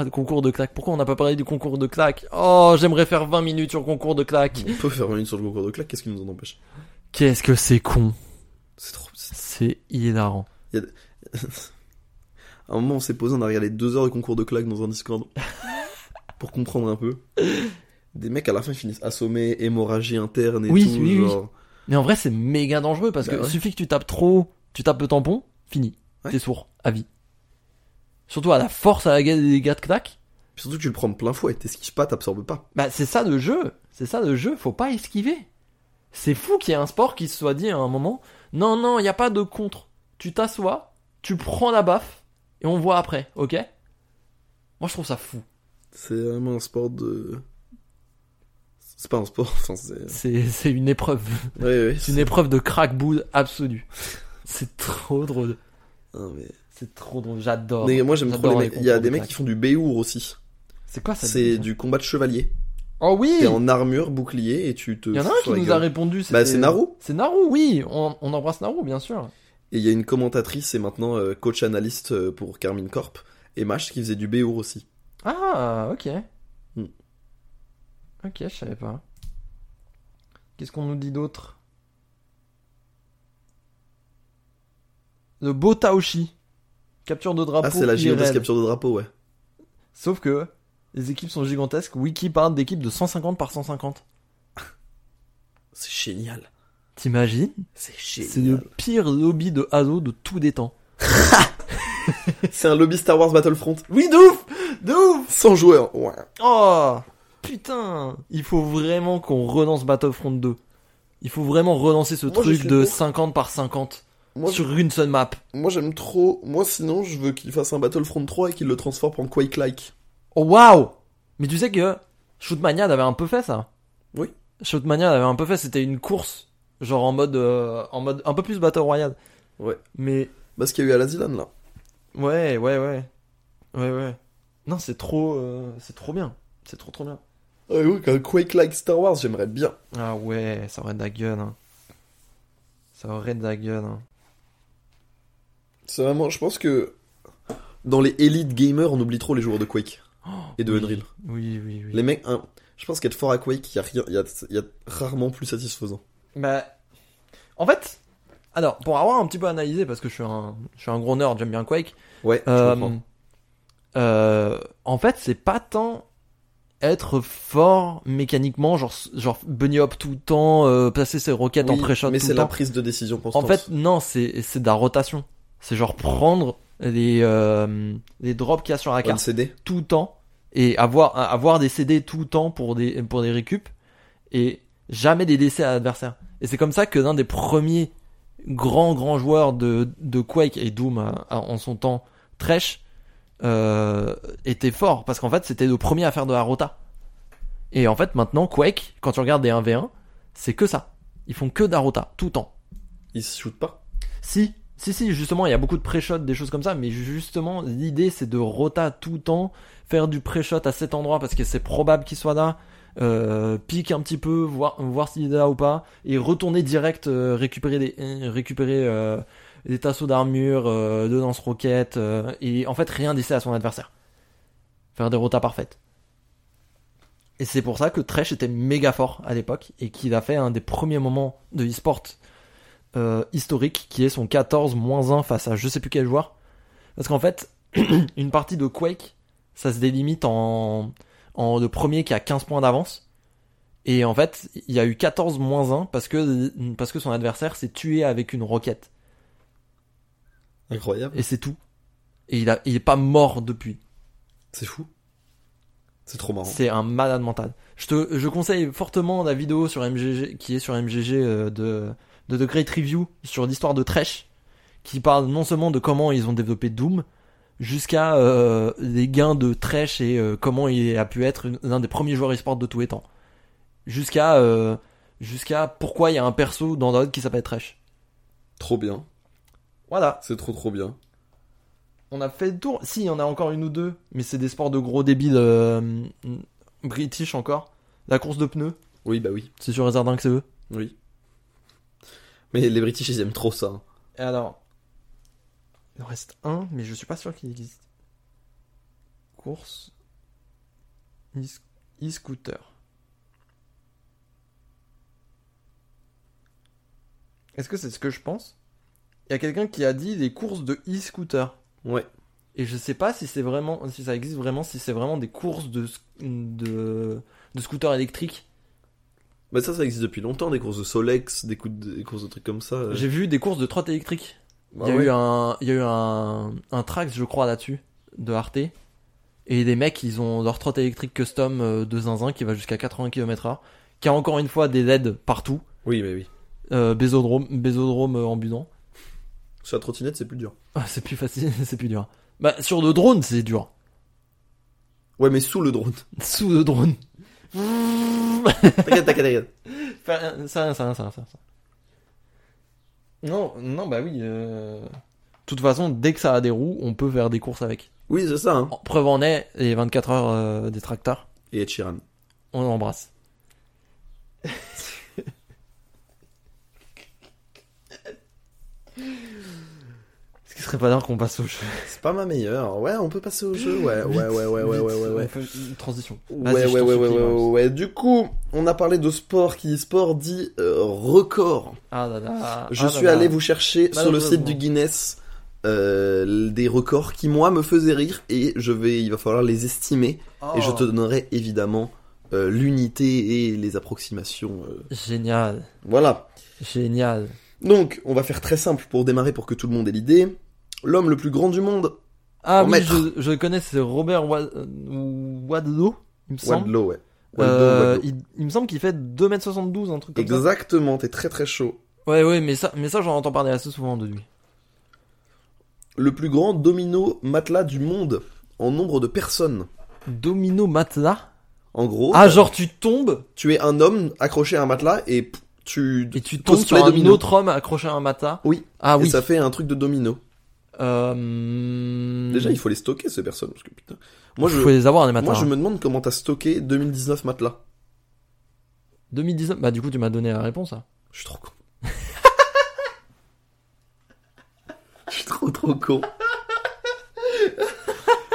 Ah, le concours de claques. Pourquoi on n'a pas parlé du concours de claques Oh, j'aimerais faire 20 minutes sur concours de claques.
On peut faire une sur le concours de claques, qu'est-ce qui nous en empêche
Qu'est-ce que c'est con.
C'est trop. <laughs> c'est-
C'est hilarant.
À un moment, on s'est posé, on a regardé deux heures de concours de claques dans un Discord
<laughs>
pour comprendre un peu. Des mecs à la fin finissent assommés, hémorragie interne et
Oui,
tout.
oui, oui.
genre.
Mais en vrai, c'est méga dangereux parce
Bah
que
ouais.
suffit que tu tapes trop, tu tapes le tampon, fini.
Ouais.
T'es sourd, à vie. Surtout à la force à laquelle les gars de claques.
Puis Surtout que tu le prends de plein fouet, t'esquives pas, t'absorbes pas.
Bah, c'est ça le jeu. C'est ça le jeu. Faut pas esquiver. C'est fou qu'il y ait un sport qui se soit dit à un moment Non, non, il n'y a pas de contre. Tu t'assois, tu prends la baffe et on voit après, ok Moi, je trouve ça fou.
C'est vraiment un sport de. C'est pas un sport, enfin c'est.
C'est c'est une épreuve.
Ouais, ouais.
C'est une épreuve de crackboule absolue. C'est trop drôle.
Ah, mais-
C'est trop drôle. J'adore.
Mais moi j'aime trop
J'adore les
les mecs. Il y a
concours
des
de
mecs
claques.
qui font du béour aussi.
C'est quoi ça
C'est
déjà
du combat de chevalier.
Oh oui
T'es en armure, bouclier et tu te.
Il y en a
fous
un qui
sur la
nous
gueule.
a répondu.
Bah,
c'était-
c'est Naru.
C'est Naru, oui. On, on embrasse Naru, bien sûr.
Et il y a une commentatrice et maintenant euh, coach analyste euh, pour Carmine Corp et Mash qui faisait du béour aussi.
Ah, ok.
Hmm.
Ok, je savais pas. Qu'est-ce qu'on nous dit d'autre Le beau Taoshi. Capture de drapeau.
Ah, c'est la gigantesque
IRL.
capture de drapeau, ouais.
Sauf que les équipes sont gigantesques. Wiki parle d'équipes de 150 par 150.
C'est génial.
T'imagines
C'est
C'est le
génial.
pire lobby de Halo de tous les temps.
C'est un lobby Star Wars Battlefront
Oui, de ouf De ouf
sans joueur. Ouais.
Oh Putain Il faut vraiment qu'on relance Battlefront 2. Il faut vraiment relancer ce
Moi, je
truc
suis
de
pour.
50 par 50
Moi,
sur une seule map.
moi j'aime trop. Moi sinon, je veux qu'il fasse un Battlefront 3 et qu'il le transforme en Quake-like.
Oh waouh Mais tu sais que Shootmania avait un peu fait ça.
Oui.
Shootmania avait un peu fait, c'était une course. Genre en mode, euh, en mode un peu plus Battle Royale.
Ouais.
Mais
Bah, ce qu'il y a eu à la Zilane là.
Ouais, ouais, ouais. Ouais, ouais. Non, c'est trop, euh, c'est trop bien. C'est trop, trop bien.
Ah oui, un Quake-like Star Wars, j'aimerais bien.
Ah ouais, ça aurait de la gueule. hein. Ça aurait de la gueule. hein.
C'est vraiment, je pense que dans les élite gamers, on oublie trop les joueurs de Quake et de
Oh, oui.
Unreal.
Oui, oui, oui.
Les mecs, hein, je pense qu'être fort à Quake, il y, a rien- il y a, il y a rarement plus satisfaisant.
Bah, en fait, alors pour avoir un petit peu analysé, parce que je suis un, je suis un gros nerd, j'aime bien Quake.
Ouais, je
euh,
comprends.
euh, en fait, c'est pas tant être fort mécaniquement, genre, genre bunny hop tout le temps, euh, placer ses roquettes en
Oui,
pré-shot tout
mais
le
c'est la
temps.
prise de décision constante.
En fait, non, c'est c'est de la rotation. C'est genre prendre les, euh, les drops qu'il y a sur la
un
carte
CD.
tout le temps et avoir, avoir des CD tout le temps pour des, pour des récup et jamais des décès à l'adversaire. Et c'est comme ça que l'un des premiers grands, grands joueurs de, de Quake et Doom à- à- en son temps, Tresh, euh, était fort parce qu'en fait, c'était le premier à faire de la rota. Et en fait, maintenant, Quake, quand tu regardes des 1v1, c'est que ça. Ils font que de la rota, tout le temps.
Ils se shootent pas.
Si, Si, si, justement, il y a beaucoup de pré-shots, des choses comme ça, mais justement, l'idée c'est de rota tout le temps, faire du pré-shot à cet endroit parce que c'est probable qu'il soit là, euh, pique un petit peu, voir, voir s'il est là ou pas, et retourner direct, euh, récupérer des, euh, récupérer, euh, des tasseaux d'armure, euh, de lance-roquettes, euh, et en fait rien d'essai à son adversaire. Faire des rotas parfaites. Et c'est pour ça que Tresh était méga fort à l'époque, et qu'il a fait un des premiers moments de e-sport euh, historique qui est son 14-1 face à je sais plus quel joueur. Parce qu'en fait, <clears throat> une partie de Quake, ça se délimite en, en le premier qui a 15 points d'avance. Et en fait, il y a eu 14-1 parce que, parce que son adversaire s'est tué avec une roquette.
Incroyable.
Et c'est tout. Et il, a, il est pas mort depuis.
C'est fou. C'est trop marrant.
C'est un malade mental. Je te, je conseille fortement la vidéo sur MGG, qui est sur MGG euh, de, de The Great Review sur l'histoire de Tresh, qui parle non seulement de comment ils ont développé Doom, jusqu'à euh, les gains de Tresh et euh, comment il a pu être une- l'un des premiers joueurs e-sport de tous les temps. Jusqu'à, euh, jusqu'à pourquoi il y a un perso dans Dot qui s'appelle Tresh.
Trop bien.
Voilà,
C'est trop trop bien.
on a fait le tour. Si, il y en a encore une ou deux, mais c'est des sports de gros débiles euh, british encore. La course de pneus,
Oui, bah oui.
c'est sur Hazardin que c'est eux.
Oui. Mais les British, ils aiment trop ça. hein.
Et alors Il en reste un, mais je suis pas sûr qu'il existe. Course. e- E-scooter. Est-ce que c'est ce que je pense Il y a quelqu'un qui a dit des courses de e-scooter.
Ouais.
Et je sais pas si c'est vraiment, si ça existe vraiment, si c'est vraiment des courses de, sc- de, de scooter électrique.
Bah ça, ça existe depuis longtemps, des courses de Solex, des, coups de- des courses de trucs comme ça. euh.
J'ai vu des courses de trottes électriques.
Bah
il y a
ouais.
eu un, il y a eu un, un trax, je crois, là-dessus, de Arte. Et les mecs, ils ont leur trotte électrique custom euh, de zinzin qui va jusqu'à 80 km/h, qui a encore une fois des LED partout,
Oui, mais oui.
euh, bésodrome, bésodrome euh, ambulant.
Sur la trottinette, c'est plus dur.
Ah, c'est plus facile, <laughs> c'est plus dur. Bah, sur le drone, c'est dur.
Ouais, mais sous le drone.
Sous le drone. <laughs>
t'inquiète, t'inquiète, t'inquiète.
ça, ça, ça, ça, ça. Non, non, bah oui. euh, De toute façon, dès que ça a des roues, on peut faire des courses avec.
Oui, c'est ça, hein.
En- Preuve en est, les 24 heures euh, des tracteurs.
Et Ed Sheeran.
On l'embrasse. Est-ce qu'il serait pas d'art qu'on passe au jeu
C'est pas ma meilleure. Ouais, on peut passer au jeu. Ouais, ouais, ouais, ouais, ouais, ouais, ouais, ouais.
On fait une transition.
Ouais,
Vas-y,
ouais,
je t'en
ouais, ouais,
supplie,
ouais,
Max.
ouais. Du coup, on a parlé de sport qui, sport dit euh, record.
Ah là là.
Je
ah là
suis
là.
allé vous chercher sur le site
Malheureusement.
du Guinness euh, des records qui, moi, me faisaient rire et je vais, il va falloir les estimer.
Oh.
Et je te donnerai évidemment euh, l'unité et les approximations. euh.
Génial.
Voilà.
Génial.
Donc, on va faire très simple pour démarrer pour que tout le monde ait l'idée. L'homme le plus grand du monde,
Ah
En
oui,
maître.
je, je le connais, c'est Robert Wa- euh, Wadlow, il me semble.
Wadlow, ouais. Wadlow,
Euh,
Wadlow.
il, il me semble qu'il fait 2m72, un truc comme ça.
Exactement, t'es très très chaud.
Ouais, ouais, mais ça, mais ça j'en entends parler assez souvent de lui.
Le plus grand domino matelas du monde en nombre de personnes.
Domino Matla.
En gros,
Ah, genre tu tombes
tu es un homme accroché à un matelas et p- tu.
Et tu tombes sur
Cosplay
un
domino.
autre homme accroché à un matelas
Oui.
Ah
et
oui.
ça fait un truc de domino.
Euh,
Déjà, il faut les stocker ces personnes parce que putain. Moi je,
faut les avoir les matelas.
moi, je
hein.
me demande comment t'as stocké 2019 matelas.
2019. Bah du coup tu m'as donné la réponse. hein.
Je suis trop
<laughs>
con. je suis trop trop con. <laughs>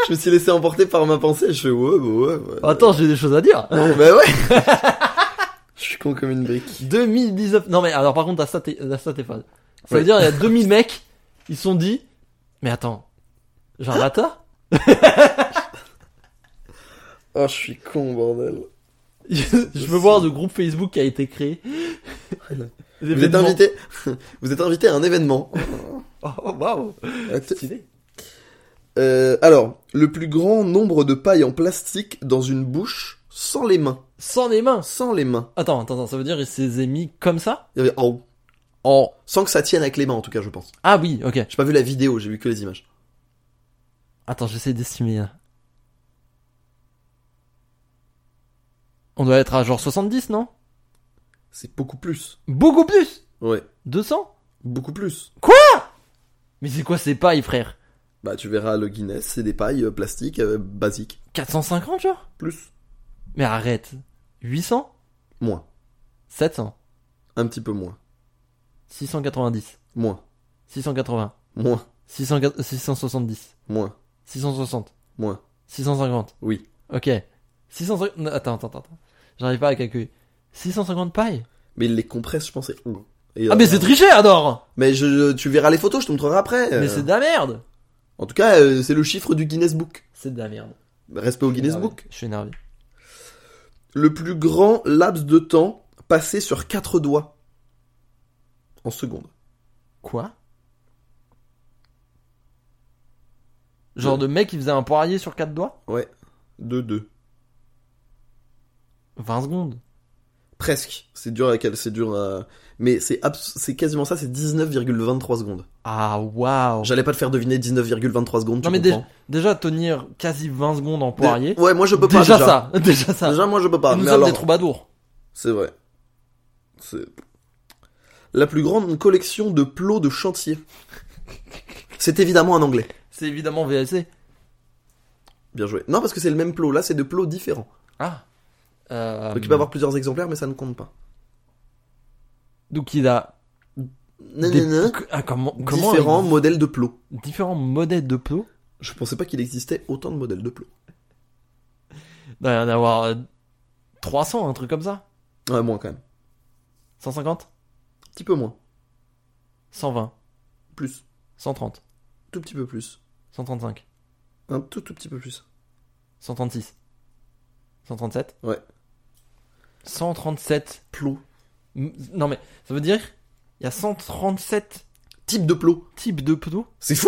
je me suis laissé emporter par ma pensée. Je fais ouais, ouais, ouais.
Attends, j'ai des choses à
<laughs>
dire.
Ouais, bah ouais. je suis con comme une brique.
2019. Non mais alors par contre la stat est, la stat est folle. Ça veut
Ouais.
dire
<laughs>
il y a 2000 mecs, ils se sont dit, mais attends, j'ai un matelas
Oh, je suis con, bordel.
<laughs> Je veux voir le groupe Facebook qui a été créé.
Ah, Vous êtes invité. <laughs> Vous êtes invité à un événement.
Oh waouh.
Att-
Stylé.
Euh, alors, le plus grand nombre de pailles en plastique dans une bouche sans les mains.
Sans les mains.
Sans les mains.
Attends, attends, attends, ça veut dire il s'est mis comme ça
Il y avait en haut.
En.
Sans que ça tienne avec les mains, en tout cas, je pense.
Ah oui, ok.
J'ai pas vu la vidéo, j'ai vu que les images.
Attends, j'essaie d'estimer. hein. là. On doit être à genre 70, non
C'est beaucoup plus.
Beaucoup plus
Ouais.
200
Beaucoup plus.
Quoi Mais c'est quoi ces pailles, frère
Bah, tu verras, le Guinness, c'est des pailles euh, plastiques euh, basiques.
450, genre
Plus,
Mais arrête. 800
moins,
700
un petit peu moins,
690
moins,
680
moins,
600 670
moins,
660
moins.
650
Oui.
Ok. 650... non, Attends, attends, attends. J'arrive pas à calculer. 650 pailles
Mais il les compresse, je pense. et- et,
Ah
euh,
mais c'est triché, Ador
Mais je, je- tu verras les photos, je te montrerai après.
Mais
euh.
c'est de la merde
En tout cas, euh, c'est le chiffre du Guinness Book.
C'est de la merde. Ah,
Respect au Guinness Book.
Je suis énervé.
Le plus grand laps de temps passé sur quatre doigts en seconde.
Quoi Genre de mec qui faisait un poirier sur quatre doigts
Ouais. 2 2.
20 secondes.
Presque. C'est dur à quel- c'est dur à... mais c'est abs- c'est quasiment ça, c'est 19,23 secondes.
Ah waouh
J'allais pas te faire deviner 19,23 secondes, tu
Non mais dé-
comprends
déjà tenir quasi 20 secondes en
Dé-
poirier.
Ouais, moi je peux pas
déjà, ça, <laughs> déjà ça.
Déjà moi je peux
Et
pas,
nous
mais
sommes
alors
des troubadours.
c'est vrai. C'est la plus grande collection de plots de chantier. c'est évidemment un anglais.
C'est évidemment VLC.
Bien joué. Non, parce que c'est le même plot. Là, c'est deux plots différents.
Ah. Euh,
Donc, il peut avoir plusieurs exemplaires, mais ça ne compte pas.
donc il a des-
Nanana.
Ah, comment, comment
Différents modèles de plots.
différents modèles de plots.
Je pensais pas qu'il existait autant de modèles de plots.
Il doit y en avoir euh, 300, un truc comme ça.
Ouais, moins quand même.
150
Un petit peu moins.
120
Plus.
130
Tout petit peu plus.
135
Un tout, tout petit peu plus.
136 137
Ouais.
137
Plots.
M- Non mais ça veut dire il y a 137
Type de plots.
types de plots.
C'est fou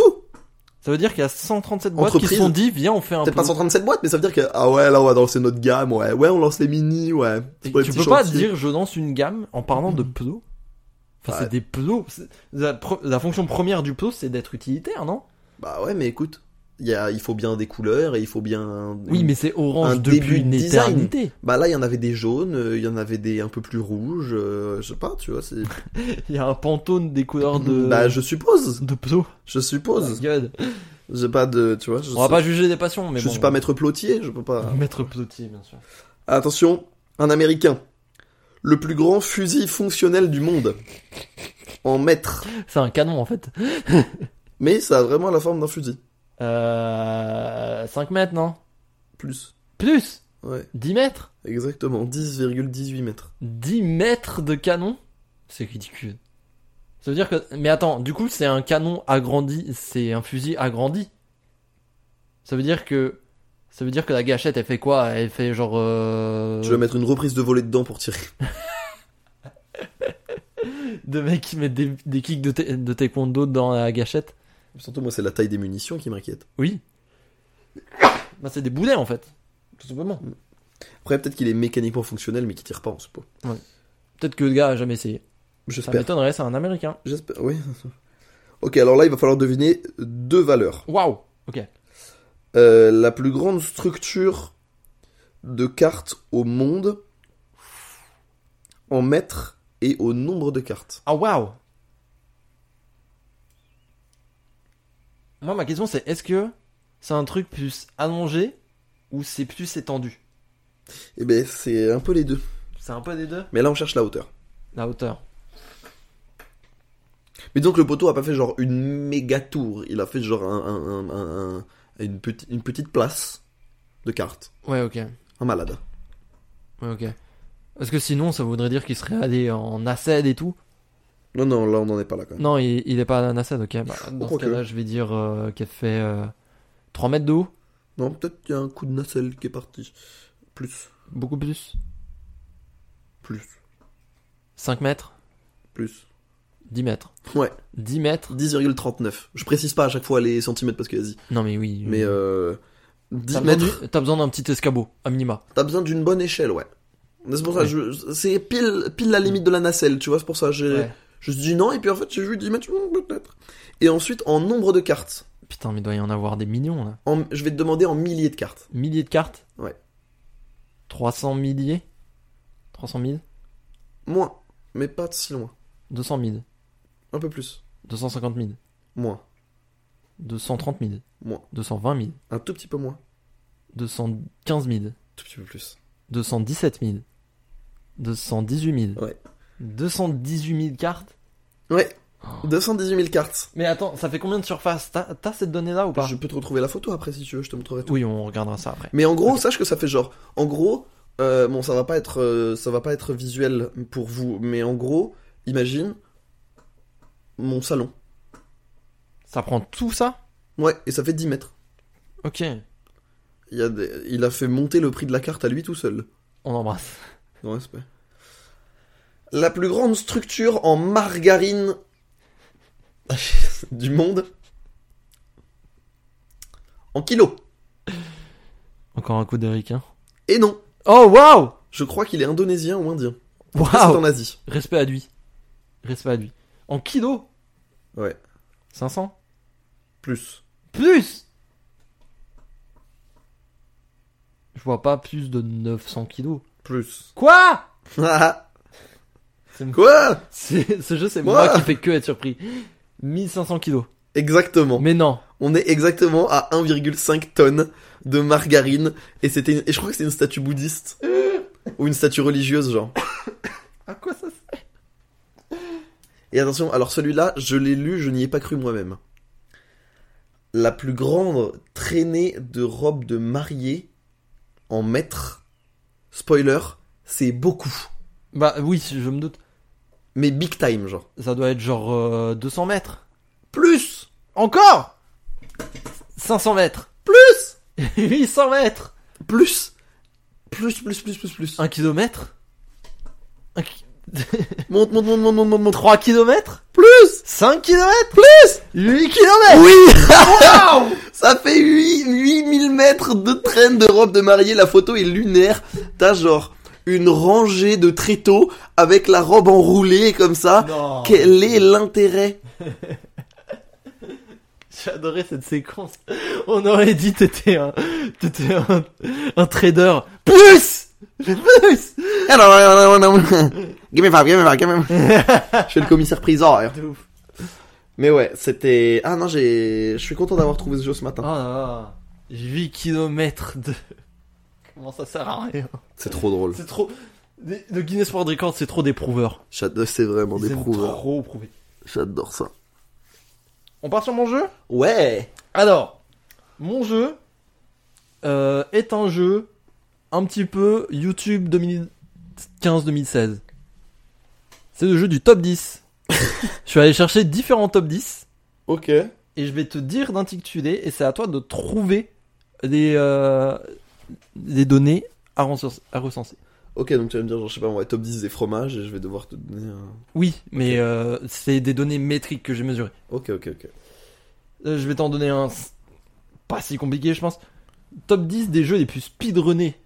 Ça veut dire qu'il y a 137 boîtes qui
Entreprise.
se sont dit viens on fait un
Peut-être
plot.
pas 137 boîtes, mais ça veut dire que, ah ouais, là, on va lancer notre gamme, ouais. Ouais, on lance les mini, ouais. C'est
Tu
pour les petits
peux pas
chantiers.
dire je lance une gamme en parlant de plots. Enfin
Ouais.
c'est des plots. C'est- La, pre- la fonction première du plot c'est d'être utilitaire non
Bah ouais, mais écoute. il Y a, il faut bien des couleurs et il faut bien.
Oui mais c'est orange
Mmh. un début
depuis une
de design.
éternité.
Bah là, il y en avait des jaunes, euh, il y en avait des un peu plus rouges, euh, je sais pas, tu vois, c'est.
Il y a un pantone des couleurs de
Bah je suppose,
de plots.
je
My
suppose.
God.
J'ai pas de, tu vois, je,
On va pas juger des passions mais
je
bon.
suis pas maître euh, plotier, je peux pas.
Maître Plotier, bien sûr.
Attention, un Américain, le plus grand fusil fonctionnel du monde, en mètres,
C'est un canon en fait.
mais ça a vraiment la forme d'un fusil,
Euh, 5 mètres, non
plus.
Plus
Ouais,
10 mètres
exactement, 10,18 mètres.
10 mètres de canon C'est ridicule. Ça veut dire que. Mais attends, du coup, c'est un canon agrandi, c'est un fusil agrandi. Ça veut dire que. Ça veut dire que la gâchette, elle fait quoi Elle fait genre. Euh...
Je vais mettre une reprise de volée dedans pour tirer.
Deux mecs qui mettent des, des kicks de, ta- de taekwondo dans la gâchette
Surtout moi, c'est la taille des munitions qui m'inquiète.
Oui. Bah, c'est des boulets en fait. Tout simplement.
Après, peut-être qu'il est mécaniquement fonctionnel, mais qui tire pas, on sait pas.
Peut-être que le gars a jamais essayé. Ça
J'espère.
m'étonnerait, c'est un américain.
J'espère, oui. <laughs> Ok, alors là, il va falloir deviner deux valeurs.
Waouh Ok.
Euh, la plus grande structure de cartes au monde en mètres et au nombre de cartes.
Ah waouh Moi ma question c'est est-ce que c'est un truc plus allongé ou c'est plus étendu
Eh ben, c'est un peu les deux.
C'est un peu des deux
Mais là, on cherche la hauteur.
La hauteur.
Mais donc, le poteau a pas fait genre une méga tour. Il a fait genre un, un- un- un- un- une, petite- une petite place de cartes.
Ouais ok.
Un malade.
Ouais ok. Parce que sinon ça voudrait dire qu'il serait allé en acède et tout.
Non, non, là, on n'en est pas là quand même.
Non il, il est pas en acède ok. Bah, dans ce
Quoique.
cas-là je vais dire euh, qu'elle fait euh, 3 mètres de haut.
Non, peut-être qu'il y a un coup de nacelle qui est parti. Plus,
Beaucoup plus.
plus,
5 mètres.
plus.
10 mètres.
Ouais.
10 mètres.
10,39. Je précise pas à chaque fois les centimètres parce que vas-y.
Non mais oui.
Mais euh, 10
T'as besoin
mètres,
du- T'as besoin d'un petit escabeau, à minima.
t'as besoin d'une bonne échelle, ouais. Mais C'est pour ça,
Ouais.
je- c'est pile, pile la limite de la nacelle, tu vois, c'est pour ça. j'ai-
Ouais.
Je me suis dit non, et puis en fait, j'ai vu 10 mètres, hmm, peut-être. Et ensuite, en nombre de cartes.
Putain mais il doit y en avoir des millions là.
En- je vais te demander en milliers de cartes.
Milliers de cartes
Ouais.
300 milliers 300 000
Moins, mais pas si loin.
200 000
Un peu plus.
250 000
Moins,
230 000,
Moins.
220 000,
Un tout petit peu moins.
215 000,
Tout petit peu plus.
217 000, 218 000.
Ouais.
218 000 cartes
Ouais.
Oh.
218 000 cartes.
Mais attends, ça fait combien de surface T'as t'as cette donnée-là ou pas
Je peux te retrouver la photo après si tu veux, je te montrerai tout.
Oui, on regardera ça après.
Mais en gros,
Ok.
sache que ça fait genre. En gros, euh, bon, ça va pas être, euh, ça va pas être visuel pour vous, mais en gros, imagine mon salon.
Ça prend tout ça
Ouais, et ça fait 10 mètres.
Ok,
Il, y a des- il a fait monter le prix de la carte à lui tout seul.
on embrasse.
Dans respect. La plus grande structure en margarine <laughs> du monde. En kilos.
Encore un coup d'Eric, hein.
Et non,
Oh, waouh
je crois qu'il est indonésien ou indien. Ça, C'est
Waouh
en Asie.
Respect à lui. Respect à lui. En kilo
Ouais.
500
Plus.
Plus Je vois pas plus de 900 kilos.
Plus. <laughs>
Quoi C'est-
Quoi
<laughs> c'est- Ce jeu, c'est
Quoi
moi qui fais que être surpris. 1500 kilos.
Exactement.
Mais non.
On est exactement à 1,5 tonnes de margarine et c'était une- et je crois que c'est une statue bouddhiste ou une statue religieuse genre.
À quoi ça sert
Et attention, alors celui-là, je l'ai lu, je n'y ai pas cru moi-même. La plus grande traînée de robes de mariée en mètres. Spoiler, c'est beaucoup.
Bah oui, je me doute.
Mais big time, genre.
Ça doit être genre euh, 200 mètres.
Plus
Encore 500 mètres. <laughs>
Plus
800 mètres.
Plus Plus, plus, plus, plus, plus.
1 kilomètre. Un ki-
Monte, monte, monte, monte, monte, monte, monte.
3 kilomètres
Plus
5 km Plus 8 km
Oui
<laughs>
Ça fait 8, 8000 mètres de traîne de robe de mariée, la photo est lunaire. T'as genre une rangée de tréteaux avec la robe enroulée comme ça.
Non
Quel est l'intérêt <laughs>
J'ai adoré cette séquence. On aurait dit t'étais un... T'étais un... un trader. Plus Plus
Alors, alors, alors, alors, give me five, give me five, give me five. Je suis le commissaire priseur.
De ouf.
Mais ouais, c'était... Ah non, j'ai... Je suis content d'avoir trouvé ce jeu ce
Oh
matin.
là là 8 km de... <laughs> Comment ça sert à rien
C'est trop drôle.
C'est trop... Des- Le Guinness World Record, c'est trop des prouveurs.
J'adore, c'est vraiment
Ils
des
aiment
prouveurs.
trop prouver.
J'adore ça.
On part sur mon jeu
Ouais
Alors, mon jeu euh, est un jeu un petit peu YouTube 2015-2016. C'est le jeu du top 10. je suis allé chercher différents top 10
Ok.
et je vais te dire d'intituler et c'est à toi de trouver des, euh, des données à, recenser- à recenser.
Ok, donc tu vas me dire, genre, je sais pas, on va top 10 des fromages et je vais devoir te donner un...
Oui, mais euh, c'est des données métriques que j'ai mesurées.
Ok, ok, ok.
Euh, Je vais t'en donner un s- pas si compliqué, je pense. Top 10 des jeux les plus speedrunnés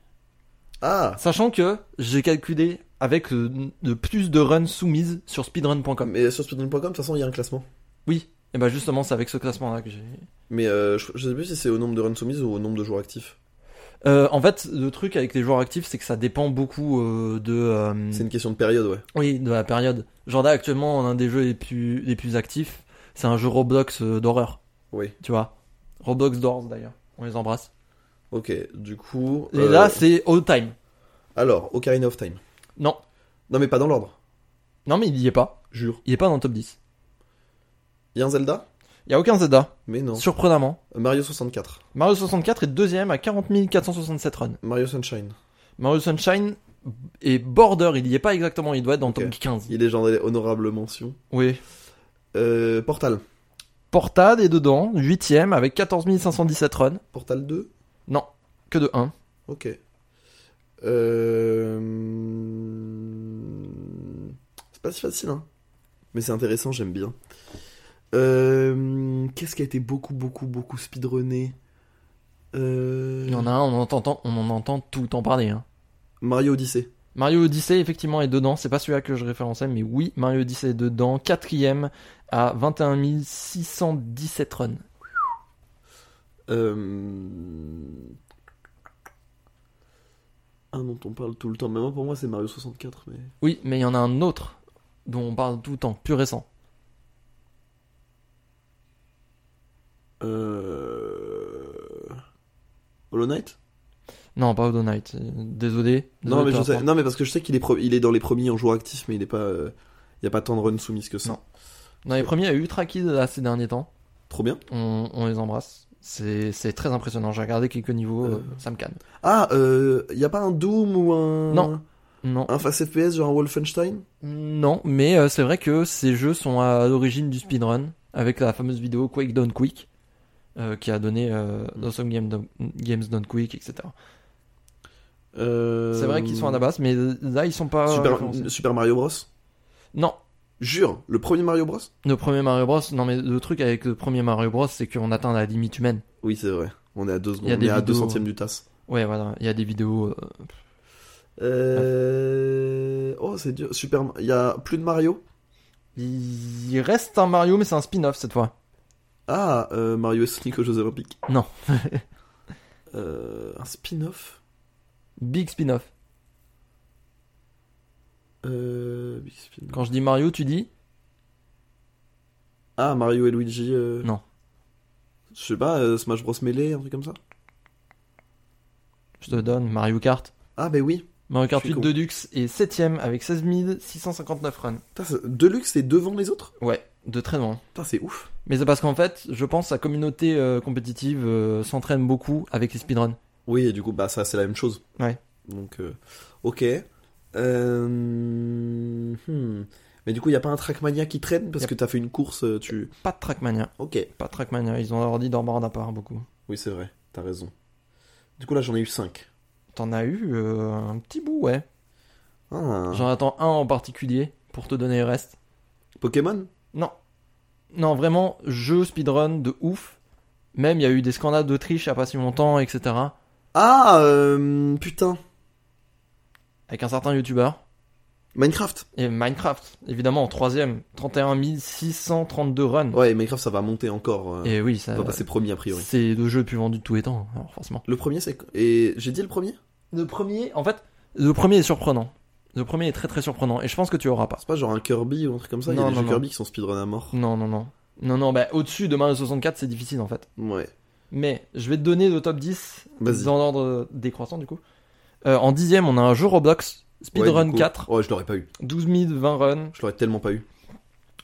Ah
Sachant que j'ai calculé avec euh, le plus de runs soumises sur speedrun.com.
Mais sur speedrun.com, de toute façon, il y a un classement.
Oui, et bah justement, c'est avec ce classement-là que j'ai.
Mais euh, je, je sais plus si c'est au nombre de runs soumises ou au nombre de joueurs actifs.
Euh, en fait, le truc avec les joueurs actifs, c'est que ça dépend beaucoup euh, de, euh,
C'est une question de période, ouais.
oui, de la période. Genre là, actuellement, un des jeux les plus, les plus actifs, c'est un jeu Roblox euh, d'horreur.
Oui.
Tu vois Roblox d'Horror d'ailleurs. On les embrasse.
Ok, du coup...
Et
euh,
là, c'est All Time.
Alors, Ocarina of Time.
Non.
Non, mais pas dans l'ordre.
Non, mais il y est pas.
Jure.
Il est pas dans le top 10.
Il y a un Zelda
Il y a aucun Zelda,
Mais non. Euh,
surprenamment.
Mario 64.
Mario 64 est deuxième à 40 467 runs.
Mario Sunshine.
Mario Sunshine et Border, il y est pas exactement, il doit être dans le
Ok.
top 15.
Il est genre des honorables mentions.
Oui.
Euh, Portal.
Portade est dedans, 8 avec 14 517 runs.
Portal 2
Non, que de 1.
Ok. Euh... C'est pas si facile, hein. Mais c'est intéressant, j'aime bien. Euh... Qu'est-ce qui a été beaucoup, beaucoup, beaucoup speedrunné euh...
Il y en a un, on en entend, on en entend tout le temps parler. hein.
Mario Odyssey.
Mario Odyssey, effectivement, est dedans. C'est pas celui-là que je référençais, mais oui, Mario Odyssey est dedans. Quatrième à 21 617 runs.
Euh... Un dont on parle tout le temps. Même pour moi, c'est Mario 64, mais...
Oui, mais il y en a un autre dont on parle tout le temps, plus récent.
euh, Hollow Knight
Non, pas Hollow Knight. euh, Désolé.
Non,
Désolé, peu
mais je sais-
importe.
non, mais parce que je sais qu'il est, pro- il est dans les premiers en joueur actif, mais il est pas, euh, il y a pas tant de runs soumises que ça.
Non. Dans les premiers, il y a eu Ultra Kid là ces derniers temps.
Trop bien.
On, on les embrasse. C'est c'est très impressionnant. J'ai regardé quelques niveaux,
Euh.
euh, ça me calme.
Ah, euh, il y a pas un Doom ou un
Non. Non,
un face FPS genre un Wolfenstein
non, mais euh, c'est vrai que ces jeux sont à l'origine du speedrun avec la fameuse vidéo Quake Done Quick euh, qui a donné euh, Awesome Game Done- Games Done Quick, etc.
Euh,
C'est vrai qu'ils sont à la base, mais euh, là ils sont pas. référencés.
Super, Super Mario Bros.
Non,
Jure, le premier Mario Bros.
le premier Mario Bros. Non, mais le truc avec le premier Mario Bros, c'est qu'on atteint la limite humaine.
Oui, c'est vrai. On est à 2
Il y a
secondes, on
des
est à 2
vidéos, hein.
centièmes du tasse.
Ouais, voilà, il y a des vidéos. euh,
Euh... Oh, c'est dur. Super. Il y a plus de Mario.
Il reste un Mario, mais c'est un spin-off cette fois.
Ah, euh, Mario et Sonic aux Jeux Olympiques.
Non.
<laughs> Euh, un spin-off.
Big spin-off.
Euh... big spin-off.
Quand je dis Mario, tu dis
Ah, Mario et Luigi. euh,
Non.
Je sais pas, euh, Smash Bros Melee, un truc comme ça.
Je te donne Mario Kart.
Ah, ben oui.
Mario Kart
Je suis
8
con.
Deluxe est 7ème avec 16 659 runs.
Putain, ça- Deluxe, c'est devant les autres
Ouais, de très loin.
Putain, c'est ouf.
Mais c'est parce qu'en fait, je pense que la communauté euh, compétitive euh, s'entraîne beaucoup avec les speedruns.
Oui, et du coup, bah ça, c'est la même chose.
Ouais.
Donc, euh, ok. Euh, hmm. Mais du coup, il n'y a pas un Trackmania qui traîne parce
Yep.
que t'as fait une course, euh, tu...
Pas de Trackmania.
Ok.
Pas de Trackmania. Ils ont leur ordi d'Ormand à part beaucoup.
Oui, c'est vrai, t'as raison. Du coup, là, j'en ai eu 5.
T'en as eu euh, un petit bout, ouais.
Ah,
J'en attends un en particulier pour te donner le reste.
Pokémon
Non. Non, vraiment, jeu speedrun de ouf. Même, il y a eu des scandales de triche à pas si longtemps, etc.
Ah, euh, putain.
Avec un certain youtubeur.
Minecraft
Et Minecraft, évidemment, en troisième. 31 632 runs.
Ouais, Minecraft, ça va monter encore. euh,
Et oui, ça.
on va passer premier, a priori.
C'est le jeu le plus vendu de tous les temps, hein, alors forcément.
Le premier, c'est... Et j'ai dit le premier
Le premier, en fait, le premier est surprenant. Le premier est très très surprenant, et je pense que tu auras pas.
C'est pas genre un Kirby ou un truc comme ça Il y a
Non,
des
non,
jeux
non.
Kirby qui sont speedrun à mort.
Non, non, non. Non, non, bah au-dessus de Mario 64, c'est difficile en fait.
Ouais.
Mais je vais te donner le top 10
Vas-y.
dans l'ordre décroissant du coup. Euh, en dixième, on a un jeu Roblox,
Ouais,
Speedrun
du coup.
4,
Ouais, je l'aurais pas eu.
12 020 runs.
Je l'aurais tellement pas eu.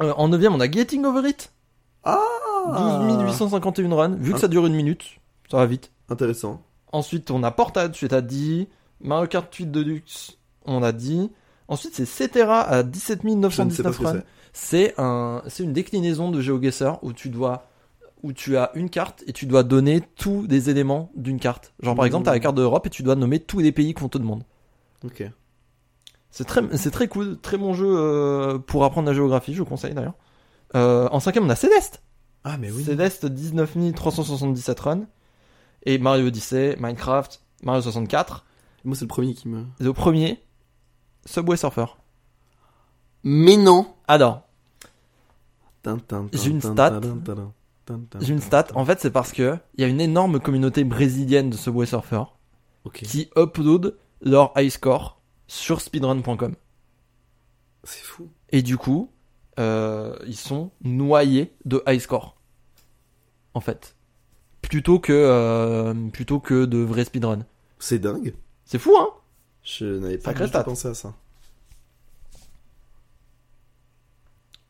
Euh, en neuvième, on a Getting Over It,
Ah
12 851 runs, vu que ça dure une minute, ça va vite.
Intéressant.
Ensuite, on a Portade, tu t'as dit. Mario Kart 8 Deluxe, on a dit. Ensuite, c'est Cetera à 17
Je ne sais pas
919
ce que
runs.
c'est.
C'est un, c'est une déclinaison de GeoGuessr où tu dois, où tu as une carte et tu dois donner tous les éléments d'une carte. Genre, par
Mmh.
exemple, t'as la carte d'Europe et tu dois nommer tous les pays qu'on te demande.
Ok.
C'est très,
Mmh.
c'est très cool, très bon jeu euh, pour apprendre la géographie, je vous conseille d'ailleurs. Euh, en cinquième, on a Céleste.
Ah, mais
Céleste 19 377 runs. Et Mario Odyssey, Minecraft, Mario 64.
Moi, c'est le premier qui me.
Le premier, Subway Surfer.
Mais non
Alors,
Tin, tin, tin,
J'ai une
tin,
stat.
tin, tin, tin, tin, tin.
j'ai une stat. En fait, c'est parce que il y a une énorme communauté brésilienne de Subway Surfer
Ok.
qui upload leur high score sur speedrun.com.
C'est fou.
Et du coup, euh, ils sont noyés de high score. En fait. Plutôt que, euh, plutôt que de vrais speedrun.
C'est dingue.
C'est fou, hein
Je n'avais pas
Sacré
du tout
stat.
pensé à ça.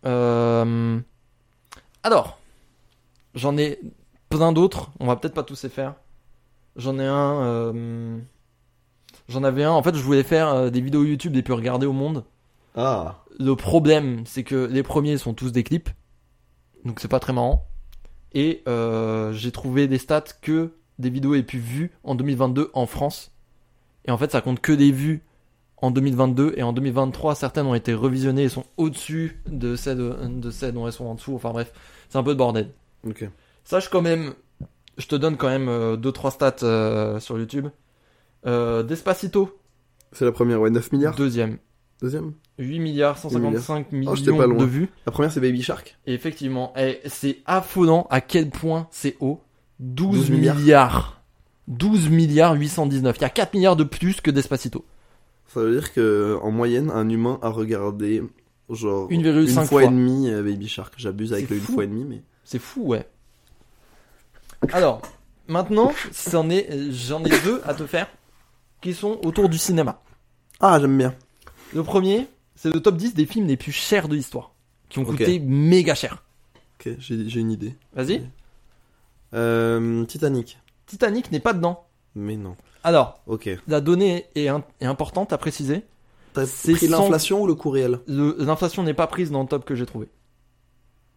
Euh, Alors, j'en ai plein d'autres. On va peut-être pas tous les faire. J'en ai un. euh, J'en avais un. En fait, je voulais faire euh, des vidéos YouTube des plus regardées au monde.
Ah
Le problème, c'est que les premiers sont tous des clips. Donc, c'est pas très marrant. Et euh, j'ai trouvé des stats que des vidéos aient pu vues en 2022 en France. Et en fait, ça compte que des vues en 2022 et en 2023. Certaines ont été revisionnées et sont au-dessus de celles, de celles dont elles sont en dessous. Enfin bref, c'est un peu de bordel.
Ok.
Sache quand même, je te donne quand même 2-3 stats euh, sur YouTube. Euh, Despacito,
C'est la première, ouais. 9 milliards
deuxième.
Deuxième
8 milliards 155 millions
Oh, j'étais pas loin.
de vues.
La première, c'est Baby Shark
Et effectivement, eh, c'est affolant à quel point c'est haut. 12,
12 milliards.
milliards. 12 milliards 819. Il y a 4 milliards de plus que Despacito.
Ça veut dire que en moyenne, un humain a regardé genre
1,5
fois,
fois.
et demie euh, Baby Shark. J'abuse avec
C'est
le une
fou.
fois et demie, mais.
C'est fou, ouais. Alors, Maintenant, c'en est- euh, j'en ai deux à te faire qui sont autour du cinéma.
Ah, j'aime bien.
Le premier, c'est le top 10 des films les plus chers de l'histoire, qui ont
Ok.
coûté méga cher.
Ok, j'ai j'ai une idée.
Vas-y.
Euh, Titanic.
Titanic n'est pas dedans.
Mais non.
Alors,
Ok.
la donnée est, in- est importante à préciser.
T'as
C'est
pris
sans-
l'inflation ou le coût réel
Le- L'inflation n'est pas prise dans le top que j'ai trouvé.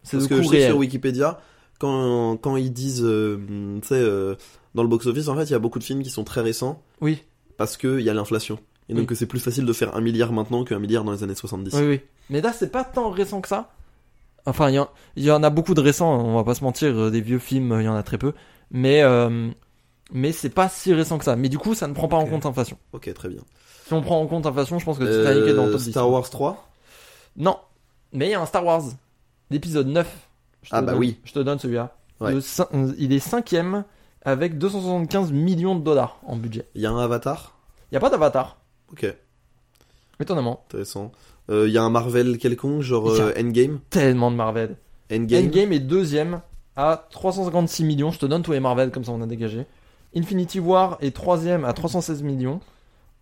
C'est le
Parce que
coût
je sais que
réel.
sur Wikipédia, quand, quand ils disent, euh, tu sais, euh, dans le box-office, en fait, il y a beaucoup de films qui sont très récents
Oui,
parce qu'il y a l'inflation. Et donc
Oui.
que c'est plus facile de faire un milliard maintenant qu'un milliard dans les années 70.
oui, oui. Mais là, c'est pas tant récent que ça. Enfin, il y en- il y, en a beaucoup de récents, on va pas se mentir, euh, des vieux films, euh, il y en a très peu. Mais, euh, mais c'est pas si récent que ça. Mais du coup, ça ne prend pas en
Ok.
compte l'inflation.
Ok, très bien.
Si on prend en compte l'inflation, je pense que Titanic est dans le
Euh,
top 10.
Star Wars 3
Non. Mais il y a un Star Wars, l'épisode 9. Je te
Ah bah
donne-
oui.
Je te donne celui-là.
Ouais.
Le cin- euh, il est cinquième avec 275 millions de dollars en budget.
Il y a un Avatar
Il n'y a pas d'avatar,
Ok,
étonnamment.
intéressant. Euh, Il y a un Marvel quelconque, genre
Il y a-
euh, Endgame
Tellement de Marvel.
Endgame,
Endgame est deuxième à 356 millions. Je te donne tous les Marvel comme ça on a dégagé. Infinity War est troisième à 316 millions.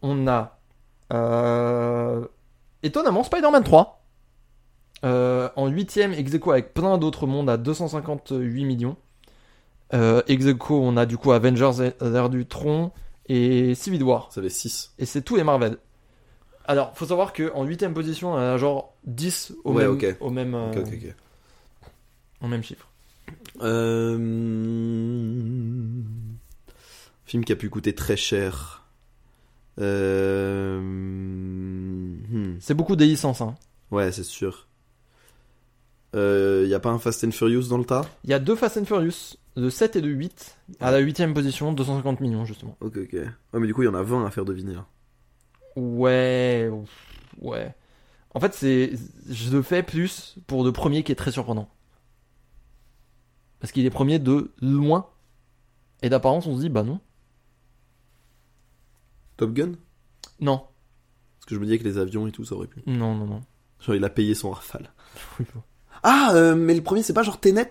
On a euh, étonnamment Spider-Man 3 euh, en huitième ex aequo avec plein d'autres mondes à 258 millions. Euh, ex aequo, on a du coup Avengers l'ère du Tron et Civil War.
Ça fait 6.
Et c'est tous les Marvel. Alors, faut savoir qu'en huitième position, on a genre 10 au
Ouais,
même,
ok.
au même, euh,
Ok, ok, ok.
au même chiffre.
Euh... Film qui a pu coûter très cher. Euh... hmm.
C'est beaucoup des licences. hein.
Ouais, c'est sûr. Euh, y a pas un Fast and Furious dans le tas
Il y a deux Fast and Furious, de 7 et de 8, à la huitième position, 250 millions justement.
Ok, ok. Ouais, mais du coup, il y en a 20 à faire deviner. hein. là.
Ouais, ouf, ouais. En fait, c'est, je le fais plus pour le premier qui est très surprenant. Parce qu'il est premier de loin. Et d'apparence, on se dit, bah non.
Top Gun
Non,
Parce que je me disais que les avions et tout, ça aurait pu.
non, non, non.
Genre, il a payé son rafale.
Oui, bon.
Ah, euh, mais le premier, c'est pas genre Tenet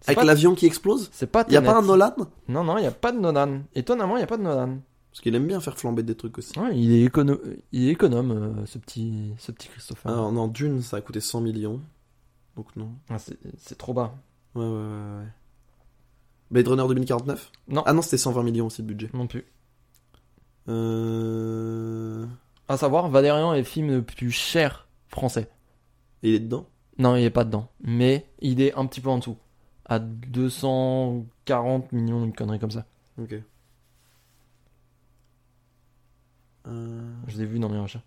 C'est
Avec
pas-
l'avion qui explose
C'est pas
Y a
Tenet.
pas un Nolan
Non, non, il n'y a pas de Nolan. Étonnamment, il n'y a pas de Nolan.
Parce qu'il aime bien faire flamber des trucs aussi.
Ouais, il est, écono- il est économe, euh, ce, petit... ce petit Christopher.
Ah, non, Dune, ça a coûté 100 millions. Donc non.
Ah, c'est- c'est trop bas.
Ouais, ouais, ouais, ouais. Blade Runner 2049
Non.
Ah non, c'était 120 millions aussi de budget.
Non plus.
Euh...
À savoir, Valérian est le film le plus cher français.
et Il est dedans
Non, il est pas dedans. Mais il est un petit peu en dessous. À 240 millions, une connerie comme ça.
Ok. Euh,
Je l'ai vu dans mes recherches.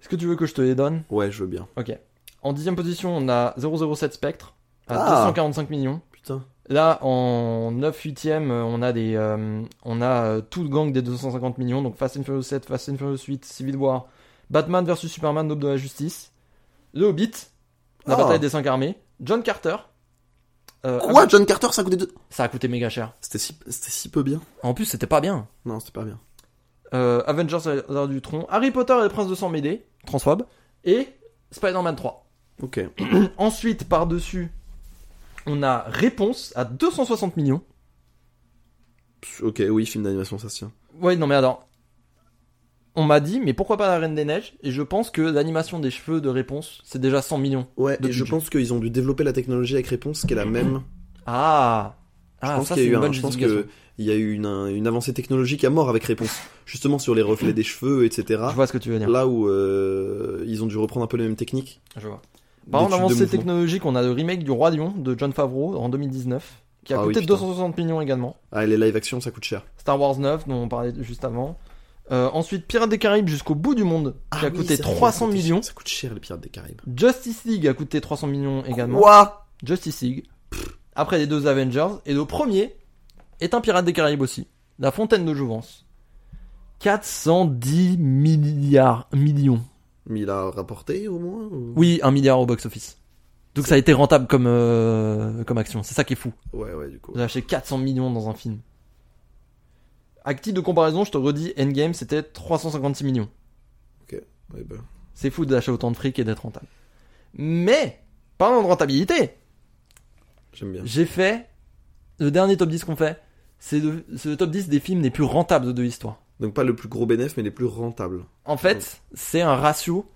Est-ce que tu veux que je te les donne
Ouais, je veux bien.
Ok. En dixième position, on a 007 Spectre. À
Ah.
245 millions.
Putain.
Là, en 9 8 on a des, euh, on a euh, tout le gang des 250 millions, donc Fast and Furious 7, Fast and Furious 8, Civil War, Batman vs Superman, L'aube de la justice, Le Hobbit, La
Ah.
bataille des 5 armées, John Carter. euh,
Quoi
Ab-
John Carter, ça a coûté deux...
Ça a coûté méga cher.
C'était si... c'était si peu bien.
En plus, c'était pas bien.
Non, c'était pas bien.
Euh, Avengers l'heure du tronc, Harry Potter et le prince de sang mêlé, transphobe, et Spider-Man 3.
Ok.
Ensuite, par-dessus, on a Réponse à 260 millions.
Pff, Ok, oui, film d'animation, ça se tient.
Ouais, non, mais alors. On m'a dit, mais pourquoi pas la Reine des Neiges Et je pense que l'animation des cheveux de réponse, c'est déjà 100 millions.
Ouais,
De
et je
budget.
pense qu'ils ont dû développer la technologie avec réponse qui est la même.
Ah
je
Ah,
pense
ça,
qu'il
c'est
y a eu
une
un-
bonne
je pense
justification.
que il y a eu une, un- une avancée technologique à mort avec réponse. Justement sur les reflets des cheveux, etc.
Je vois ce que tu veux dire.
Là où euh, ils ont dû reprendre un peu les mêmes techniques.
Je vois. Par contre,
d'études de
avancée
mouvement.
technologique, on a le remake du Roi Lion de John Favreau en 2019, qui a
Ah oui,
coûté
putain.
260 millions également.
Ah, et les live action, ça coûte cher.
Star Wars 9, dont on parlait juste avant. Euh, ensuite, Pirates des Caraïbes jusqu'au bout du monde,
Ah
qui a coûté 300 millions.
Ça coûte cher les Pirates des Caraïbes.
Justice League a coûté 300 millions également.
Quoi
Justice League, après les deux Avengers, et le premier est un pirate des Caraïbes aussi, La Fontaine de Jouvence. 410 milliards, millions.
Mais il a rapporté au moins ou-
Oui, un milliard au box-office. Donc ça a été rentable comme, euh, comme action, c'est ça qui est fou.
Ouais, ouais, du coup.
Vous avez acheté 400 millions dans un film. Actif de comparaison, je te redis, Endgame c'était 356 millions.
Ouais, bah.
C'est fou d'acheter autant de fric et d'être rentable. Mais, parlant de rentabilité,
J'aime bien.
j'ai fait le dernier top 10 qu'on fait, c'est de- c'est le top 10 des films les plus rentables de l'histoire.
Donc pas le plus gros bénéfice, mais les plus rentables.
En fait, c'est un ratio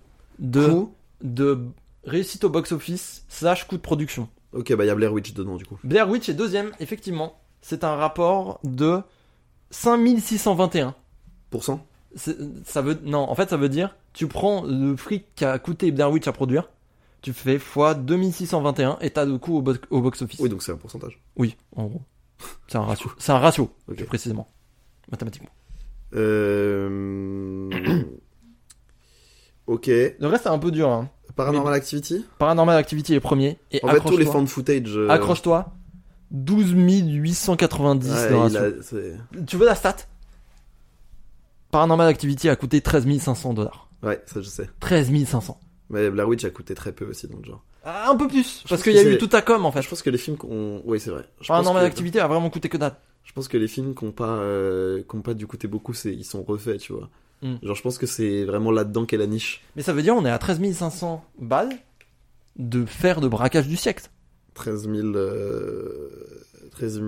de,
Coût
de réussite au box-office slash coût de production.
Ok, bah il y a Blair Witch dedans du coup.
Blair Witch est deuxième, effectivement. C'est un rapport de 5621.
Pourcent
C'est- Ça veut, non, en fait, ça veut dire tu prends le fric qu'a coûté Blair Witch à produire, tu fais fois 2621 et t'as le coût au, bo- au box-office.
Oui, donc c'est un pourcentage.
Oui, en gros. C'est un
<laughs>
ratio. C'est un ratio,
Ok.
plus précisément. Mathématiquement. <coughs>
Euh... ok.
Le reste est un peu dur. Hein.
Paranormal Activity
Paranormal Activity est premier. Et
En fait, tous les
accroche-toi.
fans de footage. euh,
Accroche-toi. 12 890
ouais,
le
il
ratio.
a- c'est-
Tu veux la stat Paranormal Activity a coûté 13 500 dollars.
ouais, ça je sais.
13 500.
Mais Blair Witch a coûté très peu aussi dans le genre.
Ah, un peu plus, parce
Je pense
qu'il
que
y a eu
c'est-
tout à com en
Je
fait.
pense que les films qu'on. Oui, c'est vrai. Je pense,
Paranormal
que...
Activity a vraiment coûté que dalle.
je pense que les films qu'on pas, euh, qu'ont pas du côté beaucoup, c'est... ils sont refaits, tu vois.
Mm.
Genre, je pense que c'est vraiment là-dedans qu'est la niche.
Mais ça veut dire on est à 13 500 balles de faire de braquage du siècle.
13 000, euh, 13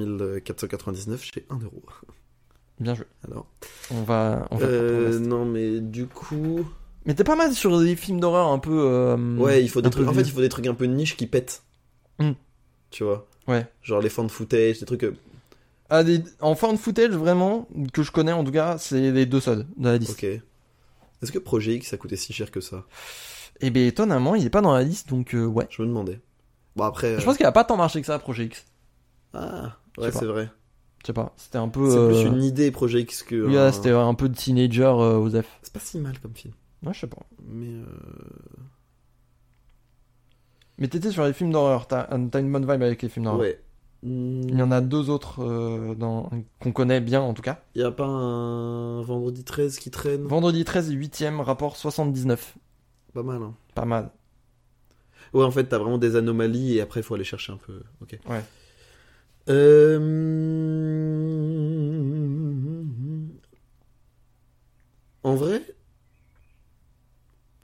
499 chez 1 euro.
Bien joué.
Alors,
On va. On va
euh,
on va-
non, mais du coup,
Mais t'es pas mal sur des films d'horreur un peu. euh,
ouais, il faut des
un peu
trucs. En fait, il
vieux.
faut des trucs un peu niche qui pètent.
Mm.
Tu vois.
Ouais.
Genre les fan footage, des trucs. euh,
Ah, des- En found footage, vraiment, que je connais en tout cas, c'est les deux sods dans la liste.
Ok. Est-ce que Projet X ça coûtait si cher que ça
Et bien étonnamment, il est pas dans la liste donc euh, ouais.
Je me demandais. Bon après. euh,
Je pense qu'il a pas tant marché que ça, Projet X.
Ah,
Je
ouais,
sais
c'est vrai.
Je sais pas, c'était un peu.
C'est
euh,
plus une euh, idée Projet X que.
oui, là,
un-
c'était un peu de teenager, euh, Osef.
C'est pas si mal comme film.
Ouais, je sais pas.
Mais. euh,
Mais t'étais sur les films d'horreur, t'as t'as une bonne vibe avec les films d'horreur.
Ouais. Mm,
Il y en a deux autres euh, dans... qu'on connaît bien en tout cas.
Hmm, Y a pas un Vendredi 13 qui traîne
Vendredi 13 et 8ème, rapport 79.
Pas mal, hein.
Pas mal.
Ouais, en fait, t'as vraiment des anomalies et après, faut aller chercher un peu. Ok.
Ouais.
Euh... En vrai.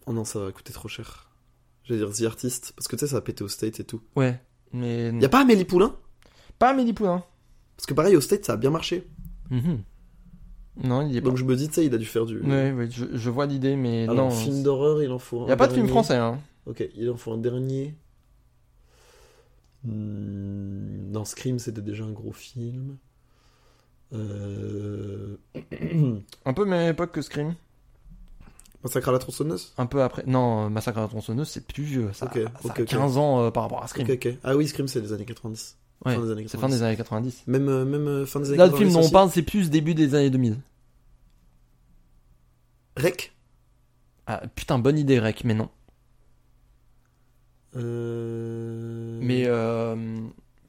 Oh non, ça va coûter trop cher. J'allais dire The Artist, parce que tu sais, ça a pété au State et tout.
Ouais, mais.
Y a pas Amélie Poulain
Pas Amélie Poulain.
Parce que pareil, au State, ça a bien marché.
Mhm. Non, il y est pas.
Mm-hmm. Donc je me dis, tu sais, il a dû faire du.
Ouais, ouais, je, je vois l'idée, mais
Alors,
non.
film d'horreur, il en faut un.
Y a pas de film
dernier.
français, hein.
Ok, il en faut un dernier. Hmm, Dans Scream, c'était déjà un gros film. Euh...
Un peu même époque que Scream.
Massacre à la tronçonneuse
Un peu après. Non, euh, Massacre à la tronçonneuse, c'est plus vieux. Ça,
Ok,
ça
ok,
a
ok.
15 ans euh, par rapport à Scream.
Ok, ok. Ah oui, Scream, c'est des années 90.
Ouais,
fin des années
c'est fin des années 90.
Même, euh, même euh, fin des années
Là, le
90.
film dont on
aussi.
parle, c'est plus début des années 2000.
Rec
Ah putain, bonne idée, Rec, mais non.
Euh,
Mais euh,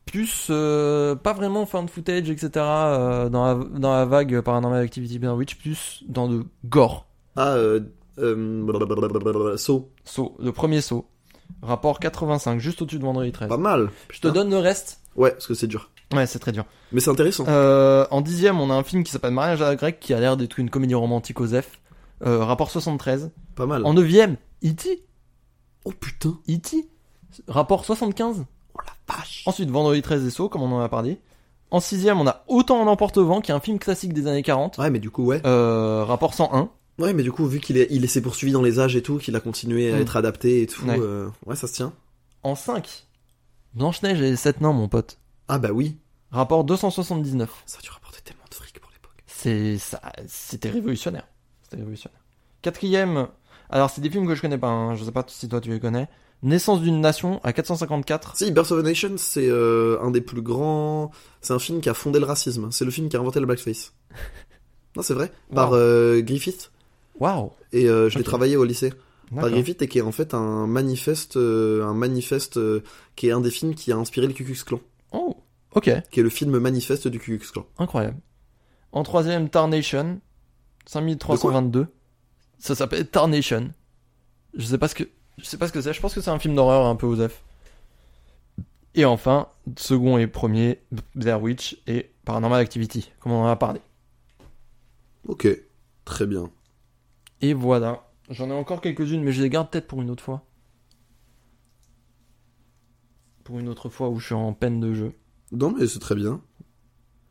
plus euh, pas vraiment fan footage, etc. euh, dans, la, dans la vague Paranormal Activity Blair Witch, plus dans le gore.
Ah, euh, euh, blablabla, Saw.
Saut, le premier saut. Rapport 85, juste au-dessus de Vendredi 13.
Pas mal. hein.
Je te donne le reste.
Ouais, parce que c'est dur.
Ouais, c'est très dur.
Mais c'est intéressant.
Euh, en dixième, on a un film qui s'appelle Mariage à la grecque, qui a l'air d'être une comédie romantique aux F. Euh, rapport 73.
Pas mal.
En neuvième, E E.T.
Oh putain.
E.T. Rapport 75.
Oh la vache.
Ensuite, Vendredi 13 et Saut, comme on en a parlé. En sixième, on a Autant en emporte-vent, qui est un film classique des années 40.
Ouais, mais du coup, ouais.
Euh, rapport 101.
Ouais, mais du coup, vu qu'il est, il s'est poursuivi dans les âges et tout, qu'il a continué à
Mm.
être adapté et tout,
Ouais.
euh, ouais, ça se tient.
En 5, Blanche-Neige et les 7 nains, mon pote.
Ah bah oui,
Rapport 279.
ça a dû rapporter tellement de fric pour l'époque.
C'est ça, c'était révolutionnaire. C'était révolutionnaire. Quatrième, alors c'est des films que je connais pas, hein, je sais pas si toi tu les connais. Naissance d'une nation à 454.
Si, Birth of a Nation, c'est euh, un des plus grands. C'est un film qui a fondé le racisme. C'est le film qui a inventé le
<laughs>
blackface. non, c'est vrai. Par
Wow.
euh, Griffith.
Waouh.
Et euh, je l'ai
Ok.
travaillé au lycée. Par
D'accord.
Griffith, et qui est en fait un manifeste. euh, un manifeste euh, qui est un des films qui a inspiré le Ku Klux Klan.
Oh, ok,
Qui est le film manifeste du Ku Klux Klan.
incroyable. En troisième, Tarnation, 5322. Ça s'appelle Tarnation. Je sais pas ce que, je sais pas ce que c'est. Je pense que c'est un film d'horreur un peu aux F. Et enfin, second et premier, Blair Witch et Paranormal Activity, comme on en a parlé.
Ok, très bien.
Et voilà. J'en ai encore quelques-unes, mais je les garde peut-être pour une autre fois. Pour une autre fois où je suis en peine de jeu.
Non, mais c'est très bien.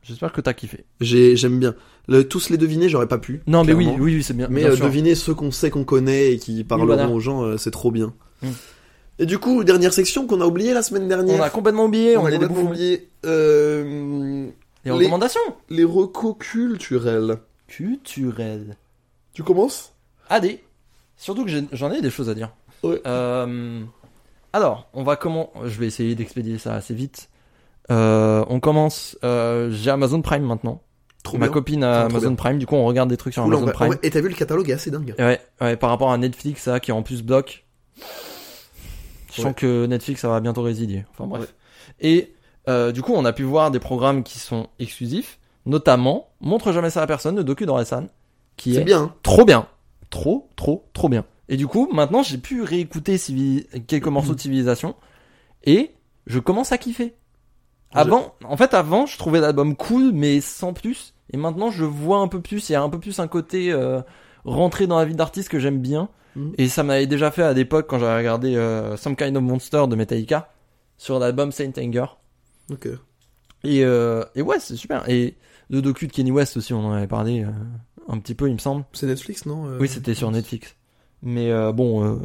J'espère que t'as kiffé.
J'ai- J'aime bien. Le- tous les deviner, j'aurais pas pu.
Non, mais oui,
clairement.
oui, oui, c'est bien.
Mais
bien
euh,
sûr.
deviner ceux qu'on sait qu'on connaît et qui parleront
voilà.
aux gens, euh, c'est trop bien.
Mm.
Et du coup, dernière section qu'on a oubliée la semaine dernière.
On a complètement oublié, on,
On a
est des
complètement
bouffons.
oublié euh,
Les
Les-
recommandations
les recos culturels.
culturelles.
Tu commences
Allez, surtout que j'ai- j'en ai des choses à dire.
Ouais.
Euh, alors, on va comment Je vais essayer d'expédier ça assez vite. Euh, on commence. euh, j'ai Amazon Prime maintenant.
Trop
Ma
bien.
copine a
Trop, trop
Amazon
bien.
Prime, du coup on regarde des trucs sur
Cool, en
Amazon
vrai- en
Prime.
vrai- Et t'as vu le catalogue est assez dingue.
Et Ouais, ouais, par rapport à Netflix, ça, qui en plus bloque. Je sens
Ouais.
que Netflix, ça va bientôt résilier. Enfin bref. Et euh, du coup, on a pu voir des programmes qui sont exclusifs, notamment Montre jamais ça à personne, le docu d'Orelsan, qui est,
C'est bien. hein.
trop bien. Trop, trop, trop bien. Et du coup, maintenant, j'ai pu réécouter Civi- quelques morceaux de Civilisation, et je commence à kiffer.
Je-
Avant, en fait, avant, je trouvais l'album cool, mais sans plus. Et maintenant, je vois un peu plus, il y a un peu plus un côté euh, rentré dans la vie d'artiste que j'aime bien.
Mhm.
Et ça m'avait déjà fait à l'époque quand j'avais regardé euh, Some Kind of Monster de Metallica sur l'album Saint Anger.
Ok.
Et, euh, et ouais, c'est super. Et le docu de Kenny West aussi, on en avait parlé euh, un petit peu, il me semble.
C'est Netflix, non euh,
oui, c'était sur Netflix. Mais euh, bon, euh,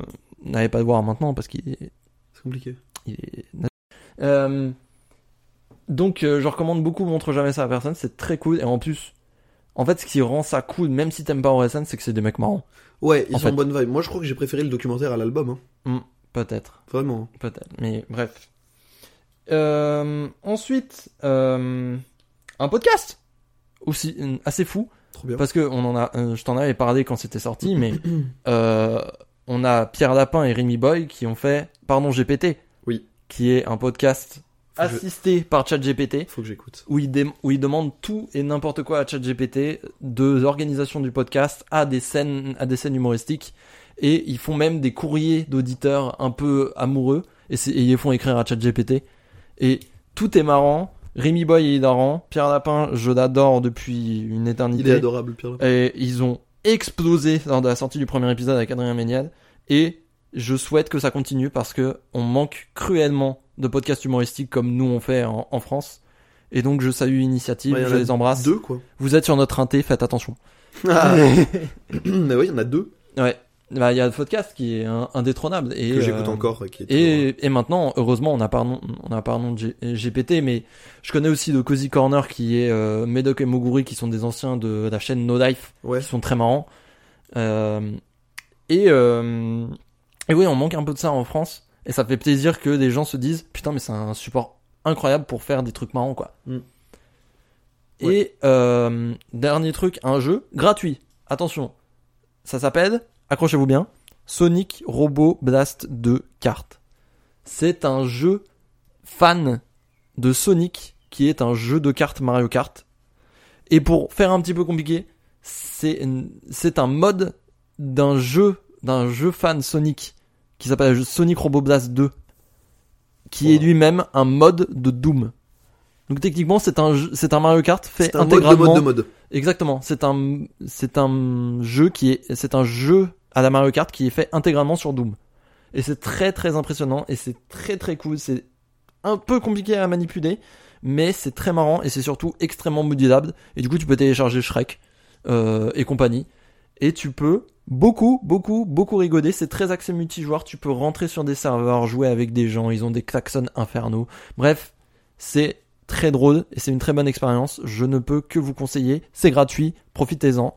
n'allez pas le voir maintenant parce qu'il est
C'est compliqué.
il est- Euh, donc, euh, je recommande beaucoup Montre jamais ça à personne, c'est très cool. Et en plus, en fait, ce qui rend ça cool, même si t'aimes pas Orelsan, c'est que c'est des mecs marrants.
Ouais, ils
En
sont
fait-
en bonne vibe. Moi, je crois que j'ai préféré le documentaire à l'album. hein.
Peut-être,
Vraiment. hein.
peut-être, mais bref. Euh, ensuite, euh, un podcast aussi euh, assez fou
Trop bien.
parce que on en a, euh, je t'en avais parlé quand c'était sorti,
<clears throat>
mais euh, on a Pierre Lapin et Rémi Boy qui ont fait Pardon GPT,
Oui.
qui est un podcast
Faut que je-
assisté par ChatGPT.
Faut que j'écoute.
où il, dé- où il demande tout et n'importe quoi à ChatGPT, de l'organisation du podcast à des scènes, à des scènes humoristiques, et ils font même des courriers d'auditeurs un peu amoureux, et, c'est- et ils les font écrire à ChatGPT. Et tout est marrant. Rémi Boy est hilarant, Pierre Lapin, je l'adore depuis une Euh, éternité.
Il est adorable, Pierre.
Et ils ont explosé lors de la sortie du premier épisode avec Adrien Méniel. Et je souhaite que ça continue parce que on manque cruellement de podcasts humoristiques comme nous on fait en, en France. Et donc je salue l'initiative,
Ouais, Bah, il y en
je
a
les embrasse.
Deux, quoi.
Vous êtes sur notre inté, faites attention. <laughs>
Ah. Mais oui, il y en a deux
Ouais. Bah, Il y a le podcast qui est un- indétrônable. Et,
que j'écoute
euh,
encore. Qui est toujours-
Et, et maintenant, heureusement, on a pardon, on a pardon G- GPT, mais je connais aussi le Cozy Corner qui est euh, Medoc et Moguri qui sont des anciens de la chaîne No Life,
Ouais.
qui sont très marrants. Euh, et euh, et oui, on manque un peu de ça en France, et ça fait plaisir que des gens se disent putain, mais c'est un support incroyable pour faire des trucs marrants quoi.
Mm.
Et euh, dernier truc, un jeu gratuit. Attention, ça s'appelle, accrochez-vous bien, Sonic Robo Blast 2 cartes. C'est un jeu fan de Sonic qui est un jeu de cartes Mario Kart. Et pour faire un petit peu compliqué, c'est une- c'est un mode d'un jeu d'un jeu fan Sonic qui s'appelle Sonic Robo Blast 2 qui est
Wow.
lui-même un mode de Doom. Donc techniquement, c'est un jeu- c'est un Mario Kart fait
C'est un mode de
intégralement
mode de mode.
Exactement, c'est un c'est un jeu qui est c'est un jeu à la Mario Kart qui est fait intégralement sur Doom. Et c'est très très impressionnant et c'est très très cool, c'est un peu compliqué à manipuler, mais c'est très marrant et c'est surtout extrêmement modulable et du coup tu peux télécharger Shrek euh, et compagnie et tu peux beaucoup beaucoup beaucoup rigoler, c'est très axé multijoueur, tu peux rentrer sur des serveurs, jouer avec des gens, ils ont des klaxons infernaux. Bref, c'est très drôle et c'est une très bonne expérience. Je ne peux que vous conseiller. C'est gratuit, profitez-en.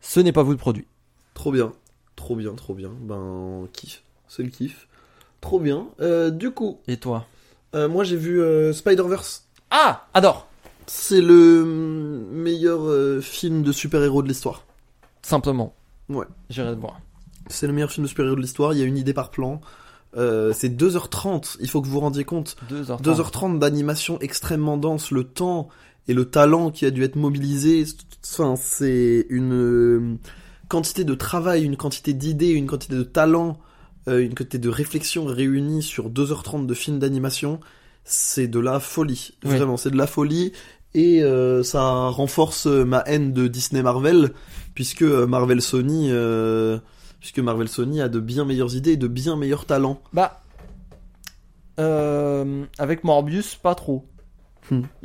Ce n'est pas vous le produit.
Trop bien. Trop bien, trop bien. Ben, kiff. C'est le kiff. Trop bien. Euh, du coup,
Et toi
euh, moi j'ai vu euh, Spider-Verse.
Ah Adore
C'est le hum, meilleur euh, film de super-héros de l'histoire.
Simplement.
Ouais.
J'irai le voir.
C'est le meilleur film de super-héros de l'histoire. Il y a une idée par plan. Euh, c'est 2h30. Il faut que vous vous rendiez compte.
2h30.
2h30 d'animation extrêmement dense, le temps et le talent qui a dû être mobilisé, c'est- enfin, c'est une euh, quantité de travail, une quantité d'idées, une quantité de talent, euh, une quantité de réflexion réunie sur 2h30 de film d'animation, c'est de la folie.
Oui.
Vraiment, c'est de la folie. Et euh, ça renforce euh, ma haine de Disney Marvel, puisque euh, Marvel Sony, euh, puisque Marvel Sony a de bien meilleures idées et de bien meilleurs talents.
Bah. euh, avec Morbius, pas trop.
Hmm.
<laughs>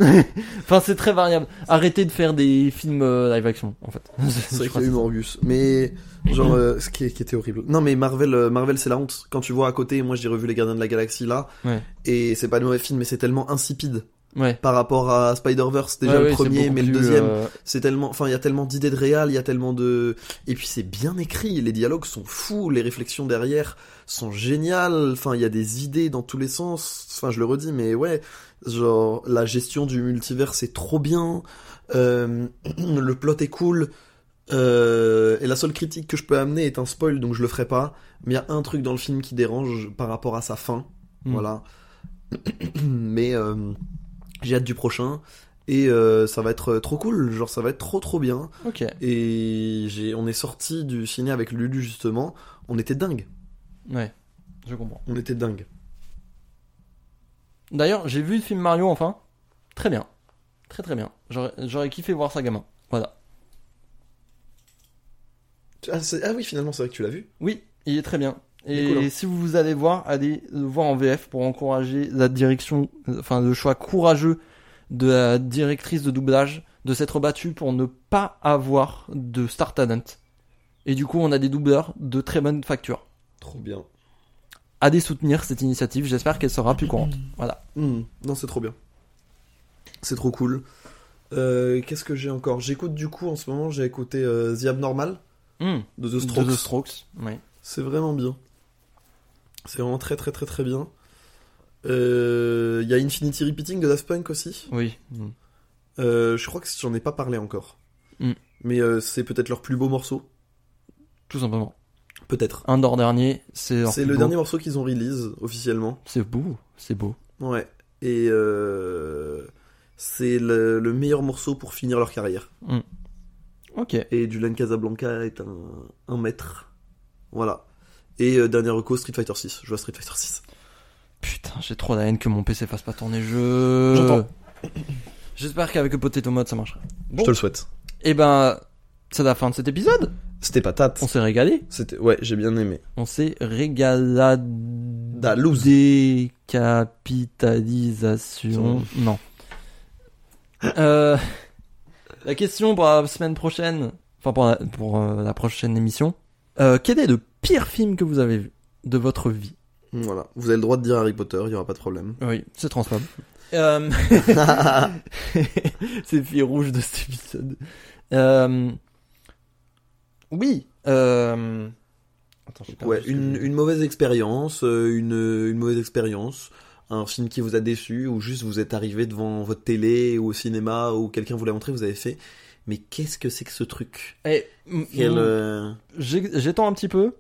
Enfin, c'est très variable. Arrêtez de faire des films euh, live action, en fait. <laughs>
C'est
Je
vrai
crois
qu'il y a eu
que
Morbius. Mais, genre, euh, ce qui, est- qui était horrible. Non, mais Marvel, euh, Marvel c'est la honte. Quand tu vois à côté, moi j'ai revu Les Gardiens de la Galaxie là,
Ouais.
et c'est pas de mauvais film, mais c'est tellement insipide
c'est- Ouais.
par rapport à Spider-Verse, déjà
Ouais,
le
ouais, c'est
premier,
beaucoup
mais le
plus,
deuxième.
euh,
C'est tellement, enfin, il y a tellement d'idées de réal, il y a tellement de, et puis c'est bien écrit, les dialogues sont fous, les réflexions derrière sont géniales, enfin, il y a des idées dans tous les sens, enfin, je le redis, mais ouais, genre, la gestion du multivers c'est trop bien, Euh, <clears throat> le plot est cool, Euh, et la seule critique que je peux amener est un spoil, donc je le ferai pas, mais il y a un truc dans le film qui dérange par rapport à sa fin,
Mm.
voilà. <clears throat> mais, euh, j'ai hâte du prochain. Et euh, ça va être euh, trop cool, genre ça va être trop trop bien.
Ok.
Et j'ai, on est sorti du ciné avec Lulu justement, on était dingue,
Ouais. Je comprends.
on était dingue.
D'ailleurs, j'ai vu le film Mario enfin. Très bien. Très très bien. J'aurais- J'aurais kiffé voir ça gamin. Voilà.
Ah, c'est- ah oui, finalement c'est vrai que tu l'as vu.
Oui, il est très bien.
est
Et
cool, hein.
si vous allez voir, allez le voir en VF pour encourager la direction, euh, enfin le choix courageux de la directrice de doublage de s'être battue pour ne pas avoir de star talent. Et du coup, on a des doubleurs de très bonne facture.
Trop bien.
Allez soutenir cette initiative, j'espère qu'elle sera plus courante. Voilà.
Hmm, Non, c'est trop bien. C'est trop cool. Euh, qu'est-ce que j'ai encore J'écoute du coup en ce moment, j'ai écouté euh, The Abnormal
Hmm.
de The
De
Strokes.
The Strokes, oui.
C'est vraiment bien. C'est vraiment très très très très bien. Euh, Il y a Infinity Repeating de Daft Punk aussi.
Oui. Hmm.
Euh, je crois que j'en ai pas parlé encore.
Mm.
Mais euh, c'est peut-être leur plus beau morceau.
Tout simplement.
Peut-être.
Un d'or dernier, c'est leur
C'est
plus
le
beau.
dernier morceau qu'ils ont release officiellement.
C'est beau, c'est beau.
Ouais. Et euh, c'est le, le meilleur morceau pour finir leur carrière.
Ok.
Et Julian Casablanca est un, un maître. Voilà. Et euh, dernier recours, Street Fighter 6. Je vois Street Fighter 6.
Putain, j'ai trop la haine que mon PC fasse pas tourner jeu.
J'entends.
<coughs> J'espère qu'avec le potato mode ça marchera.
Je te le souhaite.
Et ben, c'est la fin de cet épisode.
C'était patate.
On s'est régalé.
C'était... Ouais, j'ai bien aimé.
On s'est régalé.
loose.
Décapitalisation. Non. Euh, la question pour la semaine prochaine, enfin pour la, pour, euh, la prochaine émission, euh, quel est le pire film que vous avez vu de votre vie
Voilà. Vous avez le droit de dire Harry Potter, il y aura pas de
<laughs>
problème.
Oui, c'est transphobe. Euh, <laughs> c'est le fil rouge de cet épisode. Euh, Oui. euh, Attends, j'ai perdu
Ouais,
ce que
une,
je-
une mauvaise expérience, euh, une, une mauvaise expérience, un film qui vous a déçu, ou juste vous êtes arrivé devant votre télé ou au cinéma, ou quelqu'un vous l'a montré, vous avez fait. Mais qu'est-ce que c'est que ce truc
Eh, m-
Quel,
m-
euh,
j'ai- J'étends un petit peu.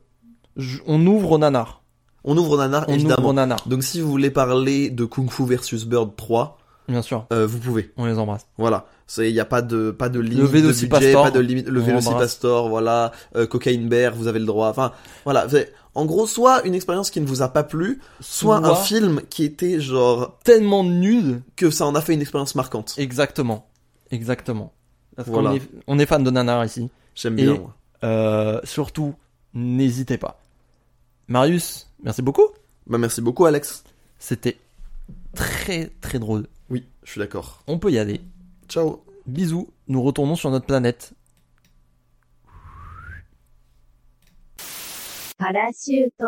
Je- On ouvre au nanar.
On ouvre Nanar,
On ouvre
évidemment.
au nanar.
Donc si vous voulez parler de Kung Fu versus Bird 3,
Bien sûr,
euh, vous pouvez.
on les embrasse.
Voilà. Il n'y a pas de, pas de limite de budget,
Vélocipastor,
pas de limite. Le
on
Vélocipastor, voilà. Euh, Cocaine Bear, vous avez le droit. Enfin, voilà. Vous avez- En gros, soit une expérience qui ne vous a pas plu, soit un film qui était genre
tellement nul.
que ça en a fait une expérience marquante.
Exactement. Exactement. Parce qu'on
Voilà.
est, on est fan de nanar ici.
J'aime
Et-
bien, moi.
Euh, surtout, n'hésitez pas. Marius, merci beaucoup.
Bah, merci beaucoup, Alex.
C'était très très drôle.
Oui, je suis d'accord.
On peut y aller.
Ciao.
Bisous, nous retournons sur notre planète.
パラシュート。